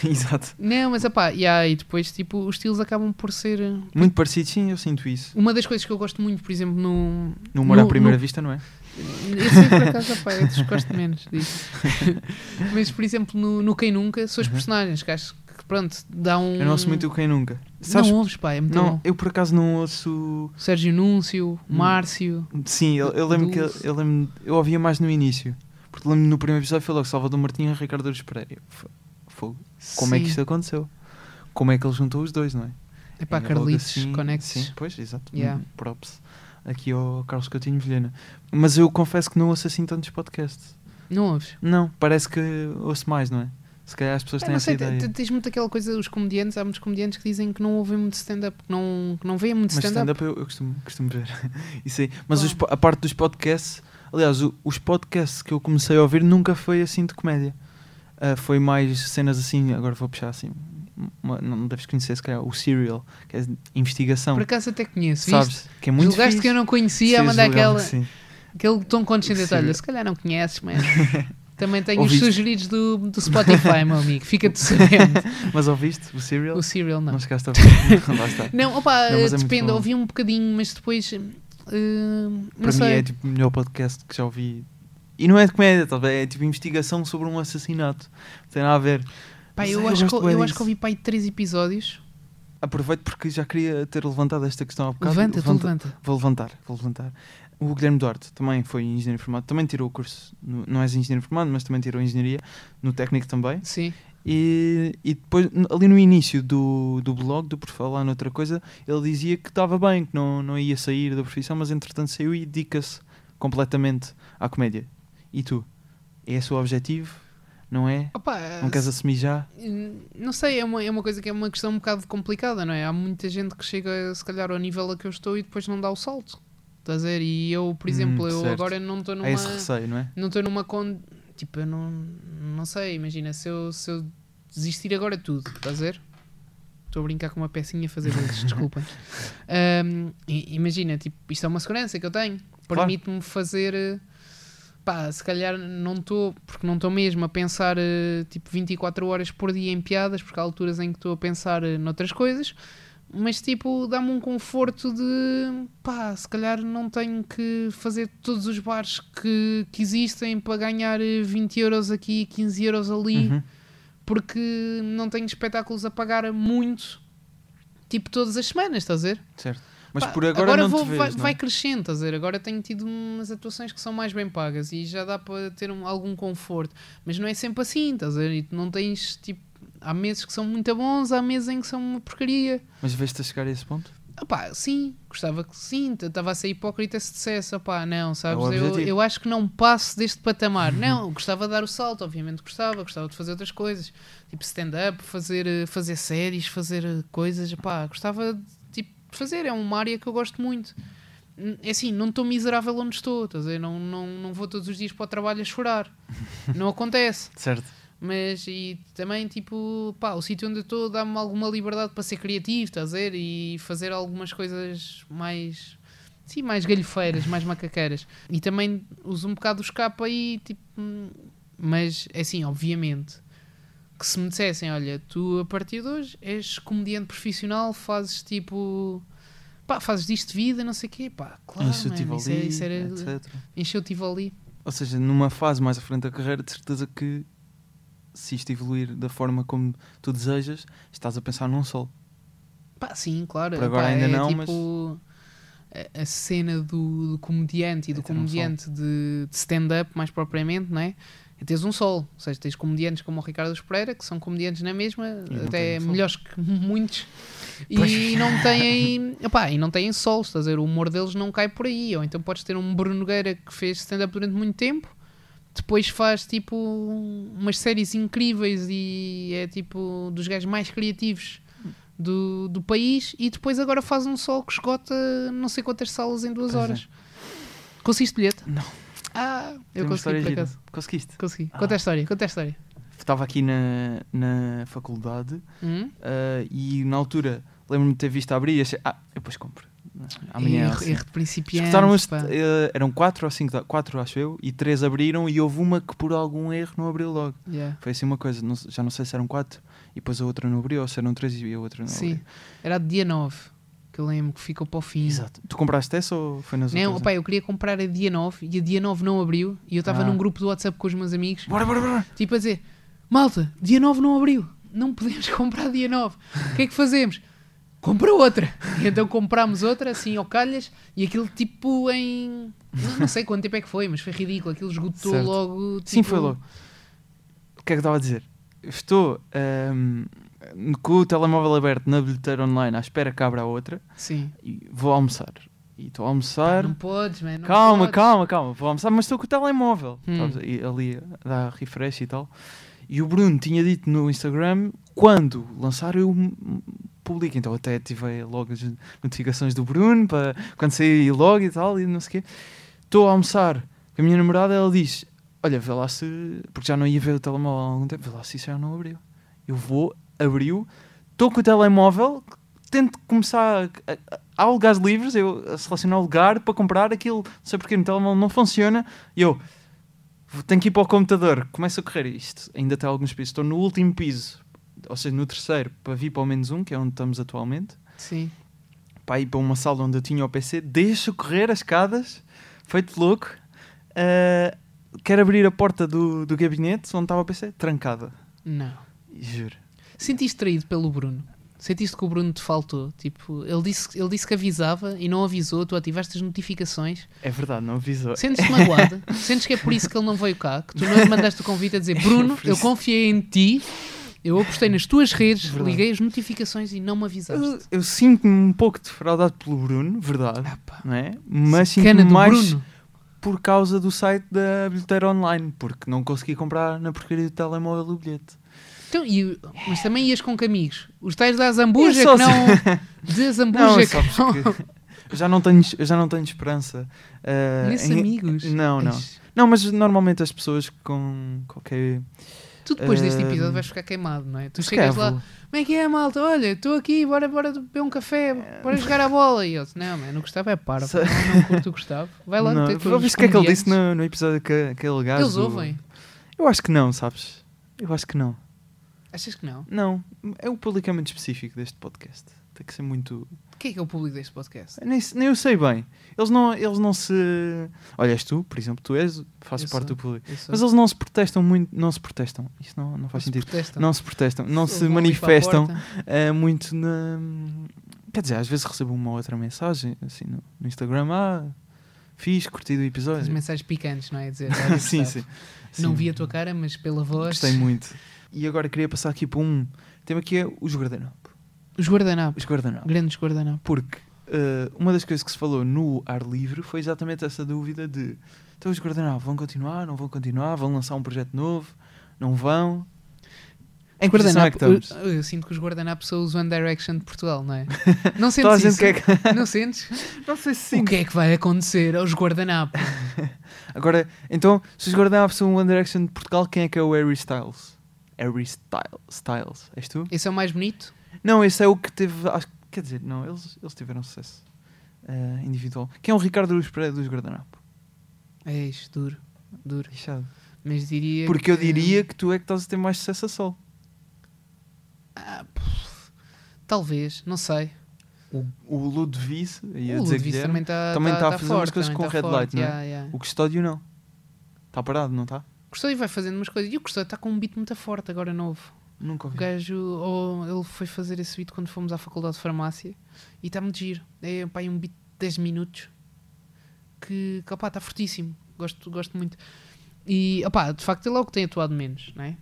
Speaker 2: Exato.
Speaker 3: Não, mas apá, e aí depois, tipo, os estilos acabam por ser. eh,
Speaker 2: Muito parecido, sim, eu sinto isso.
Speaker 3: Uma das coisas que eu gosto muito, por exemplo, no.
Speaker 2: No humor à
Speaker 3: No-
Speaker 2: primeira
Speaker 3: no-
Speaker 2: vista, não é?
Speaker 3: Esse por acaso, opá, eu desgosto menos disso. Mas, por exemplo, no, no Quem Nunca, são os personagens que acho que, pronto, dá um.
Speaker 2: Uhum. Eu não ouço muito o quem nunca. Sabes-
Speaker 3: Não ouves, pá, é muito
Speaker 2: não, Hum.
Speaker 3: bom.
Speaker 2: eu por acaso não ouço.
Speaker 3: Sérgio Núncio, Márcio.
Speaker 2: Sim, eu, eu lembro que eu,
Speaker 3: Dulce.
Speaker 2: eu lembro, eu ouvia mais no início. Porque lembro no primeiro episódio foi logo Salvador Martinho e Ricardo Aruz Pereira. Fo- Fogo. Como é que
Speaker 3: Sim.
Speaker 2: isto aconteceu? Como é que ele juntou os dois, não é?
Speaker 3: É pá,
Speaker 2: É logo
Speaker 3: Carlitos,
Speaker 2: assim,
Speaker 3: Conectes.
Speaker 2: Sim, pois, exato.
Speaker 3: Yeah.
Speaker 2: Um Props. Aqui ao Carlos Coutinho Vilhena. Mas eu confesso que não ouço assim tantos podcasts.
Speaker 3: Não ouves?
Speaker 2: Não, parece que ouço mais, não é? Se calhar as pessoas
Speaker 3: Ah,
Speaker 2: têm
Speaker 3: não
Speaker 2: essa
Speaker 3: sei, te-
Speaker 2: ideia.
Speaker 3: te- tens muito aquela coisa, os comediantes, há muitos comediantes que dizem que não ouvem muito stand-up, que não, que não veem muito
Speaker 2: Mas
Speaker 3: stand-up.
Speaker 2: stand-up eu, eu costumo, costumo ver. Isso aí. Mas
Speaker 3: Bom.
Speaker 2: os po- a parte dos podcasts, aliás, o- os podcasts que eu comecei a ouvir nunca foi assim de comédia. Ah, foi mais cenas assim, agora vou puxar assim. uma- não deves conhecer, se calhar, o Serial, que é de investigação.
Speaker 3: Por acaso até conheço, viste?
Speaker 2: sabes? Que é muito
Speaker 3: Julgaste
Speaker 2: fixe.
Speaker 3: que eu não conhecia, a
Speaker 2: Sim,
Speaker 3: mandar
Speaker 2: julgava
Speaker 3: aquela,
Speaker 2: que assim. sim.
Speaker 3: aquele tom condescendente.
Speaker 2: Sim.
Speaker 3: Olha, se calhar não conheces, mas também tenho os
Speaker 2: Ouviste?
Speaker 3: sugeridos do, do Spotify, meu amigo. Fica-te sabendo.
Speaker 2: Mas ouviste o Serial?
Speaker 3: O Serial não.
Speaker 2: Não chegaste a ouvir. Lá está.
Speaker 3: Não,
Speaker 2: Não,
Speaker 3: opa,
Speaker 2: mas é muito
Speaker 3: depende,
Speaker 2: bom.
Speaker 3: ouvi um bocadinho, mas depois. eh, não
Speaker 2: Para mim
Speaker 3: sei.
Speaker 2: é tipo o melhor podcast que já ouvi. E não é de comédia, talvez é tipo investigação sobre um assassinato. Não tem nada a ver.
Speaker 3: Pá,
Speaker 2: Mas
Speaker 3: eu,
Speaker 2: eu
Speaker 3: acho que,
Speaker 2: gosto bué
Speaker 3: eu acho que
Speaker 2: disso.
Speaker 3: ouvi pai três episódios.
Speaker 2: Aproveito porque já queria ter levantado esta questão há bocado.
Speaker 3: Levanta, tu
Speaker 2: Levanta-
Speaker 3: levanta.
Speaker 2: Vou levantar, vou levantar. O Guilherme Duarte também foi engenheiro informático, também tirou o curso, no- não és engenheiro informático, mas também tirou engenharia, no técnico também.
Speaker 3: Sim.
Speaker 2: E, e depois, n- ali no início do, do blog, do Por Falar Noutra Coisa, ele dizia que estava bem, que não, não ia sair da profissão, mas entretanto saiu e dedica-se completamente à comédia. E tu? É esse o objetivo? Não é?
Speaker 3: Opa,
Speaker 2: Não queres assumir já?
Speaker 3: Hum, Não sei, é uma, é uma coisa que é uma questão um bocado complicada, não é? Há muita gente que chega, se calhar, ao nível a que eu estou e depois não dá o salto. Estás a ver? E eu, por
Speaker 2: Hum,
Speaker 3: exemplo, eu
Speaker 2: certo.
Speaker 3: agora não estou numa.
Speaker 2: Há esse receio, não é?
Speaker 3: Não estou numa. Con... Tipo, eu não. Não sei, imagina, se eu, se eu desistir agora de tudo, estás a ver? Estou a brincar com uma pecinha a fazer bolos, desculpem. Hum, i- imagina, tipo, isto é uma segurança que eu tenho.
Speaker 2: Claro.
Speaker 3: Permite-me fazer. eh, Pá, se calhar não estou, porque não estou mesmo a pensar eh, tipo 24 horas por dia em piadas, porque há alturas em que estou a pensar eh, noutras coisas, mas tipo, dá-me um conforto de pá, se calhar não tenho que fazer todos os bares que, que existem para ganhar eh, 20 euros aqui, 15 euros ali,
Speaker 2: Uhum.
Speaker 3: porque não tenho espetáculos a pagar muito, tipo todas as semanas, estás a ver?
Speaker 2: Certo. Mas
Speaker 3: Pá,
Speaker 2: por agora, não
Speaker 3: vou-
Speaker 2: te vês,
Speaker 3: vai,
Speaker 2: não é?
Speaker 3: vai crescendo, estás a ver? Agora tenho tido umas atuações que são mais bem pagas e já dá para ter um- algum conforto, mas não é sempre assim, estás a ver? E tu não tens tipo. Há meses que são muito bons, há meses em que são uma porcaria.
Speaker 2: Mas vês-te a chegar a esse ponto?
Speaker 3: Opá, sim, gostava que sim, estava a ser hipócrita se dissesse, opá, não, sabes,
Speaker 2: É o
Speaker 3: eu,
Speaker 2: objetivo.
Speaker 3: eu acho que não passo deste patamar. Não, gostava de dar o salto, obviamente gostava, gostava de fazer outras coisas, tipo stand-up, fazer, eh, fazer séries, fazer eh, coisas, opá, gostava de tipo, de fazer, é uma área que eu gosto muito. N- É assim, não estou miserável onde estou, estás a ver? Não, não, não vou todos os dias para o trabalho a chorar, não acontece.
Speaker 2: Certo.
Speaker 3: Mas e também, tipo, pá, o sítio onde eu estou dá-me alguma liberdade para ser criativo, estás a ver? E fazer algumas coisas mais. Sim, mais galhofeiras, mais macaqueiras. E também uso um bocado o escape aí, tipo. hum, Mas, é assim, obviamente, que se me dissessem, olha, tu a partir de hoje és comediante profissional, fazes tipo. Pá, fazes disto de vida, não sei o quê, pá, claro,
Speaker 2: isso eu
Speaker 3: man,
Speaker 2: tive
Speaker 3: isso, é-
Speaker 2: tipo ali,
Speaker 3: isso era.
Speaker 2: etc.
Speaker 3: Encheu o Tivoli.
Speaker 2: Ou seja, numa fase mais à frente da carreira, de certeza que se isto evoluir da forma como tu desejas, estás a pensar num sol.
Speaker 3: Pá, sim, claro.
Speaker 2: Por agora
Speaker 3: Pá,
Speaker 2: ainda
Speaker 3: é
Speaker 2: não,
Speaker 3: tipo a- a cena do, do comediante e do
Speaker 2: É ter um
Speaker 3: comediante de, de stand-up, mais propriamente, não é? É teres um sol. Ou seja, tens comediantes como o Ricardo Pereira, que são comediantes na mesma,
Speaker 2: não
Speaker 3: até
Speaker 2: têm sol.
Speaker 3: melhores que muitos, e não têm. Opá, e não têm sol, estás a ver? O humor deles não cai por aí. Ou então podes ter um Bruno Nogueira que fez stand-up durante muito tempo. Depois faz tipo umas séries incríveis e é tipo dos gajos mais criativos do, do país e depois agora faz um sol que esgota não sei quantas salas em duas
Speaker 2: Pois é.
Speaker 3: horas. Conseguiste bilhete?
Speaker 2: Não.
Speaker 3: Ah,
Speaker 2: Tem
Speaker 3: eu
Speaker 2: uma
Speaker 3: consegui
Speaker 2: história
Speaker 3: por
Speaker 2: gira.
Speaker 3: acaso.
Speaker 2: Conseguiste?
Speaker 3: Consegui.
Speaker 2: Ah.
Speaker 3: Conta a história, conta a história.
Speaker 2: Estava aqui na, na faculdade
Speaker 3: Hum?
Speaker 2: ah, e na altura lembro-me de ter visto abrir e achei, ah, eu depois compro. Amanhã. é
Speaker 3: erro,
Speaker 2: assim.
Speaker 3: erro de principiante.
Speaker 2: Escutaram as-
Speaker 3: pá.
Speaker 2: eh, eram quatro ou cinco, da- quatro acho eu, e três abriram e houve uma que por algum erro não abriu logo.
Speaker 3: Yeah.
Speaker 2: Foi assim uma coisa, não se- já não sei se eram quatro e depois a outra não abriu, ou se eram três e a outra não
Speaker 3: Sim,
Speaker 2: abriu.
Speaker 3: era de dia 9. que eu lembro que ficou para o fim.
Speaker 2: Exato. Tu compraste essa ou foi nas
Speaker 3: Não,
Speaker 2: outras?
Speaker 3: opa, eu queria comprar a dia 9 e a dia 9 não abriu. E eu estava
Speaker 2: Ah.
Speaker 3: num grupo do WhatsApp com os meus amigos,
Speaker 2: Bora, bora, bora.
Speaker 3: tipo a dizer: Malta, dia 9 não abriu, não podemos comprar dia 9. O que é que fazemos? Compra outra. E então comprámos outra, assim, ao calhas, e aquilo tipo em. Não, não sei quanto tempo é que foi, mas foi ridículo. Aquilo esgotou
Speaker 2: Certo.
Speaker 3: logo. Tipo,
Speaker 2: Sim, foi logo. O que é que eu estava a dizer? Eu Estou ahm, com o telemóvel aberto na bilheteira online à espera que abra a outra
Speaker 3: Sim.
Speaker 2: e vou almoçar. E estou a almoçar.
Speaker 3: Não podes, man. não
Speaker 2: calma,
Speaker 3: podes.
Speaker 2: calma, calma. Vou almoçar, mas estou com o telemóvel.
Speaker 3: Hum.
Speaker 2: Sabes? E ali a dar refresh e tal. E o Bruno tinha dito no Instagram quando lançar eu hum, publico. Então até ativei logo as notificações do Bruno para quando sair logo e tal. E não sei o quê. Estou a almoçar com a minha namorada. Ela diz: Olha, vê lá se. Porque já não ia ver o telemóvel há algum tempo. Vê lá se isso já não abriu. Eu vou, abriu. Estou com o telemóvel. Tento começar a, a- há lugares livres, eu a selecionar o lugar para comprar aquilo, não sei porque no telemóvel não funciona, e eu vou- tenho que ir para o computador, começo a correr isto, ainda tem alguns pisos, estou no último piso, ou seja, no terceiro, para vir para o menos um, que é onde estamos atualmente,
Speaker 3: Sim.
Speaker 2: para ir para uma sala onde eu tinha o PC, deixo correr as escadas, feito louco, eh, quero abrir a porta do, do gabinete onde estava o PC, trancada,
Speaker 3: Não.
Speaker 2: juro.
Speaker 3: Sentiste traído pelo Bruno? Sentiste que o Bruno te faltou? Tipo, ele disse, ele disse que avisava e não avisou, tu ativaste as notificações.
Speaker 2: É verdade, não avisou.
Speaker 3: Sentes-te magoado? Sentes que é por isso que ele não veio cá? Que tu não lhe mandaste o convite a dizer Bruno, eu confiei em ti, eu apostei nas tuas redes,
Speaker 2: Verdade.
Speaker 3: liguei as notificações e não me
Speaker 2: Eu,
Speaker 3: avisaste.
Speaker 2: eu sinto-me um pouco defraudado pelo Bruno, verdade.
Speaker 3: Ah, pá.
Speaker 2: não é? Mas sinto-me
Speaker 3: Cana do
Speaker 2: mais
Speaker 3: Bruno.
Speaker 2: por causa do site da bilheteira online, porque não consegui comprar na porcaria do telemóvel o bilhete.
Speaker 3: Então, e- mas também ias com que amigos? Os tais da Zambuja
Speaker 2: Eu só-
Speaker 3: que não. De Zambuja
Speaker 2: Não,
Speaker 3: é que
Speaker 2: sabes
Speaker 3: não.
Speaker 2: que eu já não tenho, eu já não tenho esperança. ah,
Speaker 3: Nesses
Speaker 2: em-
Speaker 3: amigos.
Speaker 2: Não, não.
Speaker 3: Eish.
Speaker 2: Não, mas normalmente as pessoas com qualquer.
Speaker 3: Tu depois deste
Speaker 2: Ahm,
Speaker 3: episódio vais ficar queimado, não é? Tu
Speaker 2: Se
Speaker 3: chegas
Speaker 2: calhar
Speaker 3: lá, como é que é, malta? Olha, estou aqui, bora, bora beber um café, bora jogar a bola. E eu disse, não, mano, o Gustavo é para,
Speaker 2: Sei.
Speaker 3: não curto o Gustavo. Vai lá,
Speaker 2: não,
Speaker 3: meter todos os
Speaker 2: viste o que é que ele disse
Speaker 3: comediantes.
Speaker 2: no, no episódio que aquele gajo.
Speaker 3: Eles
Speaker 2: do-
Speaker 3: ouvem.
Speaker 2: Eu acho que não, sabes? Eu acho que não.
Speaker 3: Achas que não?
Speaker 2: Não, é o público é muito específico deste podcast. Tem que ser muito.
Speaker 3: Quem é que é o público deste podcast?
Speaker 2: Nem, se- nem eu sei bem. Eles não, eles não se. Olha, és tu, por exemplo, tu és, fazes
Speaker 3: Eu
Speaker 2: parte do
Speaker 3: sou.
Speaker 2: público.
Speaker 3: Eu sou-
Speaker 2: Mas eles não se protestam muito, não se protestam. Isso não, não faz
Speaker 3: se
Speaker 2: sentido.
Speaker 3: protestam.
Speaker 2: Não se protestam, não
Speaker 3: Eles
Speaker 2: se
Speaker 3: vão ali
Speaker 2: manifestam
Speaker 3: para a porta.
Speaker 2: eh, muito na. Quer dizer, às vezes recebo uma outra mensagem assim no, no Instagram, ah, fiz, curti do
Speaker 3: As
Speaker 2: episódio.
Speaker 3: mensagens picantes, não é? Dizer, olha,
Speaker 2: sim,
Speaker 3: Gustavo,
Speaker 2: sim,
Speaker 3: Não
Speaker 2: Sim.
Speaker 3: vi a tua cara, mas pela voz.
Speaker 2: Gostei muito. E agora queria passar aqui para um tema que é os guardanapos.
Speaker 3: Os guardanapos.
Speaker 2: Os guardanapos.
Speaker 3: Grandes guardanapos.
Speaker 2: Porque eh, uma das coisas que se falou no ar livre foi exatamente essa dúvida de então os guardanapos vão continuar, não vão continuar, vão lançar um projeto novo, não vão. Em que posição é que
Speaker 3: Guardanapo-
Speaker 2: estamos?
Speaker 3: eu, eu sinto que os guardanapos são os One Direction de Portugal, não é? Não
Speaker 2: Toda a
Speaker 3: sentes
Speaker 2: gente
Speaker 3: isso?
Speaker 2: quer que-
Speaker 3: Não sentes?
Speaker 2: Não sei se
Speaker 3: O
Speaker 2: sim.
Speaker 3: que é que vai acontecer aos guardanapos?
Speaker 2: Agora, então, se os guardanapos são o One Direction de Portugal, quem é que é o Harry Styles? Harry Styles, Styles. és tu?
Speaker 3: Esse é o mais bonito?
Speaker 2: Não, esse é o que teve. Acho, que- quer dizer, não, eles, eles tiveram sucesso eh, individual. Quem é o Ricardo Luz Pereira dos guardanapos?
Speaker 3: É isso, duro, duro.
Speaker 2: Lixado.
Speaker 3: Mas diria.
Speaker 2: Porque eu
Speaker 3: que-
Speaker 2: diria que tu é que estás a ter mais sucesso a sol.
Speaker 3: Ah, pff, talvez, não sei.
Speaker 2: O, o Ludwig, ia
Speaker 3: o
Speaker 2: dizer
Speaker 3: Ludwig
Speaker 2: Guilherme,
Speaker 3: também está
Speaker 2: também
Speaker 3: tá,
Speaker 2: tá a
Speaker 3: tá
Speaker 2: fazer
Speaker 3: forte,
Speaker 2: umas coisas
Speaker 3: também
Speaker 2: com
Speaker 3: tá
Speaker 2: red
Speaker 3: forte,
Speaker 2: light, não é?
Speaker 3: yeah, yeah.
Speaker 2: o Custódio não. Está parado, não tá? está?
Speaker 3: O Custódio vai fazendo umas coisas. E o Custódio está com um beat muito forte agora novo.
Speaker 2: Nunca
Speaker 3: O
Speaker 2: ouvi.
Speaker 3: gajo, oh, ele foi fazer esse beat quando fomos à faculdade de farmácia e está muito giro. É pá, aí um beat de 10 minutos que opá, está fortíssimo. Gosto, gosto muito. E opá, de facto ele é o que tem atuado menos, não é?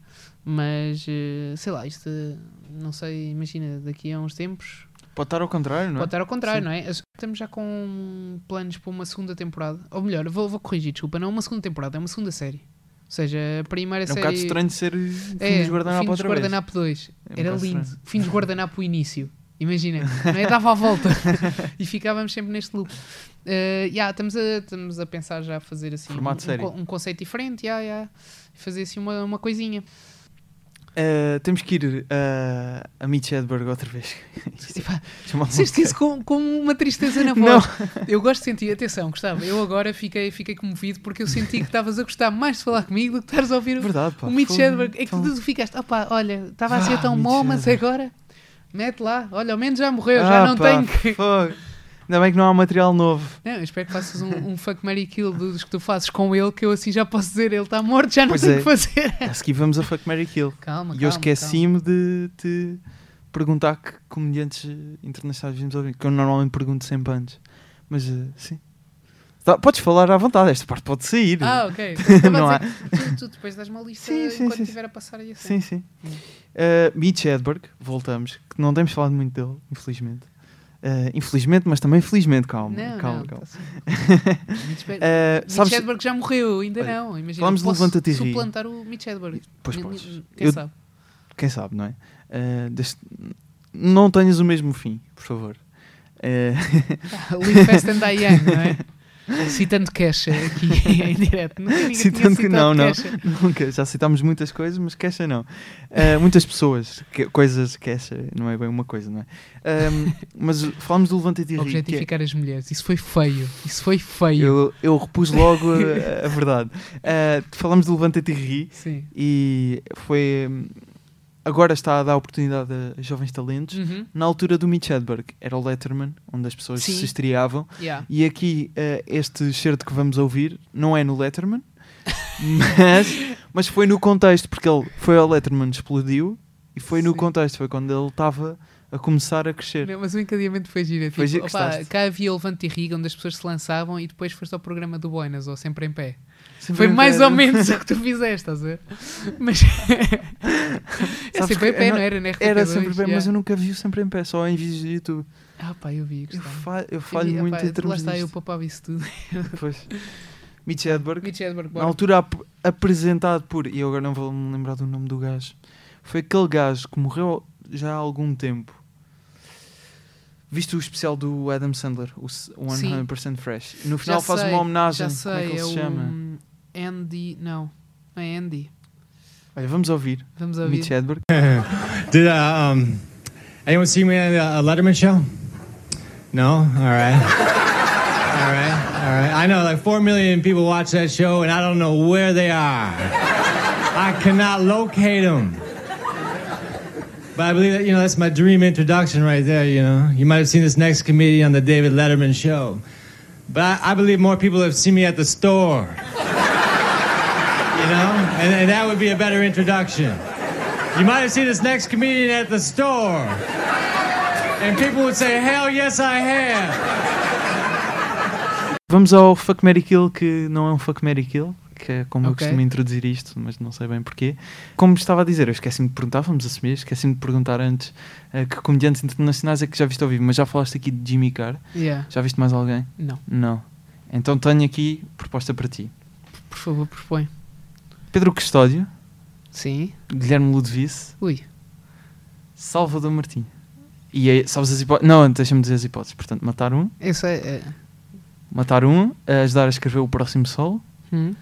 Speaker 3: Mas eh, sei lá, isto eh, não sei, imagina, daqui a uns tempos
Speaker 2: Pode estar ao contrário, não é?
Speaker 3: Pode estar ao contrário,
Speaker 2: Sim.
Speaker 3: não é? As- Estamos já com planos para uma segunda temporada. Ou melhor, vou, vou corrigir, desculpa, não é uma segunda temporada, é uma segunda série. Ou seja, a primeira
Speaker 2: É um
Speaker 3: série.
Speaker 2: bocado estranho de ser
Speaker 3: É,
Speaker 2: fim dos
Speaker 3: fim
Speaker 2: guardanapo
Speaker 3: dos
Speaker 2: outra vez.
Speaker 3: Guardanapo
Speaker 2: É
Speaker 3: 2.
Speaker 2: um
Speaker 3: Era
Speaker 2: bocado
Speaker 3: lindo.
Speaker 2: estranho.
Speaker 3: Fim dos Guardanapo o início. Imagina, não é? Dava a volta. e ficávamos sempre neste loop. Eh, yeah, estamos, a, estamos a pensar já a fazer assim
Speaker 2: Formato
Speaker 3: um,
Speaker 2: de série.
Speaker 3: um co- um conceito diferente, yeah, yeah. fazer assim uma, uma coisinha.
Speaker 2: Eh, temos que ir eh, a Mitch Hedberg outra vez.
Speaker 3: Epá,
Speaker 2: Chamar
Speaker 3: Disseste
Speaker 2: um-
Speaker 3: isso com, com uma tristeza na
Speaker 2: Não.
Speaker 3: voz. Eu gosto de sentir, atenção, Gustavo, eu agora fiquei, fiquei comovido porque eu senti que estavas a gostar mais de falar comigo do que estares a ouvir o-
Speaker 2: Verdade, pá.
Speaker 3: o Mitch
Speaker 2: fogo.
Speaker 3: Hedberg. É que
Speaker 2: Então,
Speaker 3: tu ficaste, opá, olha, estava a
Speaker 2: Ah,
Speaker 3: ser tão
Speaker 2: Mitch
Speaker 3: bom, mas
Speaker 2: Hedberg.
Speaker 3: agora Mete lá, olha, ao menos já morreu,
Speaker 2: Ah,
Speaker 3: já não
Speaker 2: pá,
Speaker 3: tenho que.
Speaker 2: fogo. Ainda bem que não há material novo.
Speaker 3: Não, eu espero que faças um, um fuck Mary Kill dos que tu fazes com ele, que eu assim já posso dizer, ele está morto, já não
Speaker 2: Pois
Speaker 3: tenho
Speaker 2: é.
Speaker 3: que fazer.
Speaker 2: A seguir vamos a Fuck Mary Kill. E
Speaker 3: Calma, calma,
Speaker 2: eu esqueci-me de te perguntar que comediantes eh, internacionais vimos ouvir, que eu normalmente pergunto sempre antes. Mas eh, sim. Tá, podes falar à vontade, esta parte pode sair.
Speaker 3: calma. Ah, ok. Estava
Speaker 2: Não é?
Speaker 3: a dizer, tu, tu depois das uma lista
Speaker 2: Sim, sim,
Speaker 3: enquanto
Speaker 2: sim,
Speaker 3: estiver a passar aí
Speaker 2: Sim,
Speaker 3: assim.
Speaker 2: sim. Uh, Mitch Hedberg, voltamos, que não temos falado muito dele, infelizmente. Uh, infelizmente, mas também felizmente, calma,
Speaker 3: Não,
Speaker 2: calma,
Speaker 3: não,
Speaker 2: calma.
Speaker 3: tá certo. Mitch Hedberg- é
Speaker 2: Uh,
Speaker 3: Mitch
Speaker 2: sabes,
Speaker 3: Hedberg já morreu, ainda
Speaker 2: Olha,
Speaker 3: não. Imagina,
Speaker 2: falamos
Speaker 3: eu
Speaker 2: do
Speaker 3: posso
Speaker 2: Levanta-te e ri.
Speaker 3: suplantar o Mitch Hedberg.
Speaker 2: Pois
Speaker 3: N-
Speaker 2: podes.
Speaker 3: n- Quem
Speaker 2: Eu-
Speaker 3: sabe?
Speaker 2: quem sabe, não é? Uh, deste- Não tenhas o mesmo fim, por favor. Uh,
Speaker 3: Ah, Lee Fast and Diane, não é? Citando Cash aqui em direto. Nunca ninguém tinha
Speaker 2: Citando que não,
Speaker 3: citado
Speaker 2: não.
Speaker 3: Kesha.
Speaker 2: Nunca, já citámos muitas coisas, mas queixa não. Eh, muitas pessoas, que- coisas, queixa, não é bem uma coisa, não é? Ahm, mas falámos do Levanta e Ri, que é-
Speaker 3: Objetificar as mulheres. Isso foi feio. Isso foi feio.
Speaker 2: eu, eu repus logo a, a verdade. Eh, falámos do Levanta e Ri
Speaker 3: Sim.
Speaker 2: e foi. hum, Agora está a dar oportunidade a jovens talentos.
Speaker 3: Uhum.
Speaker 2: Na altura do Mitch Hedberg, era o Letterman, onde as pessoas
Speaker 3: Sim.
Speaker 2: se estreavam.
Speaker 3: Yeah.
Speaker 2: E aqui, eh, este certo que vamos ouvir não é no Letterman, mas, mas foi no contexto, porque ele foi ao Letterman, explodiu, e foi no
Speaker 3: Sim.
Speaker 2: contexto, foi quando ele estava a começar a crescer.
Speaker 3: Não, mas o encadeamento foi giro. é Tipo,
Speaker 2: Foi giro,
Speaker 3: opá,
Speaker 2: gostaste?
Speaker 3: cá havia o Levante e Riga, onde as pessoas se lançavam e depois foste ao programa do Boinas, ou Sempre em Pé.
Speaker 2: Sempre
Speaker 3: Foi
Speaker 2: em
Speaker 3: mais
Speaker 2: pé,
Speaker 3: ou
Speaker 2: né?
Speaker 3: menos o que tu fizeste, estás a ver? Mas. é
Speaker 2: Sabes
Speaker 3: sempre em
Speaker 2: que
Speaker 3: pé,
Speaker 2: eu
Speaker 3: não
Speaker 2: não-
Speaker 3: era? Na RTP2,
Speaker 2: Era sempre bem,
Speaker 3: yeah.
Speaker 2: mas eu nunca vi o sempre em pé, só em vídeos de YouTube.
Speaker 3: Ah, pá, eu vi.
Speaker 2: Eu,
Speaker 3: gostava.
Speaker 2: fa- eu
Speaker 3: Eu vi,
Speaker 2: falho
Speaker 3: ah,
Speaker 2: muito
Speaker 3: pá,
Speaker 2: em termos
Speaker 3: Lá está, eu
Speaker 2: disto.
Speaker 3: poupava isso tudo.
Speaker 2: Pois. Mitch Hedberg,
Speaker 3: Mitch Hedberg,
Speaker 2: na
Speaker 3: bora.
Speaker 2: altura ap- apresentado por, e eu agora não vou me lembrar do nome do gajo, foi aquele gajo que morreu já há algum tempo. Viste o especial do Adam Sandler, o s- 100% Fresh. No final
Speaker 3: Já
Speaker 2: faz
Speaker 3: sei,
Speaker 2: uma homenagem.
Speaker 3: Já sei,
Speaker 2: Como é que ele se
Speaker 3: é o
Speaker 2: chama?
Speaker 3: Andy. Não, não é Andy.
Speaker 2: Olha, vamos ouvir.
Speaker 3: Vamos
Speaker 2: ouvir.
Speaker 3: ouvir.
Speaker 2: Mitch Hedberg.
Speaker 5: Did uh, um, anyone see me in a Letterman show? No? All right. All right. All right. I know like 4 million people watch that show, and I don't know where they are. I cannot locate them. But I believe that, you know, that's my dream introduction right there, you know. You might have seen this next comedian on the David Letterman show. But I, I believe more people have seen me at the store. You know? And, and that would be a better introduction. You might have seen this next comedian at the store. And people would say, hell yes, I have.
Speaker 2: Vamos ao Fuck Mary Kill, que não é um Fuck Mary Kill, que é como eu
Speaker 3: Ok.
Speaker 2: costumo introduzir isto, mas não sei bem porquê. Como estava a dizer, eu esqueci-me de perguntar, vamos assumir, esqueci-me de perguntar antes eh, que comediantes internacionais é que já viste ao vivo, mas já falaste aqui de Jimmy Carr.
Speaker 3: Yeah.
Speaker 2: Já viste mais alguém?
Speaker 3: Não,
Speaker 2: Não. Então tenho aqui proposta para ti.
Speaker 3: por favor, propõe.
Speaker 2: Pedro Custódio,
Speaker 3: Sim.
Speaker 2: Guilherme Ludovice,
Speaker 3: Ui.
Speaker 2: Salvador Martim. E aí, sabes as hipóteses? Não, deixa-me dizer as hipóteses. Portanto, matar um,
Speaker 3: Esse é. é-
Speaker 2: matar um, ajudar a escrever o próximo solo
Speaker 3: Hum?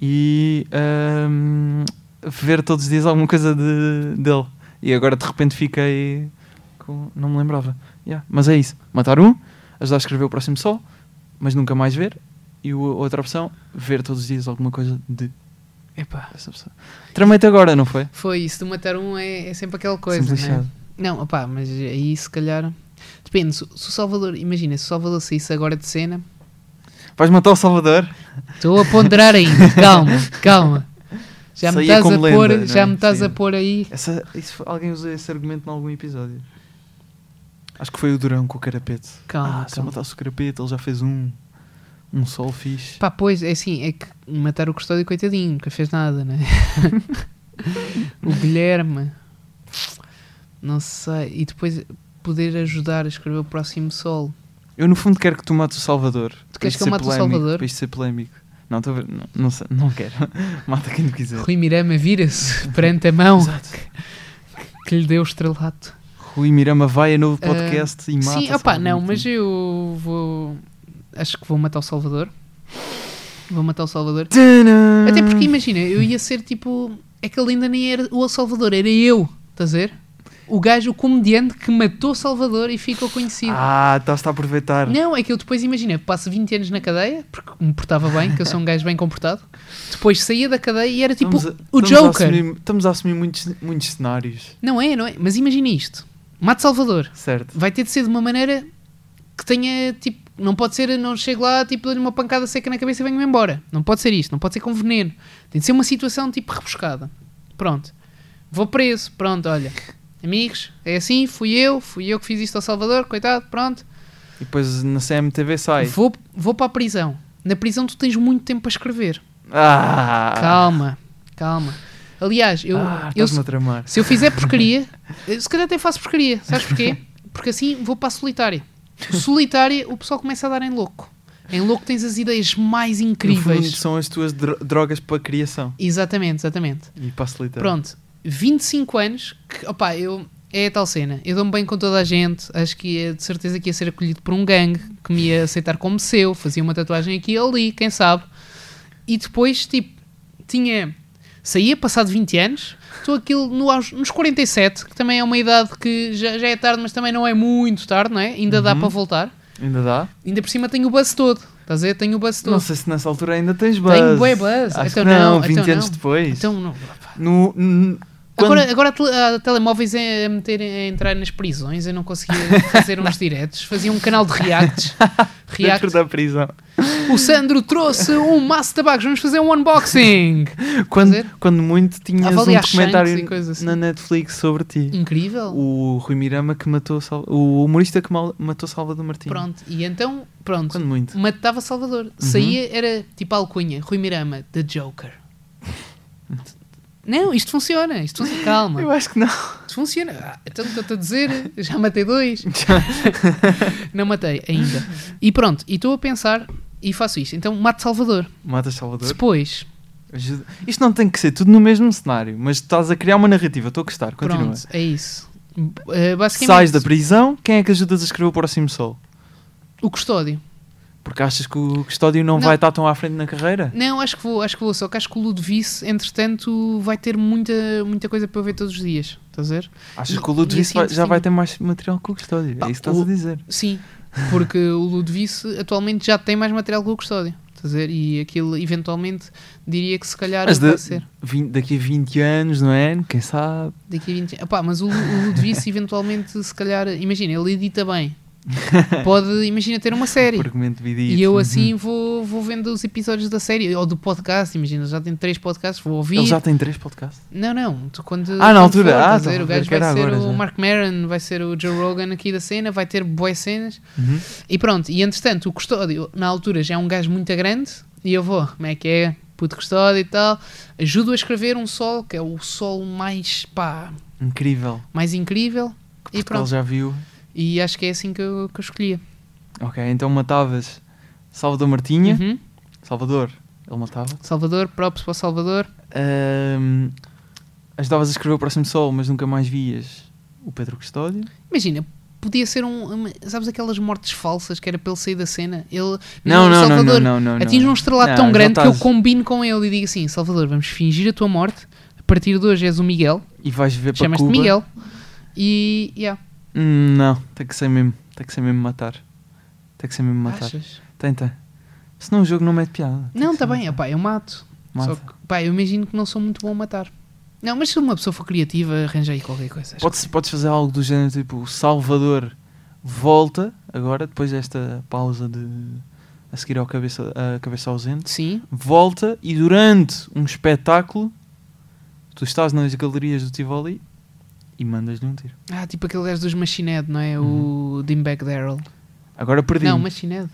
Speaker 2: e ahm, ver todos os dias alguma coisa de, dele. E agora de repente fiquei com. Não me lembrava. Yeah, Mas é isso. Matar um, ajudar a escrever o próximo solo, mas nunca mais ver. E o- outra opção, ver todos os dias alguma coisa de
Speaker 3: Epá.
Speaker 2: essa pessoa. Tramei-te agora, não foi?
Speaker 3: Foi isso, de matar um é, é sempre aquela coisa,
Speaker 2: Sempre
Speaker 3: né?
Speaker 2: lixado.
Speaker 3: Não, opá, mas aí se calhar. Depende, se, se o Salvador. Imagina, se o Salvador saísse agora de cena.
Speaker 2: Vais matar o Salvador?
Speaker 3: Estou a ponderar ainda, calma, calma. Já me
Speaker 2: Saía
Speaker 3: estás a
Speaker 2: como
Speaker 3: pôr,
Speaker 2: lenda,
Speaker 3: já
Speaker 2: não é?
Speaker 3: me estás a
Speaker 2: Sim.
Speaker 3: pôr aí.
Speaker 2: Essa, isso foi- alguém usou esse argumento em algum episódio. Acho que foi o Durão com o Carapete.
Speaker 3: Calma,
Speaker 2: ah, se eu
Speaker 3: calma.
Speaker 2: matasse o Carapete, ele já fez um. Um sol fixe.
Speaker 3: Pá, pois, é assim, é que matar o custódio, coitadinho, nunca fez nada, né? o Guilherme, não sei, e depois poder ajudar a escrever o próximo solo.
Speaker 2: Eu, no fundo, quero que tu mates o Salvador. Tu
Speaker 3: queres que eu mate o Salvador?
Speaker 2: Para isto ser polémico. Não, estou a ver- não, não, sei- não quero. Mata quem tu quiser.
Speaker 3: Rui Mirama vira-se perante a mão que lhe deu o estrelato.
Speaker 2: Rui Mirama vai a novo
Speaker 3: Ah,
Speaker 2: podcast e mata.
Speaker 3: Sim, opá,
Speaker 2: Salvador
Speaker 3: não,
Speaker 2: Martinho.
Speaker 3: mas eu vou. Acho que vou matar o Salvador. Vou matar o Salvador.
Speaker 2: Tadã!
Speaker 3: Até porque, imagina, eu ia ser tipo. É que ele ainda nem era o El Salvador, era eu, estás a ver? O gajo, o comediante que matou Salvador e ficou conhecido.
Speaker 2: Ah, estás-te a aproveitar.
Speaker 3: Não, é que eu depois, imagina, passo 20 anos na cadeia, porque me portava bem, que eu sou um gajo bem comportado. Depois saía da cadeia e era tipo
Speaker 2: Estamos a-
Speaker 3: o
Speaker 2: estamos a
Speaker 3: Joker.
Speaker 2: assumir- estamos a assumir muitos, muitos cenários.
Speaker 3: Não é, não é? Mas imagina isto. Mato Salvador.
Speaker 2: Certo.
Speaker 3: Vai ter de ser de uma maneira que tenha, tipo, não pode ser, não chego lá, tipo, dou-lhe uma pancada seca na cabeça e venho-me embora. Não pode ser isto, não pode ser com veneno. Tem de ser uma situação, tipo, rebuscada. Pronto. Vou preso, pronto, olha. Amigos, é assim, fui eu, fui eu que fiz isto ao Salvador, coitado, pronto.
Speaker 2: E depois na CMTV sai.
Speaker 3: Vou, vou para a prisão. Na prisão tu tens muito tempo para escrever.
Speaker 2: Ah!
Speaker 3: Calma, calma. Aliás, eu,
Speaker 2: ah,
Speaker 3: eu,
Speaker 2: estás-me a tramar.
Speaker 3: se eu fizer porcaria, eh, se calhar até faço porcaria, sabes porquê? Porque assim vou para a solitária. Solitária, o pessoal começa a dar em louco. Em louco tens as ideias mais
Speaker 2: No fundo,
Speaker 3: incríveis.
Speaker 2: são as tuas dro- drogas para a criação
Speaker 3: Exatamente, exatamente.
Speaker 2: e para a solidão.
Speaker 3: Pronto, 25 anos, que, opá, eu, é a tal cena. Eu dou-me bem com toda a gente, acho que ia- de certeza que ia ser acolhido por um gangue, que me ia aceitar como seu, fazia uma tatuagem aqui e ali, quem sabe. E depois, tipo, tinha. Saía passado 20 anos, estou aquilo no, aos- nos 47, que também é uma idade que já, já é tarde, mas também não é muito tarde, não é? Ainda dá
Speaker 2: Uhum.
Speaker 3: para voltar.
Speaker 2: Ainda dá?
Speaker 3: Ainda por cima tenho o buzz todo, estás a ver? Tenho o buzz todo.
Speaker 2: Não sei se nessa altura ainda tens buzz.
Speaker 3: Tenho bué buzz.
Speaker 2: Acho
Speaker 3: Então
Speaker 2: que não,
Speaker 3: não,
Speaker 2: 20
Speaker 3: então
Speaker 2: anos
Speaker 3: não.
Speaker 2: depois.
Speaker 3: Então, não, opá.
Speaker 2: No- n- quando-
Speaker 3: Agora, agora há tele- há telemóveis a, a meter, é a entrar nas prisões, eu não conseguia fazer uns diretos. Fazia um canal de reacts.
Speaker 2: dentro
Speaker 3: React.
Speaker 2: da prisão.
Speaker 3: O Sandro trouxe um maço de tabacos, vamos fazer um unboxing.
Speaker 2: Quando,
Speaker 3: dizer?
Speaker 2: quando muito tinhas
Speaker 3: Avaliar
Speaker 2: um documentário
Speaker 3: Shanks e coisas assim.
Speaker 2: na Netflix sobre ti.
Speaker 3: Incrível.
Speaker 2: O Rui Mirama que matou Sal- o humorista que mal- matou Salvador Martins.
Speaker 3: Pronto, e então, pronto,
Speaker 2: Quando Uhum. muito.
Speaker 3: matava Salvador. Saía, era tipo a alcunha, Rui Mirama, The Joker. Não, isto funciona, isto funciona. Calma.
Speaker 2: Eu acho que não.
Speaker 3: Isto funciona. Ah, então estou-te a dizer, já matei dois. não matei ainda. E pronto, e estou a pensar e faço isto. Então mato Salvador.
Speaker 2: Matas Salvador.
Speaker 3: Depois,
Speaker 2: Ajuda- Isto não tem que ser tudo no mesmo cenário, mas estás a criar uma narrativa. Estou a gostar. Continua.
Speaker 3: pronto, é isso. B- eh, basicamente,
Speaker 2: Sais da prisão, quem é que ajudas a escrever o próximo sol?
Speaker 3: o custódio.
Speaker 2: Porque achas que o custódio não,
Speaker 3: Não.
Speaker 2: vai estar tão à frente na carreira?
Speaker 3: Não, acho que vou, acho que vou, só que acho que o Ludovice, entretanto, vai ter muita, muita coisa para eu ver todos os dias. Estás a ver?
Speaker 2: Achas
Speaker 3: E-
Speaker 2: que o
Speaker 3: e
Speaker 2: Ludwig
Speaker 3: assim
Speaker 2: vai- já
Speaker 3: sim.
Speaker 2: vai ter mais material que o custódio?
Speaker 3: Pá,
Speaker 2: é isso que estás
Speaker 3: o-
Speaker 2: a dizer.
Speaker 3: Sim, porque o Ludovice atualmente já tem mais material que o custódio. Estás a ver? E aquilo eventualmente diria que se calhar
Speaker 2: Mas
Speaker 3: vai
Speaker 2: da-
Speaker 3: ser.
Speaker 2: vin- daqui a 20 anos, não é? Quem sabe?
Speaker 3: Daqui a 20 anos. Opá, mas o, Lu- o Ludovice eventualmente, se calhar, imagina, ele edita bem. Pode, imagina, ter uma série.
Speaker 2: Por argumento dividido.
Speaker 3: E eu
Speaker 2: Uhum.
Speaker 3: assim vou, vou vendo os episódios da série ou do podcast. Imagina, já tem três podcasts, vou ouvir.
Speaker 2: Ele já tem três podcasts.
Speaker 3: Não, não. tu quando,
Speaker 2: Ah, na
Speaker 3: quando
Speaker 2: altura.
Speaker 3: for,
Speaker 2: Ah,
Speaker 3: estás a
Speaker 2: estava
Speaker 3: ver,
Speaker 2: a
Speaker 3: o
Speaker 2: ver
Speaker 3: gajo
Speaker 2: que
Speaker 3: vai
Speaker 2: era
Speaker 3: ser
Speaker 2: agora
Speaker 3: o
Speaker 2: já.
Speaker 3: Mark Maron, vai ser o Joe Rogan aqui da cena, vai ter boas cenas.
Speaker 2: Uhum.
Speaker 3: E pronto, e entretanto, o custódio, na altura, já é um gajo muito grande. E eu vou, como é que é? Puto custódio e tal. Ajudo a escrever um sol, que é o sol mais, pá,
Speaker 2: Incrível.
Speaker 3: mais incrível. E
Speaker 2: Porque ele
Speaker 3: pronto.
Speaker 2: já viu.
Speaker 3: E acho que é assim que eu, que eu escolhia.
Speaker 2: Ok, então matavas Salvador Martinha.
Speaker 3: Uhum.
Speaker 2: Salvador, ele matava.
Speaker 3: Salvador, props para o Salvador.
Speaker 2: Ahm, ajudavas a escrever o próximo sol, mas nunca mais vias o Pedro Custódio.
Speaker 3: Imagina, podia ser um. uma- sabes aquelas mortes falsas que era para ele sair da cena? Ele,
Speaker 2: Não, não,
Speaker 3: o
Speaker 2: não,
Speaker 3: Salvador
Speaker 2: não, não, não, não.
Speaker 3: atinge um estrelato
Speaker 2: Não,
Speaker 3: tão
Speaker 2: já
Speaker 3: grande que eu
Speaker 2: estás-
Speaker 3: combino com ele e digo assim: Salvador, vamos fingir a tua morte. A partir de hoje és o Miguel.
Speaker 2: E vais ver para
Speaker 3: Chamas-te
Speaker 2: Cuba.
Speaker 3: Miguel. E. Yeah,
Speaker 2: Hum, Não, tem que ser mesmo. Tem que ser mesmo matar. Tem que ser mesmo matar.
Speaker 3: achas?
Speaker 2: Tem, tem. Senão o jogo não mete piada. Tem
Speaker 3: Não,
Speaker 2: que ser
Speaker 3: está bem,
Speaker 2: matar.
Speaker 3: opá, eu mato.
Speaker 2: Mata.
Speaker 3: Só que, pá, eu imagino que não sou muito bom a matar. Não, mas se uma pessoa for criativa, arranja aí qualquer coisa. acho
Speaker 2: Podes, podes fazer algo do género tipo Salvador volta agora, depois desta pausa de a seguir ao cabeça, a cabeça ausente.
Speaker 3: que- Sim,
Speaker 2: volta e durante um espetáculo tu estás nas galerias do Tivoli e mandas-lhe um tiro.
Speaker 3: Ah, tipo aquele gajo dos Machine Head, não é?
Speaker 2: Uhum.
Speaker 3: O Dimback Daryl.
Speaker 2: Agora perdi-me.
Speaker 3: Não, Machine Head,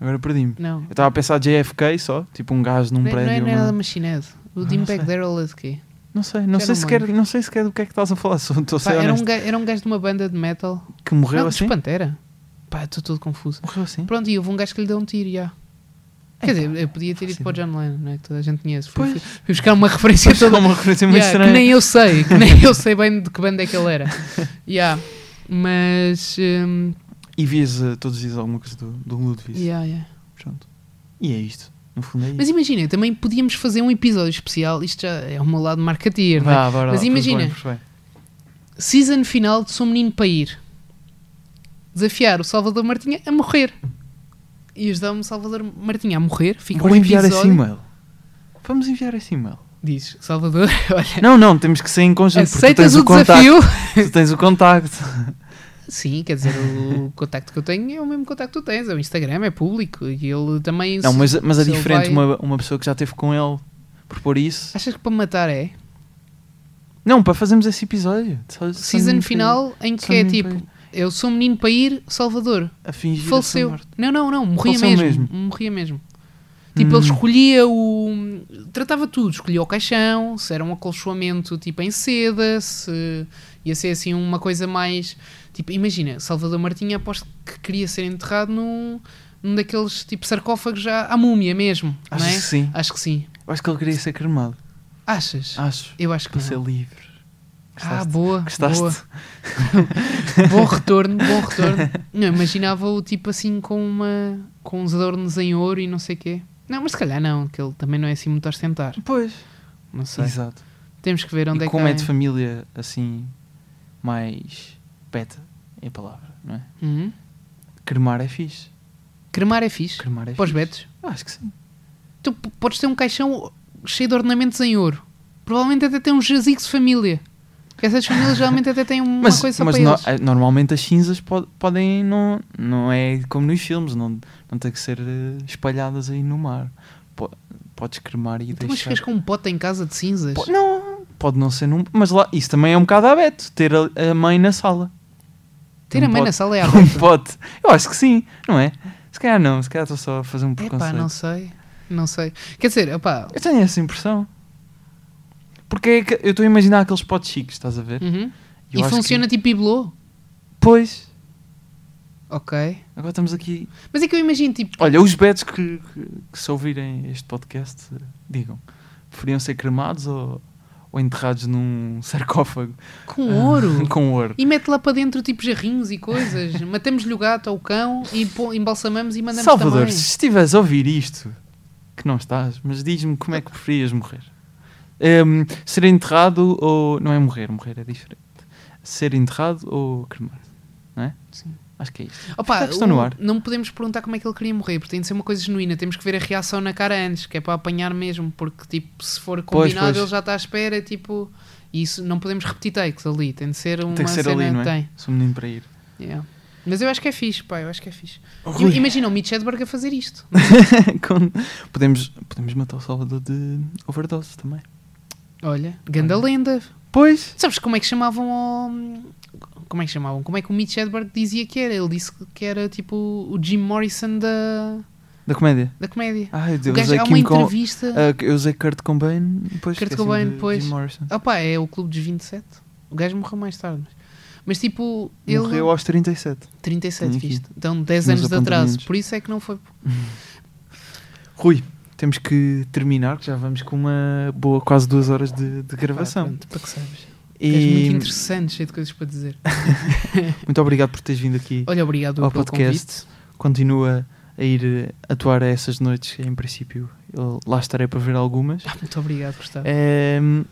Speaker 2: Agora perdi-me.
Speaker 3: não.
Speaker 2: Eu estava a pensar JFK só, tipo um gajo num
Speaker 3: não, é- não é
Speaker 2: prédio.
Speaker 3: nada
Speaker 2: Não,
Speaker 3: Machine Head. O
Speaker 2: Ah,
Speaker 3: Dimback
Speaker 2: não sei.
Speaker 3: Daryl é de quê?
Speaker 2: não sei, não
Speaker 3: Já
Speaker 2: sei
Speaker 3: não
Speaker 2: sequer,
Speaker 3: lembro.
Speaker 2: não sei sequer do que é que estás a falar. Sou- Estou a
Speaker 3: Pá,
Speaker 2: ser
Speaker 3: era, um
Speaker 2: honesto.
Speaker 3: gajo, era um gajo de uma banda de metal.
Speaker 2: Que morreu
Speaker 3: não,
Speaker 2: assim?
Speaker 3: dos Pantera. Pá, estou todo confuso.
Speaker 2: Morreu assim?
Speaker 3: Pronto, e houve um gajo que lhe deu um tiro, já. Quer dizer, eu podia ter ido para o John Lennon, não é? Que toda a gente conhece. Fui,
Speaker 2: Então, Pois.
Speaker 3: fui buscar uma referência
Speaker 2: Isto é
Speaker 3: toda.
Speaker 2: uma referência muito
Speaker 3: Yeah, que
Speaker 2: estranha.
Speaker 3: nem eu sei, que nem eu sei bem de que banda é que ele era. Yeah. Mas. hum,
Speaker 2: E vias eh, todos os dias alguma coisa do, do Ludwig.
Speaker 3: yeah, yeah.
Speaker 2: Pronto. E é isto. No fundo é isto.
Speaker 3: Mas imagina, também podíamos fazer um episódio especial. Isto já é o meu lado marketeer, não é?
Speaker 2: Vá, bora lá,
Speaker 3: Mas
Speaker 2: pois
Speaker 3: imagina.
Speaker 2: bem, pois bem.
Speaker 3: Season final de Sou Menino para Ir. Desafiar o Salvador Martinha a morrer. E ajudar-me o Salvador Martinha a morrer. Fica
Speaker 2: Vou
Speaker 3: um
Speaker 2: enviar
Speaker 3: episódio.
Speaker 2: esse e-mail. Vamos enviar esse e-mail.
Speaker 3: Diz, Salvador, olha,
Speaker 2: Não, não, temos que ser em conjunto. porque tu
Speaker 3: aceitas
Speaker 2: tens
Speaker 3: o
Speaker 2: contacto.
Speaker 3: desafio?
Speaker 2: Tu tens o contacto.
Speaker 3: Sim, quer dizer, o contacto que eu tenho é o mesmo contacto que tu tens. É o Instagram, é público. E ele também.
Speaker 2: Não,
Speaker 3: se-
Speaker 2: mas, mas é
Speaker 3: se ele
Speaker 2: diferente
Speaker 3: vai-
Speaker 2: uma, uma pessoa que já teve com ele propor isso.
Speaker 3: Achas que para matar é?
Speaker 2: Não, para fazermos esse episódio. Só- só
Speaker 3: Season
Speaker 2: mesmo Um para-
Speaker 3: final em
Speaker 2: só
Speaker 3: que é
Speaker 2: mesmo
Speaker 3: tipo:
Speaker 2: para-
Speaker 3: eu sou um menino para ir, Salvador.
Speaker 2: A fingir a sua
Speaker 3: Faleceu.
Speaker 2: morte.
Speaker 3: Não, não, não, morria
Speaker 2: Faleceu
Speaker 3: mesmo.
Speaker 2: mesmo. Hum.
Speaker 3: Morria mesmo. Tipo, ele escolhia o. Tratava tudo. Escolhia o caixão, se era um acolchoamento tipo em seda, se ia ser assim uma coisa mais. Tipo, imagina, Salvador Martinha aposto que queria ser enterrado num, num daqueles tipo sarcófagos já à múmia mesmo.
Speaker 2: Achas
Speaker 3: não é?
Speaker 2: que sim? Ah,
Speaker 3: Acho que sim.
Speaker 2: Eu acho que ele queria ser cremado.
Speaker 3: Achas?
Speaker 2: Acho.
Speaker 3: Eu acho que
Speaker 2: Para ser
Speaker 3: não.
Speaker 2: livre.
Speaker 3: Ah,
Speaker 2: Gostaste?
Speaker 3: boa.
Speaker 2: Gostaste?
Speaker 3: boa. bom retorno, bom retorno. Não, imaginava-o tipo assim com uma com uns adornos em ouro e não sei quê. Não, mas se calhar não, que ele também não é assim muito a ostentar.
Speaker 2: Pois.
Speaker 3: Não sei.
Speaker 2: Exato.
Speaker 3: Temos que ver onde
Speaker 2: e
Speaker 3: é que
Speaker 2: como é
Speaker 3: há-
Speaker 2: de família assim mais beta é a palavra, não é?
Speaker 3: Uhum.
Speaker 2: Cremar é fixe.
Speaker 3: Cremar é fixe.
Speaker 2: Cremar é
Speaker 3: Para os
Speaker 2: fixe.
Speaker 3: betos.
Speaker 2: Eu Acho que sim.
Speaker 3: Tu p- podes ter um caixão cheio de ornamentos em ouro. Provavelmente até tem um jazigo de família. Porque essas famílias geralmente até têm uma
Speaker 2: Mas,
Speaker 3: coisa só
Speaker 2: mas
Speaker 3: para
Speaker 2: no-
Speaker 3: eles.
Speaker 2: eh, normalmente as cinzas po- podem não não é como nos filmes, não não tem que ser eh, espalhadas aí no mar. Po- podes cremar e
Speaker 3: Então, mas
Speaker 2: deixar.
Speaker 3: ficas com um pote em casa de cinzas.
Speaker 2: Po- não, pode não ser num, mas lá isso também é um bocado aberto, ter a, a mãe na sala.
Speaker 3: Ter a
Speaker 2: um
Speaker 3: mãe na
Speaker 2: pote.
Speaker 3: sala é
Speaker 2: Um
Speaker 3: aberto.
Speaker 2: pote. Eu acho que sim, não é? Se calhar não, se calhar estou só a fazer um
Speaker 3: Epá,
Speaker 2: preconceito.
Speaker 3: não sei. Não sei. Quer dizer, opá.
Speaker 2: Eu tenho essa impressão. Porque é que eu estou a imaginar aqueles potes chiques, estás a ver?
Speaker 3: Uhum.
Speaker 2: Eu
Speaker 3: E
Speaker 2: acho
Speaker 3: funciona tipo bibelô.
Speaker 2: Que... Pois,
Speaker 3: Ok.
Speaker 2: agora estamos aqui.
Speaker 3: Mas é que eu imagino, tipo,
Speaker 2: Olha, os betos que, que, que se ouvirem este podcast, eh, digam, preferiam ser cremados ou, ou enterrados num sarcófago
Speaker 3: com Um ouro.
Speaker 2: com ouro?
Speaker 3: E mete lá para dentro, tipo, jarrinhos e coisas. Matamos-lhe o gato ou o cão e pô- embalsamamos e mandamos
Speaker 2: Salvador,
Speaker 3: também.
Speaker 2: se estiveres a ouvir isto, que não estás, mas diz-me como é que preferias morrer? Ehm, ser enterrado ou. Não é morrer, morrer é diferente. Ser enterrado ou cremado? Não é?
Speaker 3: Sim.
Speaker 2: Acho que é isto.
Speaker 3: Opa,
Speaker 2: Está- está no
Speaker 3: o-
Speaker 2: ar.
Speaker 3: Não podemos perguntar como é que ele queria morrer, porque tem de ser uma coisa genuína. Temos que ver a reação na cara antes, que é para apanhar mesmo, porque tipo, se for
Speaker 2: Pois,
Speaker 3: combinado,
Speaker 2: pois.
Speaker 3: ele já está à espera, tipo. e Isso não podemos repetir takes ali, tem de ser uma
Speaker 2: Tem que ser
Speaker 3: cena.
Speaker 2: ali, não é?
Speaker 3: Tem.
Speaker 2: Sou menino para ir.
Speaker 3: yeah. Mas eu acho que é fixe, pá, eu acho que é fixe.
Speaker 2: Oh, Rui.
Speaker 3: Imagina o Mitch Hedberg a fazer isto.
Speaker 2: Com- podemos, podemos matar o Salvador de overdose também.
Speaker 3: Olha, ganda lenda,
Speaker 2: Pois.
Speaker 3: Sabes como é que chamavam ao... Como é que chamavam? Como é que o Mitch Hedberg dizia que era? Ele disse que era tipo o Jim Morrison da,
Speaker 2: Da comédia.
Speaker 3: da comédia.
Speaker 2: Ai, eu
Speaker 3: O gajo
Speaker 2: usei
Speaker 3: há uma
Speaker 2: Kim com.
Speaker 3: entrevista.
Speaker 2: Ah, eu usei Kurt Cobain, depois
Speaker 3: Kurt
Speaker 2: esqueci-me
Speaker 3: Cobain,
Speaker 2: de
Speaker 3: pois.
Speaker 2: Jim Morrison.
Speaker 3: Opa, é o Clube dos 27. O gajo morreu mais tarde. Mas, mas, tipo, ele.
Speaker 2: Morreu aos 37.
Speaker 3: 37,
Speaker 2: Tenho aqui.
Speaker 3: viste? Então 10
Speaker 2: Meus
Speaker 3: anos de atraso.
Speaker 2: apontamentos.
Speaker 3: Por isso é que não foi.
Speaker 2: Rui, temos que terminar, que já vamos com uma boa quase duas horas de, de gravação.
Speaker 3: Pá, pronto, para que sabes. És muito
Speaker 2: e muito,
Speaker 3: interessante, cheio de coisas para dizer.
Speaker 2: obrigado por teres vindo aqui
Speaker 3: Olha, obrigado
Speaker 2: ao
Speaker 3: pelo
Speaker 2: podcast. Continua a ir eh, atuar a essas noites, em princípio. Eu lá estarei para ver algumas.
Speaker 3: convite. Muito obrigado, Gustavo.
Speaker 2: Ehm,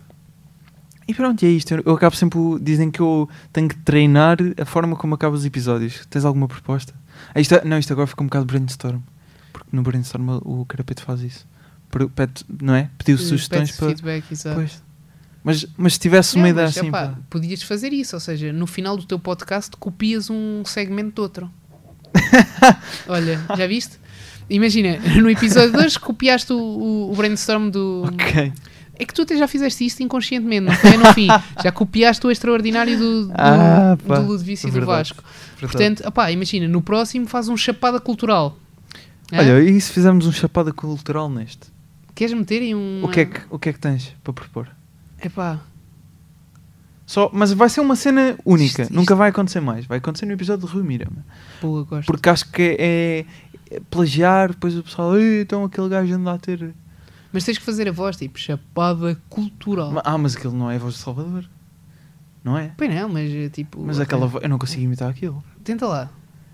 Speaker 2: e pronto, e é isto. Eu- Eu acabo sempre. o- Dizem que eu tenho que treinar a forma como acabo os episódios. Tens alguma proposta? Ah, isto, não, isto agora ficou um bocado brainstorm. Porque no brainstorm o Carapeto faz isso. Pro- pede- não é? Pediu
Speaker 3: Eh,
Speaker 2: sugestões
Speaker 3: peço
Speaker 2: para.
Speaker 3: feedback, exato.
Speaker 2: Pois. Mas, mas se tivesse
Speaker 3: Não,
Speaker 2: uma ideia
Speaker 3: mas,
Speaker 2: assim.
Speaker 3: epá,
Speaker 2: pá.
Speaker 3: podias fazer isso, ou seja, no final do teu podcast copias um segmento de outro. Olha, já viste? Imagina, no episódio 2 copiaste o, o, o brainstorm do.
Speaker 2: Ok.
Speaker 3: É que tu até já fizeste isto inconscientemente, não foi no fim. Já copiaste o extraordinário do, do,
Speaker 2: Ah, pá,
Speaker 3: do Ludovicio e do
Speaker 2: verdade,
Speaker 3: Vasco. Portanto, opá, imagina, no próximo faz um chapada cultural. Hã?
Speaker 2: Olha, e se fizermos um chapada cultural neste?
Speaker 3: Queres meter em um.
Speaker 2: O que, é que, o que é que tens para propor?
Speaker 3: Epá,
Speaker 2: Só, mas vai ser uma cena única,
Speaker 3: Isto-
Speaker 2: nunca vai acontecer mais. Vai acontecer no episódio de Rui Mirama.
Speaker 3: boa, gosto.
Speaker 2: Porque acho que é, é plagiar, depois o pessoal, "Ei, então aquele gajo anda a ter.
Speaker 3: Mas tens que fazer a voz tipo chapada cultural.
Speaker 2: Ma- Ah, mas aquele não é a voz de Salvador. Não é?
Speaker 3: Pois não, mas eh, tipo.
Speaker 2: Mas
Speaker 3: ok.
Speaker 2: aquela voz, eu não consigo imitar aquilo.
Speaker 3: Tenta lá.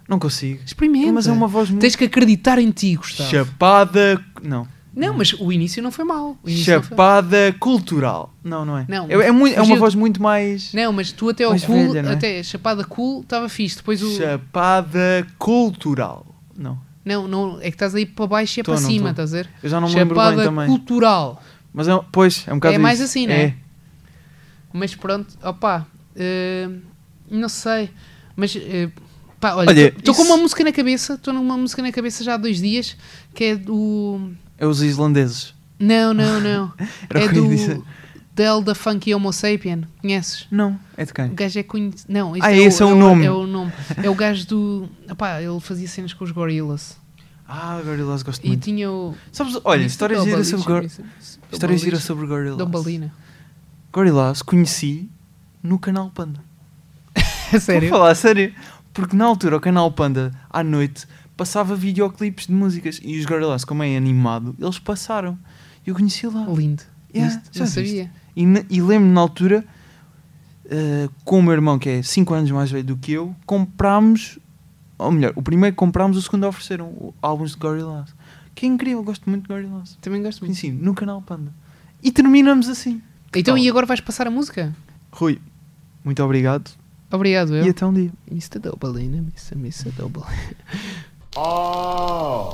Speaker 2: Não consigo.
Speaker 3: Experimenta.
Speaker 2: Mas é uma voz muito.
Speaker 3: Tens que acreditar em ti, Gustavo.
Speaker 2: Chapada. Não.
Speaker 3: Não, mas o início não foi mal. O início não foi-
Speaker 2: Chapada cultural. Não, não é?
Speaker 3: Não,
Speaker 2: é, é mui- é uma
Speaker 3: fugiu-
Speaker 2: voz muito mais.
Speaker 3: Não, mas tu até ao
Speaker 2: Mais
Speaker 3: cool,
Speaker 2: velha, não é?
Speaker 3: até chapada cool, estava fixe. Depois o.
Speaker 2: Chapada cultural. Não.
Speaker 3: Não, não, é que estás aí para baixo e é
Speaker 2: Tô,
Speaker 3: para
Speaker 2: não
Speaker 3: cima,
Speaker 2: tô.
Speaker 3: estás a ver?
Speaker 2: Eu já não me lembro
Speaker 3: chapada
Speaker 2: bem também.
Speaker 3: cultural.
Speaker 2: Mas é, um- pois, é um bocado
Speaker 3: É mais
Speaker 2: isso.
Speaker 3: assim, não é? Mas pronto, opá. eh, não sei. Mas, eh, pá, olha,
Speaker 2: Olha,
Speaker 3: estou com
Speaker 2: isso-
Speaker 3: uma música na cabeça, estou numa música na cabeça já há dois dias, que é do...
Speaker 2: É os islandeses.
Speaker 3: Não, não, não.
Speaker 2: Era o
Speaker 3: é
Speaker 2: que eu ia
Speaker 3: do
Speaker 2: dizer.
Speaker 3: Delda Funky Homo Sapien, conheces?
Speaker 2: Não, é de
Speaker 3: O
Speaker 2: quem?
Speaker 3: gajo é conhecido. Não,
Speaker 2: Ah, esse é o nome.
Speaker 3: É o nome. É o gajo do. Epá, ele fazia cenas com os Gorillaz.
Speaker 2: Ah, Gorillaz gosto
Speaker 3: E
Speaker 2: muito.
Speaker 3: tinha o.
Speaker 2: Sabes, olha, histórias giras sobre, gor... histórias
Speaker 3: gira
Speaker 2: giras sobre Gorillaz.
Speaker 3: Dom Balina.
Speaker 2: Gorillaz conheci no canal Panda.
Speaker 3: A
Speaker 2: Sério?
Speaker 3: É sério?
Speaker 2: Vou falar a sério. Porque na altura o canal Panda, à noite, passava videoclipes de músicas e os Gorillaz, como é animado, eles passaram. E eu conheci lá.
Speaker 3: Lindo.
Speaker 2: Yeah,
Speaker 3: Viste?
Speaker 2: já
Speaker 3: Não
Speaker 2: viste?
Speaker 3: sabia.
Speaker 2: E, na- e lembro-me na altura, eh, com o meu irmão, que é 5 anos mais velho do que eu, comprámos, ou melhor, o primeiro que comprámos, o segundo ofereceram, o- álbuns de Gorillaz. Que é incrível, gosto muito de Gorillaz.
Speaker 3: Também gosto muito.
Speaker 2: Conheci no canal Panda. E terminamos assim.
Speaker 3: Então,
Speaker 2: tal?
Speaker 3: e agora vais passar a música?
Speaker 2: Rui, muito obrigado
Speaker 3: Obrigado, eu.
Speaker 2: e até um dia.
Speaker 3: Mr. Dobalina, Mr. Mr. Dobalina.
Speaker 6: Oh.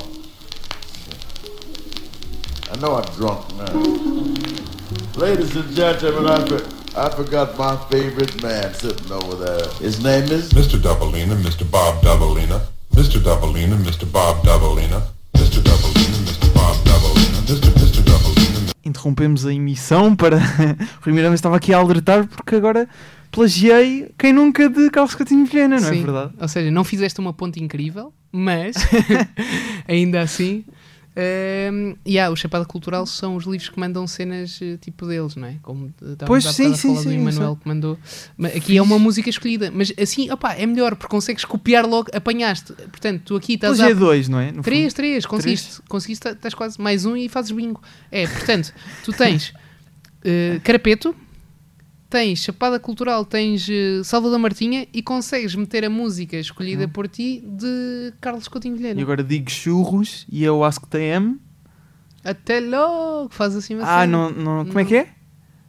Speaker 6: I know I'm drunk now. Ladies and gentlemen, I, for, I forgot my favorite man sitting over there. His name is
Speaker 7: Mr. Doubleina, Mr. Bob Doubleina, Mr. Doubleina, Mr. Bob Doubleina, Mr. Doubleina, Mr. Bob Doubleina, Mr. Mr. Doubleina.
Speaker 2: interrompemos a emissão para. Rui Miranda estava aqui a alertar porque agora plagiei quem nunca de Carlos Coutinho Vilhena, não é
Speaker 3: Sim.
Speaker 2: verdade?
Speaker 3: Ou seja, não fizeste uma ponte incrível, mas ainda assim. ehm, e há o Chapada Cultural são os livros que mandam cenas eh, tipo deles, não é? Como eh, estávamos
Speaker 2: Pois,
Speaker 3: há
Speaker 2: sim,
Speaker 3: bocado a
Speaker 2: sim,
Speaker 3: falar do
Speaker 2: sim,
Speaker 3: Emanuel que mandou. Mas aqui é uma música escolhida, mas assim, opá, é melhor porque consegues copiar logo, apanhaste. Portanto, tu aqui estás
Speaker 2: Plagiei
Speaker 3: a
Speaker 2: dois, não é? No
Speaker 3: Três, três, conseguiste, conseguiste, estás quase mais um e fazes bingo. É, portanto, tu tens eh, Carapeto, tens Chapada Cultural, tens eh, Salvador Martinha e consegues meter a música escolhida por ti de Carlos Coutinho
Speaker 2: fundo. Hum. E
Speaker 3: Vilhena.
Speaker 2: agora digo churros e eu acho que TM.
Speaker 3: Até logo, faz assim uma
Speaker 2: Ah,
Speaker 3: cena.
Speaker 2: não, não. Como é que é?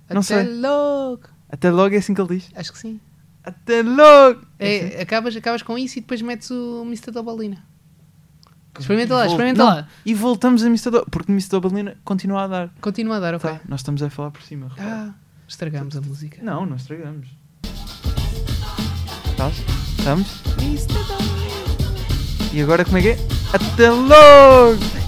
Speaker 3: Até
Speaker 2: não sei.
Speaker 3: logo.
Speaker 2: Até logo é assim que ele diz.
Speaker 3: Acho que sim.
Speaker 2: Até logo!
Speaker 3: É, acabas, acabas com isso e depois metes o Mr. Dobalina. Experimenta lá,
Speaker 2: Vol-
Speaker 3: experimenta
Speaker 2: não,
Speaker 3: lá.
Speaker 2: E voltamos a Mr. Do... Porque Mr. Dobalina continua a dar.
Speaker 3: Continua a dar, ok.
Speaker 2: Tá, nós estamos a falar por cima. repara.
Speaker 3: Ah, estragamos a música.
Speaker 2: Não, Tá? não estragamos. Estás? Estamos? E agora como é que é? Até logo!